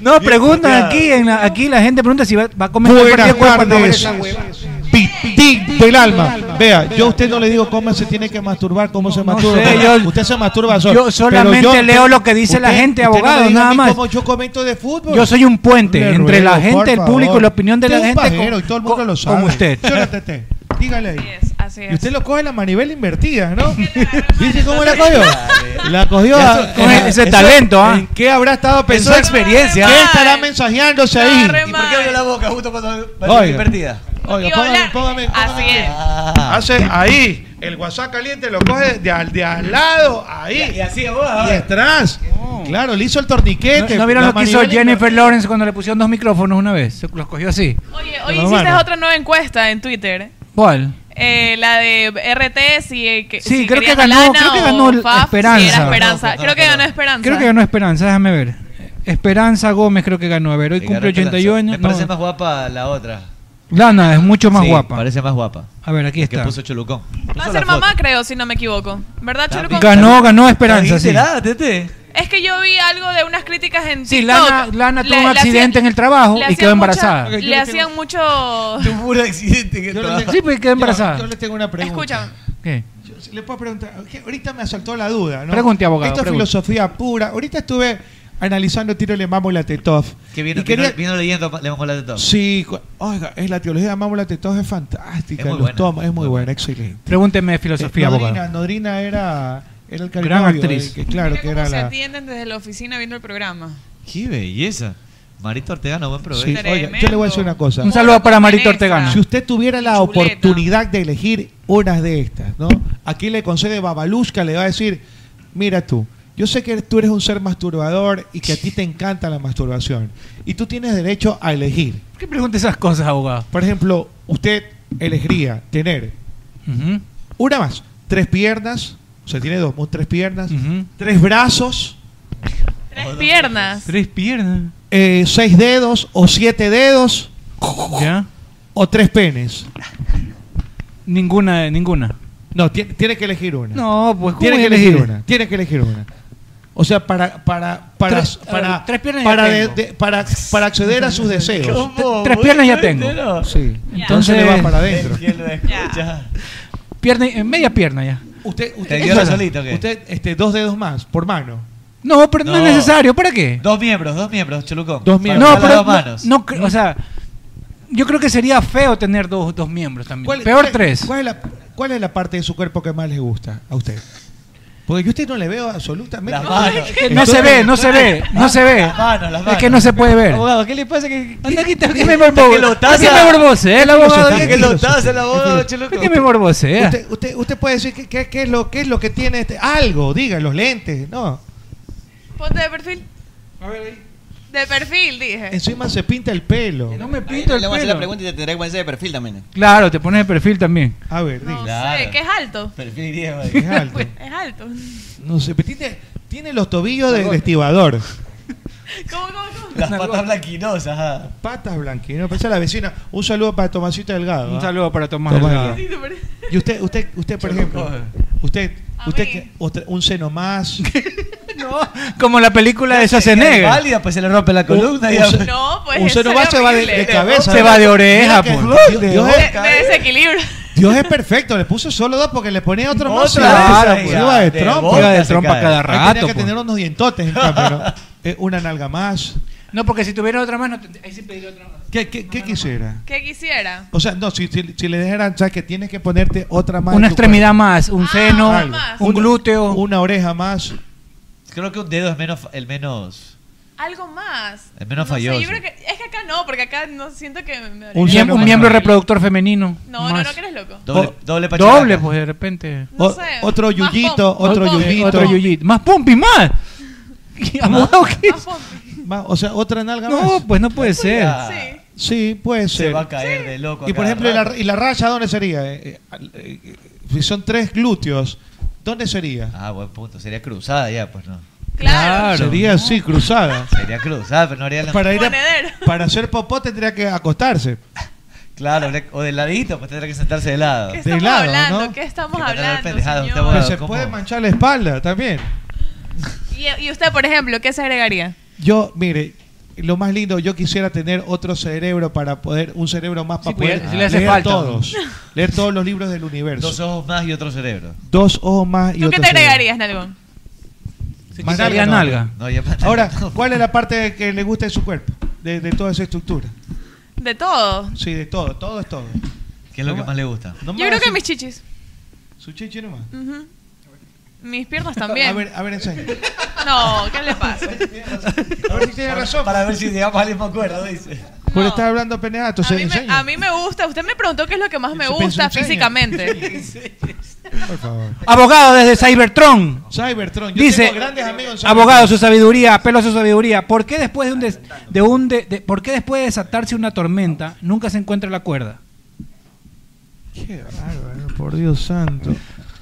[SPEAKER 19] no,
[SPEAKER 10] Bien,
[SPEAKER 19] preguntan aquí, en la, aquí la gente pregunta si va, va a comentar el partido
[SPEAKER 10] Buenas
[SPEAKER 19] de Ecuador para no ver
[SPEAKER 10] tardes.
[SPEAKER 19] esa hueva.
[SPEAKER 10] Pitín del alma. Vea, yo a usted no le digo cómo se tiene que masturbar, cómo se masturba.
[SPEAKER 19] sé, yo-
[SPEAKER 10] usted se masturba solo.
[SPEAKER 19] yo
[SPEAKER 10] Pero
[SPEAKER 19] solamente leo lo que dice la gente,
[SPEAKER 10] usted no me
[SPEAKER 19] abogado,
[SPEAKER 10] diga a
[SPEAKER 19] nada
[SPEAKER 10] mí
[SPEAKER 19] más.
[SPEAKER 10] cómo yo comento de fútbol.
[SPEAKER 19] Yo soy un puente
[SPEAKER 10] Le
[SPEAKER 19] entre la
[SPEAKER 10] ruego,
[SPEAKER 19] gente,
[SPEAKER 10] por
[SPEAKER 19] el público y la
[SPEAKER 10] favor.
[SPEAKER 19] opinión de la
[SPEAKER 10] Usted es un
[SPEAKER 19] gente con-
[SPEAKER 10] pajero y todo el mundo lo sabe.
[SPEAKER 19] usted.
[SPEAKER 10] Señora Tete, dígale ahí.
[SPEAKER 16] Así
[SPEAKER 10] Y
[SPEAKER 16] es.
[SPEAKER 10] usted lo coge la manivela invertida, ¿no? ¿Viste cómo la cogió? La cogió
[SPEAKER 19] Eso-
[SPEAKER 10] a-
[SPEAKER 19] ah, con ese
[SPEAKER 10] eso-
[SPEAKER 19] talento, ¿ah?
[SPEAKER 10] ¿En qué habrá estado pensando?
[SPEAKER 15] experiencia.
[SPEAKER 10] ¿Qué estará mensajeándose ahí?
[SPEAKER 15] ¿Y por qué abrió la boca justo cuando
[SPEAKER 10] Oiga.
[SPEAKER 15] perdida?
[SPEAKER 10] Oiga,
[SPEAKER 15] Iba a
[SPEAKER 10] póngame, póngame.
[SPEAKER 16] Así es.
[SPEAKER 10] Hace ahí. El WhatsApp caliente lo coge de al, de al lado, ahí. Y,
[SPEAKER 15] así,
[SPEAKER 10] Y detrás. Claro, le hizo el torniquete.
[SPEAKER 19] ¿No vieron
[SPEAKER 10] la
[SPEAKER 19] lo que hizo
[SPEAKER 10] manivela y-
[SPEAKER 19] Jennifer Lawrence cuando le pusieron dos micrófonos una vez? Se- Los cogió así.
[SPEAKER 16] Oye, hoy
[SPEAKER 19] Con la
[SPEAKER 16] hiciste
[SPEAKER 19] mano.
[SPEAKER 16] otra nueva encuesta en Twitter.
[SPEAKER 19] ¿Cuál?
[SPEAKER 16] Eh, la de RT, si, eh, que,
[SPEAKER 19] Sí,
[SPEAKER 16] si
[SPEAKER 19] creo que
[SPEAKER 16] querías
[SPEAKER 19] ganó,
[SPEAKER 16] Alana
[SPEAKER 19] creo que
[SPEAKER 16] o
[SPEAKER 19] ganó el-
[SPEAKER 16] Faf, si era
[SPEAKER 19] Esperanza.
[SPEAKER 16] Esperanza.
[SPEAKER 19] No, no,
[SPEAKER 16] creo que ganó Esperanza.
[SPEAKER 19] Creo que ganó Esperanza, déjame ver. Esperanza Gómez creo que ganó. A ver, hoy cumple 81 años.
[SPEAKER 15] Me parece
[SPEAKER 19] No,
[SPEAKER 15] más guapa la otra.
[SPEAKER 19] Lana es mucho más
[SPEAKER 15] Sí,
[SPEAKER 19] guapa.
[SPEAKER 15] Parece más guapa.
[SPEAKER 19] A ver, aquí
[SPEAKER 15] El Que
[SPEAKER 19] está.
[SPEAKER 15] puso Cholucón.
[SPEAKER 16] Va a ser mamá, creo, si no me equivoco. ¿Verdad, Choluco?
[SPEAKER 19] Ganó, ganó Esperanza, sí.
[SPEAKER 15] Nada, tete.
[SPEAKER 16] Es que yo vi algo de unas críticas en
[SPEAKER 19] Sí,
[SPEAKER 16] TikTok.
[SPEAKER 19] Lana, Lana tuvo
[SPEAKER 16] Le-
[SPEAKER 19] un
[SPEAKER 16] le hacían-
[SPEAKER 19] accidente en el trabajo
[SPEAKER 16] le
[SPEAKER 19] y
[SPEAKER 16] hacían
[SPEAKER 19] quedó
[SPEAKER 16] mucha-
[SPEAKER 19] embarazada.
[SPEAKER 16] le hacían mucho...
[SPEAKER 15] Tuvo un accidente que
[SPEAKER 10] le tengo-
[SPEAKER 19] Sí, pues quedó embarazada.
[SPEAKER 10] Yo, yo le tengo una pregunta.
[SPEAKER 16] Escúchame.
[SPEAKER 19] ¿Qué?
[SPEAKER 10] Yo sí le puedo preguntar. que Ahorita me asaltó la duda, ¿no?
[SPEAKER 19] Pregunte, abogado,
[SPEAKER 10] Esto es
[SPEAKER 19] pregunte.
[SPEAKER 10] filosofía pura. Ahorita estuve analizando Tiro le mamo la Tetov.
[SPEAKER 15] Que vino,
[SPEAKER 10] Y quería-
[SPEAKER 15] vino, vino leyendo Le vamos con la de todo.
[SPEAKER 10] Sí, cu- oiga, es la teología de Mámula Tetov es fantástica.
[SPEAKER 15] Es muy
[SPEAKER 10] los
[SPEAKER 15] buena.
[SPEAKER 10] toma, es muy buena, excelente.
[SPEAKER 19] Pregúnteme de filosofía,
[SPEAKER 10] Eh,
[SPEAKER 19] abogado.
[SPEAKER 10] Nodrina, Nodrina era, era el
[SPEAKER 19] Gran
[SPEAKER 10] caricaturio,
[SPEAKER 19] actriz.
[SPEAKER 10] el que- claro,
[SPEAKER 16] Mira
[SPEAKER 10] que
[SPEAKER 16] cómo
[SPEAKER 10] era
[SPEAKER 16] se
[SPEAKER 10] la.
[SPEAKER 16] atienden desde la oficina viendo el programa.
[SPEAKER 15] Qué belleza. Marito Ortegano, buen provecho.
[SPEAKER 10] Sí, oiga, yo le voy a decir una cosa.
[SPEAKER 15] Un saludo para Marito Ortegano.
[SPEAKER 10] Si usted tuviera la oportunidad de elegir unas de estas, ¿no? Aquí le concede Babalushka, le va a decir, mira tú, yo sé que tú eres un ser masturbador y que a ti te encanta la masturbación. Y tú tienes derecho a elegir.
[SPEAKER 19] ¿Por qué pregunta esas cosas, abogado?
[SPEAKER 10] Por ejemplo, usted elegiría tener una más, tres piernas, o sea, tiene dos, mu- tres piernas, tres brazos,
[SPEAKER 16] Tres piernas.
[SPEAKER 19] Tres piernas.
[SPEAKER 10] eh, seis dedos o siete dedos, o tres penes.
[SPEAKER 19] Ninguna, ninguna.
[SPEAKER 10] No, tiene, tiene que elegir una.
[SPEAKER 19] No, pues ¿cómo
[SPEAKER 10] Tiene
[SPEAKER 19] voy
[SPEAKER 10] que
[SPEAKER 19] a
[SPEAKER 10] elegir
[SPEAKER 19] elegir?
[SPEAKER 10] una. Tiene que elegir una. O sea, para para para
[SPEAKER 19] Tres- a
[SPEAKER 10] para
[SPEAKER 19] ver, tres piernas ya
[SPEAKER 10] para,
[SPEAKER 19] tengo.
[SPEAKER 10] de- para para acceder a sus deseos.
[SPEAKER 19] ¿Cómo? Tres piernas ya tengo.
[SPEAKER 10] Sí.
[SPEAKER 19] Ya.
[SPEAKER 10] Entonces le va para adentro.
[SPEAKER 19] Pierna, eh, media pierna ya.
[SPEAKER 10] Usted
[SPEAKER 19] ¿Te
[SPEAKER 10] usted
[SPEAKER 19] dio la
[SPEAKER 10] usted-
[SPEAKER 19] solita o qué?
[SPEAKER 10] usted este dos dedos más por mano.
[SPEAKER 19] No, pero no, es necesario. ¿Para qué?
[SPEAKER 15] Dos miembros, dos miembros, Cholucón.
[SPEAKER 10] Dos
[SPEAKER 15] Para
[SPEAKER 19] No,
[SPEAKER 15] usar
[SPEAKER 19] pero
[SPEAKER 15] las dos
[SPEAKER 19] no-
[SPEAKER 15] manos.
[SPEAKER 19] no cre- o sea, yo creo que sería feo tener dos, dos miembros también.
[SPEAKER 10] ¿Cuál-
[SPEAKER 19] Peor
[SPEAKER 10] cuál-
[SPEAKER 19] tres.
[SPEAKER 10] ¿Cuál es la cuál es la parte de su cuerpo que más le gusta a usted? Porque yo a usted no le veo absolutamente
[SPEAKER 15] Las manos.
[SPEAKER 19] No se ve, no se ve, no se ve.
[SPEAKER 15] Las manos, las
[SPEAKER 19] Es
[SPEAKER 15] manos.
[SPEAKER 19] que no se puede ver.
[SPEAKER 15] Abogado, ¿qué le pasa? ¿Qué, qué,
[SPEAKER 19] qué,
[SPEAKER 15] qué
[SPEAKER 19] me morbo-
[SPEAKER 15] que lo taza?
[SPEAKER 19] ¿Qué me borbosea el abogado?
[SPEAKER 15] ¿Qué que lo taza el abogado,
[SPEAKER 19] ¿Por
[SPEAKER 15] Cholucón?
[SPEAKER 19] qué me ¿eh? borbosea?
[SPEAKER 10] Usted, usted, usted puede decir que, que- que es lo, que es lo que tiene este- algo, diga, los lentes, no.
[SPEAKER 16] Ponte de perfil. A ver ahí. De perfil, dije.
[SPEAKER 10] Encima se pinta el pelo.
[SPEAKER 19] No me pinto
[SPEAKER 16] el
[SPEAKER 14] Le voy a hacer la
[SPEAKER 16] pelo.
[SPEAKER 14] pregunta y te tendré que poner de perfil también.
[SPEAKER 19] Claro, te pones de perfil también.
[SPEAKER 10] A ver,
[SPEAKER 19] no
[SPEAKER 16] Sí, que es alto.
[SPEAKER 14] Perfil 10,
[SPEAKER 10] Es alto.
[SPEAKER 16] Pues, es alto.
[SPEAKER 10] No sé, pero tiene, tiene los tobillos de, de estibador.
[SPEAKER 16] ¿Cómo, cómo, cómo?
[SPEAKER 15] Las patas blanquinosas. ah.
[SPEAKER 10] Patas blanquinas. Pensé la vecina. Un saludo para Tomasito Delgado.
[SPEAKER 19] Un
[SPEAKER 10] ¿ah?
[SPEAKER 19] saludo para Tomás Delgado.
[SPEAKER 16] Sí, súper-
[SPEAKER 10] Y usted, usted, usted, por
[SPEAKER 19] Yo
[SPEAKER 10] ejemplo,
[SPEAKER 19] no
[SPEAKER 10] usted, usted, que- otra- un seno más.
[SPEAKER 19] Como la película de Schwarzenegger.
[SPEAKER 15] Válida, pues se le rompe la columna. y ya-
[SPEAKER 16] No, pues.
[SPEAKER 10] un seno
[SPEAKER 16] eso
[SPEAKER 10] más
[SPEAKER 16] era
[SPEAKER 10] se va de,
[SPEAKER 16] horrible.
[SPEAKER 10] de cabeza.
[SPEAKER 19] Se va de oreja,
[SPEAKER 10] Mira que-
[SPEAKER 19] pues.
[SPEAKER 10] Dios- Dios es-
[SPEAKER 16] De, de desequilibrio.
[SPEAKER 10] Dios es perfecto, le puso solo dos porque le ponía otro más.
[SPEAKER 15] Otra
[SPEAKER 10] Claro,
[SPEAKER 15] vez,
[SPEAKER 10] pues,
[SPEAKER 15] ya,
[SPEAKER 10] iba de
[SPEAKER 15] de
[SPEAKER 10] trompa.
[SPEAKER 15] boca Iba de se trompa cae. cada
[SPEAKER 10] Ahí
[SPEAKER 19] rato,
[SPEAKER 10] Tenía que
[SPEAKER 19] pues.
[SPEAKER 10] tener unos dientotes en cambio, ¿no? Eh, una nalga más.
[SPEAKER 19] No, porque si tuviera otra mano, ahí sí pediría otra mano.
[SPEAKER 10] ¿Qué, qué, qué quisiera?
[SPEAKER 16] ¿Qué quisiera?
[SPEAKER 10] O sea, no, si, si, si le dejaran, o sea, que tienes que ponerte otra más.
[SPEAKER 19] Una
[SPEAKER 10] en tu
[SPEAKER 19] extremidad
[SPEAKER 10] cuerpo.
[SPEAKER 19] más, un seno,
[SPEAKER 10] Algo.
[SPEAKER 19] un
[SPEAKER 10] Una-
[SPEAKER 19] glúteo.
[SPEAKER 10] Una oreja más.
[SPEAKER 15] Creo que un dedo es menos, el menos.
[SPEAKER 16] Algo más.
[SPEAKER 15] El menos
[SPEAKER 16] No sé,
[SPEAKER 15] falloso.
[SPEAKER 16] yo creo que, es que acá no, porque acá no siento que me- me
[SPEAKER 19] Un,
[SPEAKER 16] dolería.
[SPEAKER 19] miemb- un miembro reproductor femenino.
[SPEAKER 16] No, no, no, que eres loco.
[SPEAKER 15] Doble,
[SPEAKER 10] O-
[SPEAKER 15] doble pacharaca.
[SPEAKER 19] Doble, pues de repente.
[SPEAKER 10] O-
[SPEAKER 16] sé.
[SPEAKER 10] otro
[SPEAKER 16] Más
[SPEAKER 10] yuyito,
[SPEAKER 16] pompi,
[SPEAKER 10] otro
[SPEAKER 16] más pompi,
[SPEAKER 10] yuyito.
[SPEAKER 19] Otro yuyito. Más pompi, más. Abogado, ¿qué es?
[SPEAKER 10] Más, o sea, otra nalga
[SPEAKER 19] No,
[SPEAKER 10] más.
[SPEAKER 19] pues no puede ser.
[SPEAKER 15] Sí.
[SPEAKER 10] Sí, puede
[SPEAKER 15] Se
[SPEAKER 10] ser.
[SPEAKER 15] va a caer de loco.
[SPEAKER 10] Y por
[SPEAKER 15] acá,
[SPEAKER 10] ejemplo, ¿y
[SPEAKER 15] raro.
[SPEAKER 10] la, y la raya dónde sería? Eh, eh, al- eh, eh, si son tres glúteos, ¿dónde sería?
[SPEAKER 15] Ah, buen punto. Sería cruzada ya, pues no.
[SPEAKER 16] Claro.
[SPEAKER 10] Sería así, cruzada.
[SPEAKER 15] Sería cruzada, pero no haría la.
[SPEAKER 10] Para ir a-
[SPEAKER 16] Monedero.
[SPEAKER 10] para hacer popó tendría que acostarse.
[SPEAKER 15] Claro, habría- o de ladito, pues tendría que sentarse de lado.
[SPEAKER 16] ¿Qué estamos
[SPEAKER 10] lado,
[SPEAKER 16] hablando?
[SPEAKER 10] ¿no?
[SPEAKER 16] ¿Qué estamos
[SPEAKER 15] Qué manera de
[SPEAKER 16] hablando,
[SPEAKER 15] pendejada, usted
[SPEAKER 16] señor?
[SPEAKER 15] abogado.
[SPEAKER 10] Que Pues se
[SPEAKER 15] ¿cómo?
[SPEAKER 10] puede manchar la espalda también.
[SPEAKER 16] ¿Y, y usted, por ejemplo, qué se agregaría?
[SPEAKER 10] Yo, mire, lo más lindo, yo quisiera tener otro cerebro para poder, un cerebro más para
[SPEAKER 19] pues,
[SPEAKER 10] poder
[SPEAKER 19] si le hace
[SPEAKER 10] Ah, leer
[SPEAKER 19] falta.
[SPEAKER 10] todos, leer todos los libros del universo.
[SPEAKER 15] Dos
[SPEAKER 10] Dos,
[SPEAKER 15] ojos más y otro cerebro.
[SPEAKER 10] ojos más
[SPEAKER 16] ¿Tú
[SPEAKER 10] y
[SPEAKER 16] qué
[SPEAKER 10] otro
[SPEAKER 16] te
[SPEAKER 10] cerebro.
[SPEAKER 16] agregarías, Nalgón?
[SPEAKER 10] Más
[SPEAKER 19] Sería
[SPEAKER 10] no.
[SPEAKER 19] nalga.
[SPEAKER 15] No, ya más-
[SPEAKER 10] Ahora, ¿cuál es la parte que le gusta de su cuerpo? De, de toda esa estructura.
[SPEAKER 16] De todo.
[SPEAKER 10] Sí, de todo, todo es todo.
[SPEAKER 15] ¿Qué es lo que más le gusta?
[SPEAKER 10] No me
[SPEAKER 16] Yo
[SPEAKER 10] va a
[SPEAKER 16] creo que
[SPEAKER 10] decir-
[SPEAKER 16] mis chichis.
[SPEAKER 10] Su chichi nomás.
[SPEAKER 16] Ujú. Mis piernas también.
[SPEAKER 10] A ver, a ver, enseña.
[SPEAKER 16] No, ¿qué le pasa?
[SPEAKER 10] A ver si tiene razón.
[SPEAKER 15] Para ver si llegamos al mismo acuerdo, dice.
[SPEAKER 10] Por estar hablando pendejadas,
[SPEAKER 16] A
[SPEAKER 10] entonces
[SPEAKER 16] mí, me,
[SPEAKER 10] enseña.
[SPEAKER 16] a mí me gusta. Usted me preguntó qué es lo que más me
[SPEAKER 10] Yo pienso
[SPEAKER 16] gusta
[SPEAKER 10] en señas.
[SPEAKER 16] físicamente.
[SPEAKER 10] Por favor.
[SPEAKER 19] Abogado desde Cybertron.
[SPEAKER 10] Cybertron, yo
[SPEAKER 19] Dice,
[SPEAKER 10] tengo grandes amigos en Cybertron.
[SPEAKER 19] abogado, su sabiduría, apelo a su sabiduría. ¿Por qué después de un des- de un de- de- por qué después de desatarse una tormenta nunca se encuentra la cuerda?
[SPEAKER 10] Qué bárbaro, por Dios santo.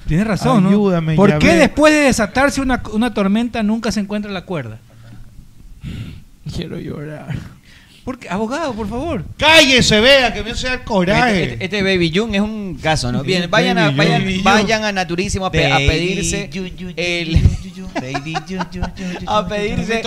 [SPEAKER 19] Tienes razón,
[SPEAKER 10] Ayúdame,
[SPEAKER 19] ¿no? ¿Por
[SPEAKER 10] ya
[SPEAKER 19] qué
[SPEAKER 10] veo.
[SPEAKER 19] después de desatarse una, una tormenta nunca se encuentra la cuerda?
[SPEAKER 10] Quiero llorar.
[SPEAKER 19] ¿Por qué? Abogado, por favor.
[SPEAKER 10] Cállese, vea, que me hace dar coraje.
[SPEAKER 14] Este, este- este Baby Jun es un caso, ¿no? Bien, vayan a,
[SPEAKER 10] Baby
[SPEAKER 14] vayan,
[SPEAKER 10] Jun.
[SPEAKER 14] vayan a Naturísimo a, pe- a
[SPEAKER 10] Baby
[SPEAKER 14] pedirse el, a pedirse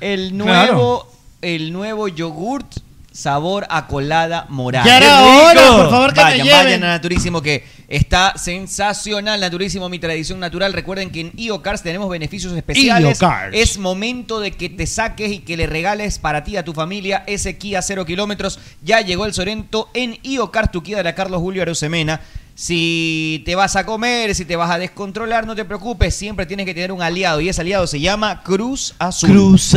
[SPEAKER 14] el nuevo, el nuevo yogurt sabor a colada morada.
[SPEAKER 20] Ya era
[SPEAKER 14] ¡Qué
[SPEAKER 20] hora,
[SPEAKER 14] rico!
[SPEAKER 20] por favor, que me
[SPEAKER 14] vayan,
[SPEAKER 20] lleven.
[SPEAKER 14] Vayan a Naturísimo que está sensacional. Naturísimo, mi tradición natural. Recuerden que en IOCARS tenemos beneficios especiales.
[SPEAKER 10] IOCARS.
[SPEAKER 14] Es momento de que te saques y que le regales para ti, a tu familia, ese Kia 0 kilómetros. Ya llegó el Sorento en IOCARS, tu Kia de la Carlos Julio Arosemena. Si te vas a comer, si te vas a descontrolar, no te preocupes. Siempre tienes que tener un aliado y ese aliado se llama Cruz Azul.
[SPEAKER 15] Cruz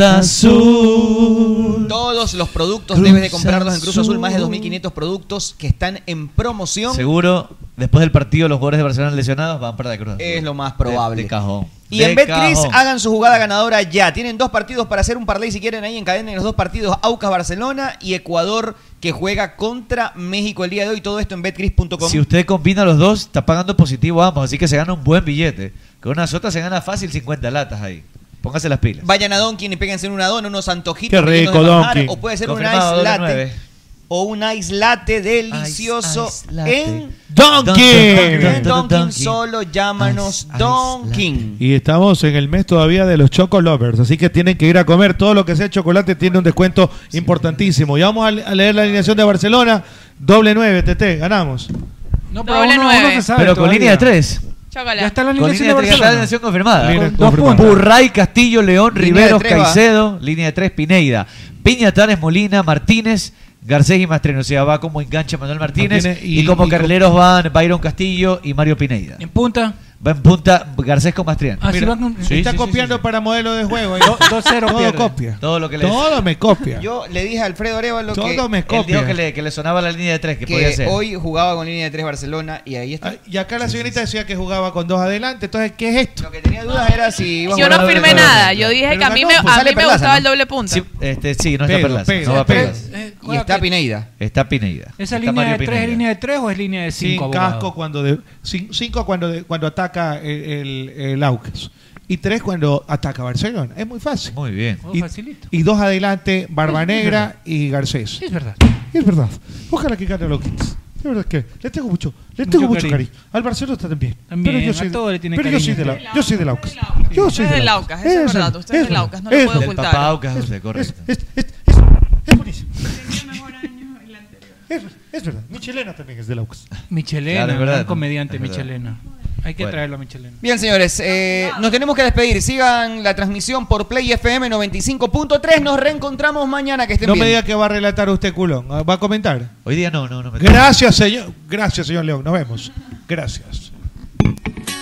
[SPEAKER 15] Azul.
[SPEAKER 14] Todos los productos
[SPEAKER 15] Cruz
[SPEAKER 14] debes de comprarlos en Cruz Azul,
[SPEAKER 15] Azul.
[SPEAKER 14] más de 2.500 productos que están en promoción.
[SPEAKER 15] Seguro, después del partido, los jugadores de Barcelona lesionados van para la Cruz Azul.
[SPEAKER 14] Es lo más probable.
[SPEAKER 15] De, de cajón.
[SPEAKER 14] Y
[SPEAKER 15] De
[SPEAKER 14] en Betcris
[SPEAKER 15] cajón.
[SPEAKER 14] hagan su jugada ganadora ya. Tienen dos partidos para hacer un parlay si quieren ahí encadenen los dos partidos Aucas Barcelona y Ecuador que juega contra México el día de hoy. Todo esto en betcris.com.
[SPEAKER 15] Si usted combina los dos, está pagando positivo ambos, así que se gana un buen billete. Con una sota se gana fácil 50 latas ahí. Póngase las pilas.
[SPEAKER 14] Vayan a Donkin y péguense en una dona, unos antojitos.
[SPEAKER 15] Qué rico,
[SPEAKER 14] rellenos de manjar,
[SPEAKER 15] Dunkin'.
[SPEAKER 14] O puede ser un
[SPEAKER 15] Confirmado,
[SPEAKER 14] ice
[SPEAKER 15] doble
[SPEAKER 14] latte.
[SPEAKER 15] nueve.
[SPEAKER 14] O un ice latte delicioso en
[SPEAKER 10] Dunkin'.
[SPEAKER 14] En Dunkin' solo llámanos Donkin.
[SPEAKER 10] Y estamos en el mes todavía de los Choco Lovers, así que tienen que ir a comer. Todo lo que sea chocolate tiene un descuento importantísimo. Y vamos a, le- a leer la alineación de Barcelona. Doble 9, TT, ganamos.
[SPEAKER 19] No,
[SPEAKER 16] Doble nueve.
[SPEAKER 15] Pero con línea de tres.
[SPEAKER 16] Chocolate.
[SPEAKER 19] Ya está la
[SPEAKER 15] Con
[SPEAKER 19] alineación
[SPEAKER 15] línea
[SPEAKER 19] de
[SPEAKER 15] de tres, está la
[SPEAKER 19] Barcelona.
[SPEAKER 15] alineación confirmada.
[SPEAKER 19] Línea
[SPEAKER 15] Con dos
[SPEAKER 19] confirmada.
[SPEAKER 15] puntos. Burray, Castillo, León,
[SPEAKER 19] Línea de
[SPEAKER 15] Riveros,
[SPEAKER 19] tres, va.
[SPEAKER 15] Caicedo. Línea de tres, Pineida. Piñatares, Molina, Martínez, Garcés y Mastreno. O sea, va como enganche Manuel Martínez.
[SPEAKER 19] Martínez
[SPEAKER 15] y,
[SPEAKER 19] y-
[SPEAKER 15] como
[SPEAKER 19] y-
[SPEAKER 15] carrileros van Byron Castillo y Mario Pineida.
[SPEAKER 19] En punta.
[SPEAKER 15] Va en punta Garcés con Mastriano.
[SPEAKER 19] Ah, sí,
[SPEAKER 15] Mira.
[SPEAKER 19] va con-
[SPEAKER 15] Sí,
[SPEAKER 10] Está
[SPEAKER 15] sí, sí,
[SPEAKER 10] copiando para modelo de juego. ¿eh? Todo
[SPEAKER 15] pierde.
[SPEAKER 10] copia.
[SPEAKER 15] Todo lo que le
[SPEAKER 10] Todo me copia.
[SPEAKER 14] Yo le dije a Alfredo Arevalo que,
[SPEAKER 10] Todo me
[SPEAKER 15] Él dijo
[SPEAKER 10] copia.
[SPEAKER 15] que le, que le sonaba la línea de tres que, podía
[SPEAKER 14] que
[SPEAKER 15] ser.
[SPEAKER 14] hoy jugaba con línea de 3 Barcelona y ahí está.
[SPEAKER 10] Y acá la señorita decía que jugaba con dos adelante. Entonces, ¿qué es esto? Lo
[SPEAKER 14] que tenía dudas era si
[SPEAKER 16] Yo no firmé nada. Yo dije que a mí me,
[SPEAKER 15] Pues
[SPEAKER 16] a mí me gustaba el doble punto.
[SPEAKER 15] Sí, este, sí, no está
[SPEAKER 10] Pero,
[SPEAKER 15] Perlaza.
[SPEAKER 10] pero,
[SPEAKER 15] no va
[SPEAKER 10] pero,
[SPEAKER 15] Perlaza.
[SPEAKER 16] eh,
[SPEAKER 14] Y está Pineida.
[SPEAKER 15] Está Pineida.
[SPEAKER 19] ¿Esa
[SPEAKER 15] Está
[SPEAKER 19] línea
[SPEAKER 15] Mario
[SPEAKER 19] de tres
[SPEAKER 15] Pineda.
[SPEAKER 19] es línea de tres o es línea de
[SPEAKER 10] Sin
[SPEAKER 19] cinco? abogado?
[SPEAKER 10] casco cuando de, cin- cinco cuando de- cuando ataca el, el, el Aucas. Y tres cuando ataca Barcelona. Es muy fácil.
[SPEAKER 15] Muy bien.
[SPEAKER 19] Oh,
[SPEAKER 10] Y,
[SPEAKER 19] facilito.
[SPEAKER 10] y dos adelante, Barbanegra y Garcés.
[SPEAKER 19] Sí, es verdad.
[SPEAKER 10] Es verdad. Ojalá que gane a los Kings. De verdad que le tengo mucho, le tengo mucho cariño. Al Barcelona está también.
[SPEAKER 19] También,
[SPEAKER 10] pero yo
[SPEAKER 19] a
[SPEAKER 10] soy, de-
[SPEAKER 19] todo le tiene
[SPEAKER 10] pero yo soy
[SPEAKER 19] cariño.
[SPEAKER 10] de la, yo soy de Laucas. Yo soy
[SPEAKER 17] Usted es
[SPEAKER 10] de
[SPEAKER 17] del
[SPEAKER 10] Laucas,
[SPEAKER 17] Aucas, eso es verdad, usted es del
[SPEAKER 10] verdad,
[SPEAKER 17] Aucas, no lo
[SPEAKER 10] es
[SPEAKER 17] puede
[SPEAKER 10] verdad.
[SPEAKER 15] Del papá Aucas, José, correcto.
[SPEAKER 10] Es, es, es, es, es buenísimo. Es, es verdad, Michelena también es de Laucas.
[SPEAKER 19] Michelena,
[SPEAKER 15] Claro, es verdad.
[SPEAKER 19] gran comediante
[SPEAKER 15] Es verdad.
[SPEAKER 19] Michelena. Hay que
[SPEAKER 15] Bueno.
[SPEAKER 19] traerlo a Michelena.
[SPEAKER 14] Bien, señores, eh, nos tenemos que despedir. Sigan la transmisión por Play FM 95.3. Nos reencontramos mañana. Que estén
[SPEAKER 10] No
[SPEAKER 14] bien.
[SPEAKER 10] me diga que va a relatar usted, culón. Ah, ¿Va a comentar?
[SPEAKER 15] Hoy día no, no, no. me-
[SPEAKER 10] Gracias, señor. Gracias, señor León. Nos vemos. Gracias.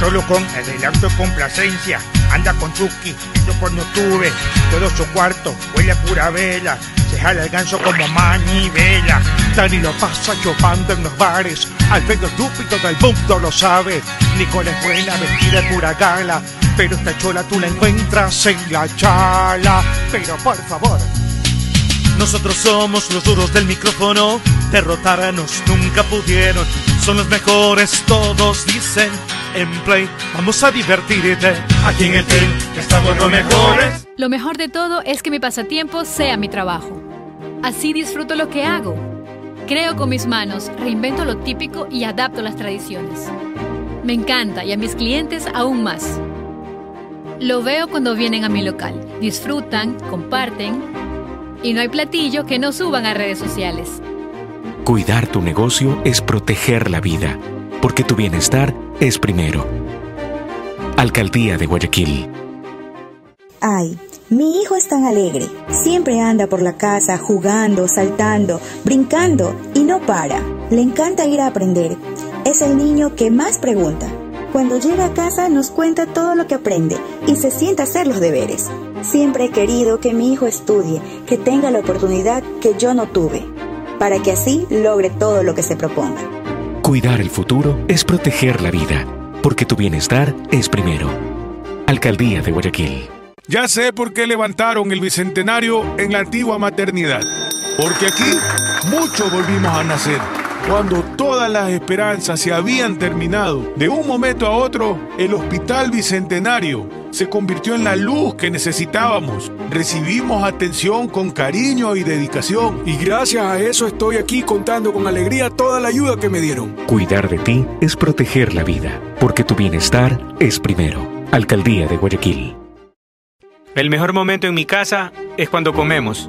[SPEAKER 8] Solo con adelanto y complacencia, anda con Chucky, yo cuando tuve todo su cuarto, huele a pura vela, se jala el ganso como manivela.
[SPEAKER 13] Dani lo pasa chupando en los bares. Alfredo estúpido del mundo lo sabe. Nicole es buena, vestida de pura gala. Pero esta chola tú la encuentras en la chala. Pero por favor,
[SPEAKER 11] Nosotros somos los duros del micrófono, derrotarnos nunca pudieron. Son los mejores, todos dicen. En play, vamos a divertirte. Aquí en el team estamos los mejores.
[SPEAKER 1] Lo mejor de todo es que mi pasatiempo sea mi trabajo. Así disfruto lo que hago. Creo con mis manos, reinvento lo típico y adapto las tradiciones. Me encanta y a mis clientes aún más. Lo veo cuando vienen a mi local. Disfrutan, comparten y no hay platillo que no suban a redes sociales.
[SPEAKER 4] Cuidar tu negocio es proteger la vida, porque tu bienestar es primero. Alcaldía de Guayaquil.
[SPEAKER 3] Ay, mi hijo es tan alegre. Siempre anda por la casa jugando, saltando, brincando y no para. Le encanta ir a aprender. Es el niño que más pregunta. Cuando llega a casa nos cuenta todo lo que aprende y se sienta a hacer los deberes. Siempre he querido que mi hijo estudie, que tenga la oportunidad que yo no tuve. para que así logre todo lo que se proponga.
[SPEAKER 25] Cuidar el futuro es proteger la vida, porque tu bienestar es primero. Alcaldía de Guayaquil.
[SPEAKER 4] Ya sé por qué levantaron el bicentenario en la antigua maternidad. Porque aquí muchos volvimos a nacer. Cuando todas las esperanzas se habían terminado, de un momento a otro, el Hospital Bicentenario se convirtió en la luz que necesitábamos. Recibimos atención con cariño y dedicación.
[SPEAKER 26] Y gracias a eso estoy aquí contando con alegría toda la ayuda que me dieron.
[SPEAKER 25] Cuidar de ti es proteger la vida, porque tu bienestar es primero. Alcaldía de Guayaquil.
[SPEAKER 18] El mejor momento en mi casa es cuando comemos,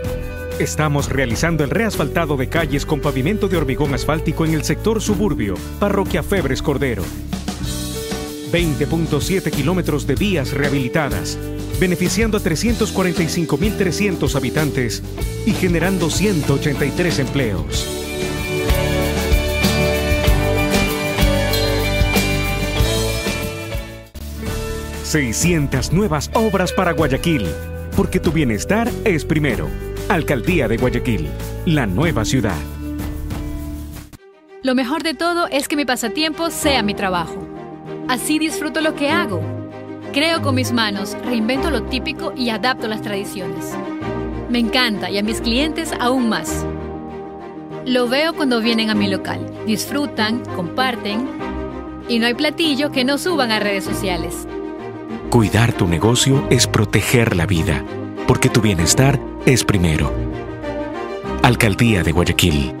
[SPEAKER 6] Estamos realizando el reasfaltado de calles con pavimento de hormigón asfáltico en el sector suburbio, Parroquia Febres Cordero. 20.7 kilómetros de vías rehabilitadas, beneficiando a 345.300 habitantes y generando 183 empleos. ...600 nuevas obras para Guayaquil... ...porque tu bienestar es primero... Alcaldía de Guayaquil, la nueva ciudad.
[SPEAKER 1] Lo mejor de todo es que mi pasatiempo sea mi trabajo. Así disfruto lo que hago. Creo con mis manos, reinvento lo típico y adapto las tradiciones. Me encanta y a mis clientes aún más. Lo veo cuando vienen a mi local. Disfrutan, comparten y no hay platillo que no suban a redes sociales.
[SPEAKER 25] Cuidar tu negocio es proteger la vida, porque tu bienestar es primero. Alcaldía de Guayaquil.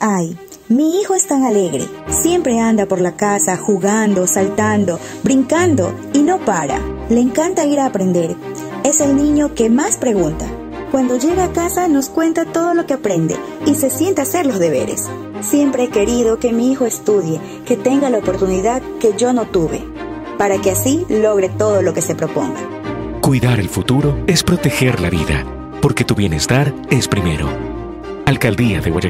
[SPEAKER 3] Ay, mi hijo es tan alegre. Siempre anda por la casa jugando, saltando, brincando y no para. Le encanta ir a aprender. Es el niño que más pregunta. Cuando llega a casa nos cuenta todo lo que aprende y se sienta a hacer los deberes. Siempre he querido que mi hijo estudie, que tenga la oportunidad que yo no tuve, para que así logre todo lo que se proponga.
[SPEAKER 25] Cuidar el futuro es proteger la vida, porque tu bienestar es primero. Alcaldía de Guayaquil.